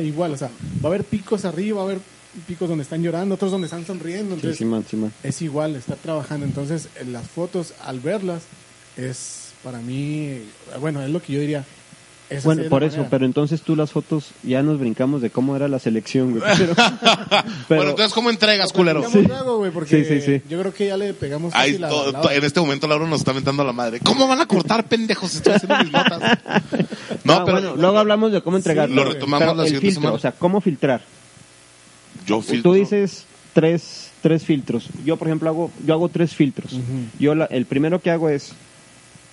Speaker 8: Igual, o sea, va a haber picos arriba, va a haber picos donde están llorando, otros donde están sonriendo.
Speaker 3: Sí,
Speaker 8: Entonces,
Speaker 3: sí, man, sí, man.
Speaker 8: es igual estar trabajando. Entonces, en las fotos, al verlas, es para mí, eh, bueno, es lo que yo diría. Esa
Speaker 3: Bueno,
Speaker 8: es la
Speaker 3: por eso,
Speaker 8: manera.
Speaker 3: pero entonces tú las fotos ya nos brincamos de cómo era la selección, güey. Pero, pero-
Speaker 1: bueno, entonces, ¿cómo entregas, culero?
Speaker 8: Digamos luego, güey, porque
Speaker 3: Sí, sí, sí.
Speaker 8: yo creo que ya le pegamos
Speaker 1: Ay,
Speaker 8: casi la-
Speaker 1: to-
Speaker 8: la-
Speaker 1: to- en este momento Laura nos está mentando la madre. ¿Cómo van a cortar, pendejos? Estoy haciendo mis notas. No, pero
Speaker 3: Ah, bueno, luego hablamos de cómo entregar.
Speaker 1: lo
Speaker 3: pero-
Speaker 1: retomamos
Speaker 3: pero
Speaker 1: la
Speaker 3: el
Speaker 1: siguiente
Speaker 3: filtro,
Speaker 1: semana.
Speaker 3: O sea, cómo filtrar.
Speaker 1: yo filtro.
Speaker 3: Tú dices tres, tres filtros. Yo, por ejemplo, hago, yo hago tres filtros. Yo la- el primero que hago es,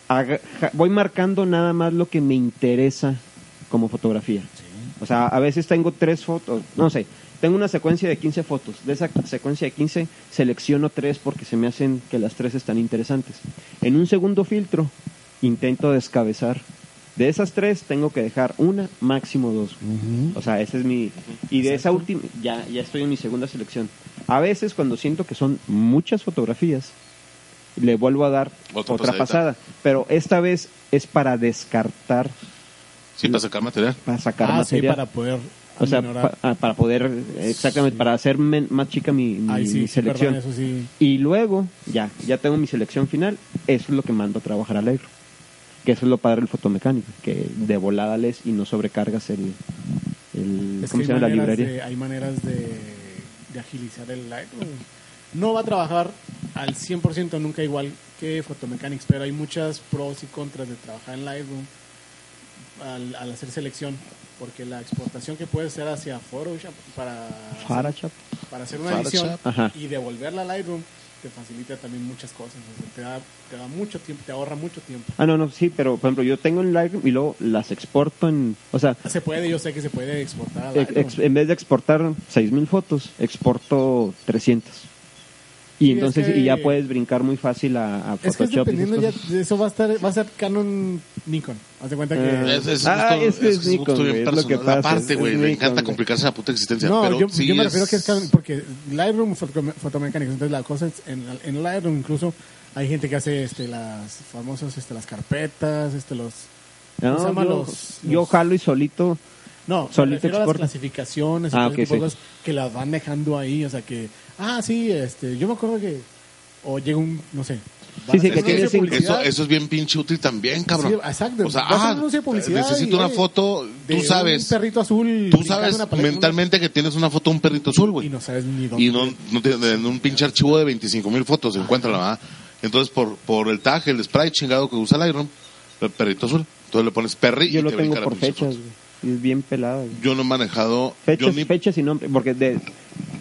Speaker 3: haga- ja- voy marcando nada más lo que me interesa como fotografía. O sea, a veces tengo tres fotos, no sé, tengo una secuencia de 15 fotos. De esa secuencia de 15 selecciono tres porque se me hacen que las tres están interesantes. En un segundo filtro intento descabezar. De esas tres tengo que dejar una, máximo dos. O sea, ese es mi... Y de esa última, ya, ya estoy en mi segunda selección. A veces cuando siento que son muchas fotografías, le vuelvo a dar
Speaker 1: Otra
Speaker 3: otra,
Speaker 1: pasadita.
Speaker 3: pasada. Pero esta vez es para descartar,
Speaker 1: Sí, para sacar material.
Speaker 3: para sacar
Speaker 8: Ah, sí,
Speaker 3: material.
Speaker 8: para poder
Speaker 3: O sea,
Speaker 8: aminorar.
Speaker 3: pa- ah, para poder, exactamente, para hacer men- más chica mi, mi-
Speaker 8: Ay,
Speaker 3: mi
Speaker 8: sí, sí,
Speaker 3: selección.
Speaker 8: perdón, eso sí.
Speaker 3: Y luego, ya, ya tengo mi selección final, eso es lo que mando a trabajar al aire. Que eso es lo padre del fotomecánico, que de volada lees y no sobrecargas el, el
Speaker 8: Es que
Speaker 3: ¿cómo
Speaker 8: hay
Speaker 3: se llama la
Speaker 8: maneras
Speaker 3: librería?
Speaker 8: de- hay maneras de, de agilizar el light. güey. No va a trabajar al 100% nunca igual que Photomechanics, pero hay muchas pros y contras de trabajar en Lightroom al, al hacer selección, porque la exportación que puedes hacer hacia Photoshop para,
Speaker 3: Photoshop.
Speaker 8: para hacer una
Speaker 1: Photoshop.
Speaker 8: edición
Speaker 3: Ajá.
Speaker 8: y devolverla a Lightroom te facilita también muchas cosas, o sea, te, da, te da mucho tiempo, te ahorra mucho tiempo.
Speaker 3: Ah, no, no, sí, pero por ejemplo, yo tengo en Lightroom y luego las exporto en. O sea,
Speaker 8: Se puede, yo sé que se puede exportar a
Speaker 3: ex-
Speaker 8: Ah, Lightroom.
Speaker 3: ex- en vez de exportar 6.000 fotos, exporto 300. Y
Speaker 8: Sí, es
Speaker 3: entonces
Speaker 8: que-
Speaker 3: y ya puedes brincar muy fácil a, a
Speaker 8: Es que es
Speaker 3: Photoshop. y esas
Speaker 8: dependiendo ya,
Speaker 3: cosas.
Speaker 8: de eso va a estar, va a ser Canon Nikon. Haz de cuenta que.
Speaker 3: Eh,
Speaker 1: Es, es
Speaker 3: Ah,
Speaker 1: gusto-
Speaker 3: es que es
Speaker 1: gusto
Speaker 3: Nikon,
Speaker 1: bien
Speaker 3: güey, es lo
Speaker 1: personal.
Speaker 3: que pasa,
Speaker 1: Aparte,
Speaker 3: es
Speaker 1: güey, me
Speaker 3: Nikon,
Speaker 1: encanta
Speaker 3: güey.
Speaker 1: complicarse la puta existencia.
Speaker 8: no,
Speaker 1: pero
Speaker 8: yo,
Speaker 1: sí
Speaker 8: yo me
Speaker 1: es-
Speaker 8: refiero que es Canon, porque Lightroom fotom- fotomecánicos, entonces la cosa es, en, en Lightroom incluso hay gente que hace este las famosas este las carpetas, este los
Speaker 3: No,
Speaker 8: ¿cómo se llama?
Speaker 3: yo,
Speaker 8: Los-
Speaker 3: yo
Speaker 8: los-
Speaker 3: jalo y solito.
Speaker 8: no, me
Speaker 3: Solito
Speaker 8: refiero a las
Speaker 3: exporta.
Speaker 8: clasificaciones y
Speaker 3: Ah,
Speaker 8: todo ese
Speaker 3: ok,
Speaker 8: tipo de
Speaker 3: sí.
Speaker 8: cosas que las van dejando ahí, o sea que ah, sí, este, yo me acuerdo que o llega un, no sé,
Speaker 3: Sí, sí,
Speaker 8: van
Speaker 3: que
Speaker 8: a hacer un
Speaker 3: tiene
Speaker 8: anuncio de
Speaker 3: cinco-
Speaker 1: Eso,
Speaker 8: publicidad.
Speaker 1: eso es bien pinche útil también, cabrón.
Speaker 8: Sí, exacto.
Speaker 1: O sea,
Speaker 8: Vas a un
Speaker 1: ah,
Speaker 8: anuncio de publicidad
Speaker 1: necesito
Speaker 8: y,
Speaker 1: una
Speaker 8: oye,
Speaker 1: foto.
Speaker 8: de
Speaker 1: Tú
Speaker 8: un
Speaker 1: sabes.
Speaker 8: perrito azul
Speaker 1: Tú
Speaker 8: brincando
Speaker 1: sabes
Speaker 8: una paleta,
Speaker 1: mentalmente que tienes una foto de un perrito azul,
Speaker 8: y
Speaker 1: güey.
Speaker 8: no sabes ni dónde
Speaker 1: Y no, no tiene- en un pinche archivo de 25 mil fotos se encuentra la mamá. Entonces, por, por el tag, el spray chingado que usa Lightroom, el perrito azul. Entonces le pones perri
Speaker 3: Yo
Speaker 1: y
Speaker 3: lo
Speaker 1: te
Speaker 3: tengo
Speaker 1: brinca la
Speaker 3: por
Speaker 1: pinche
Speaker 3: fechas,
Speaker 1: foto.
Speaker 3: güey, y es bien pelada. güey.
Speaker 1: Yo no he manejado.
Speaker 3: Fechas,
Speaker 1: yo ni-
Speaker 3: fechas y nombre, porque de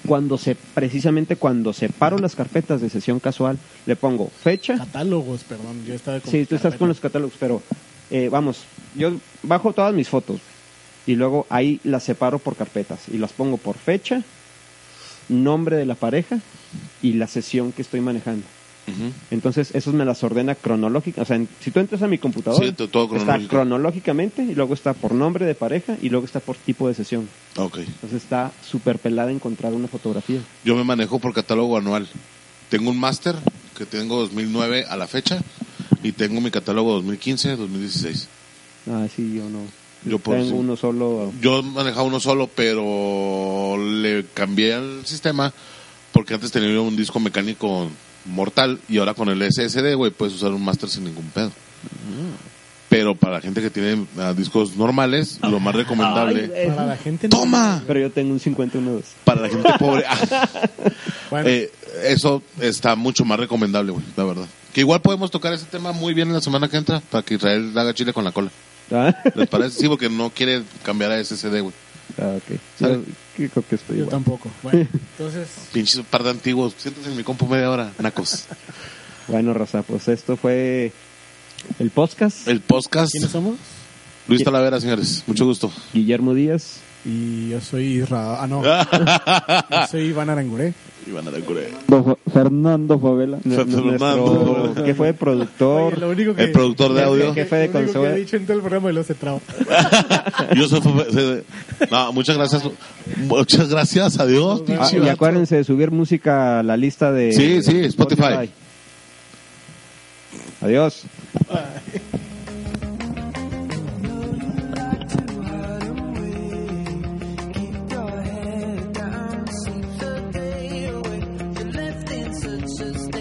Speaker 3: cuando se precisamente cuando separo las carpetas de sesión casual, le pongo fecha.
Speaker 8: Catálogos, perdón. Yo estaba con
Speaker 3: Sí, tú estás con los catálogos, pero eh, vamos, yo bajo todas mis fotos y luego ahí las separo por carpetas y las pongo por fecha, nombre de la pareja y la sesión que estoy manejando.
Speaker 1: Ujú.
Speaker 3: Entonces, esos me las ordena cronológica. O sea, en- si tú entras a mi computadora,
Speaker 1: Sí, todo cronológico.
Speaker 3: está cronológicamente y luego está por nombre de pareja y luego está por tipo de sesión.
Speaker 1: Ok.
Speaker 3: Entonces, está súper pelada encontrar una fotografía.
Speaker 1: Yo me manejo por catálogo anual. Tengo un máster que tengo 2009 a la fecha y tengo mi catálogo 2015, 2016.
Speaker 3: Ah, sí, yo no.
Speaker 1: Yo por
Speaker 3: Tengo
Speaker 1: sí.
Speaker 3: uno solo.
Speaker 1: Yo manejaba uno solo, pero le cambié el sistema porque antes tenía un disco mecánico mortal y ahora con el SSD, güey, puedes usar un máster sin ningún pedo. Pero para la gente que tiene ah, discos normales, lo más recomendable.
Speaker 8: Para la
Speaker 3: Eh,
Speaker 8: gente. no.
Speaker 1: ¡Toma!
Speaker 4: Pero yo tengo un 51
Speaker 1: Para la gente pobre. ah,
Speaker 8: Bueno,
Speaker 1: eh, eso está mucho más recomendable, güey, la verdad. Que igual podemos tocar ese tema muy bien en la semana que entra para que Israel haga chile con la cola.
Speaker 4: Ah,
Speaker 1: ¿Les parece? Sí, porque no quiere cambiar a SSD, güey.
Speaker 4: ah, ok.
Speaker 1: Sale.
Speaker 4: Yo creo que estoy
Speaker 8: yo
Speaker 4: igual.
Speaker 8: tampoco. Bueno, entonces.
Speaker 1: Pinches par de antiguos. Siéntense en mi compu media hora, nacos.
Speaker 4: Bueno, Raza, pues esto fue el podcast.
Speaker 1: El podcast.
Speaker 8: ¿Quiénes somos?
Speaker 1: Luis Talavera, señores. Mucho gusto.
Speaker 4: Guillermo Díaz.
Speaker 8: Y yo soy Isra. Ah, no. Yo soy Iván Aranguré.
Speaker 1: Iván Arancure.
Speaker 6: Don Jo- Fernando Favela.
Speaker 1: Fernando.
Speaker 4: que fue
Speaker 8: Oye,
Speaker 4: productor.
Speaker 8: lo único que-
Speaker 1: El productor de
Speaker 8: lo único
Speaker 1: audio.
Speaker 8: que-
Speaker 4: Jefe de
Speaker 8: lo único que
Speaker 4: consola.
Speaker 8: he dicho en todo el programa y lo se traba.
Speaker 1: Yo soy. Fafa- se- No, muchas gracias. Muchas gracias a Dios.
Speaker 4: Ah,
Speaker 1: pinche
Speaker 4: y
Speaker 1: vato.
Speaker 4: acuérdense de subir música a la lista de
Speaker 1: Sí, sí, Spotify.
Speaker 4: Adiós.
Speaker 12: Keep your head down, sleep the day away. You're left in such a state.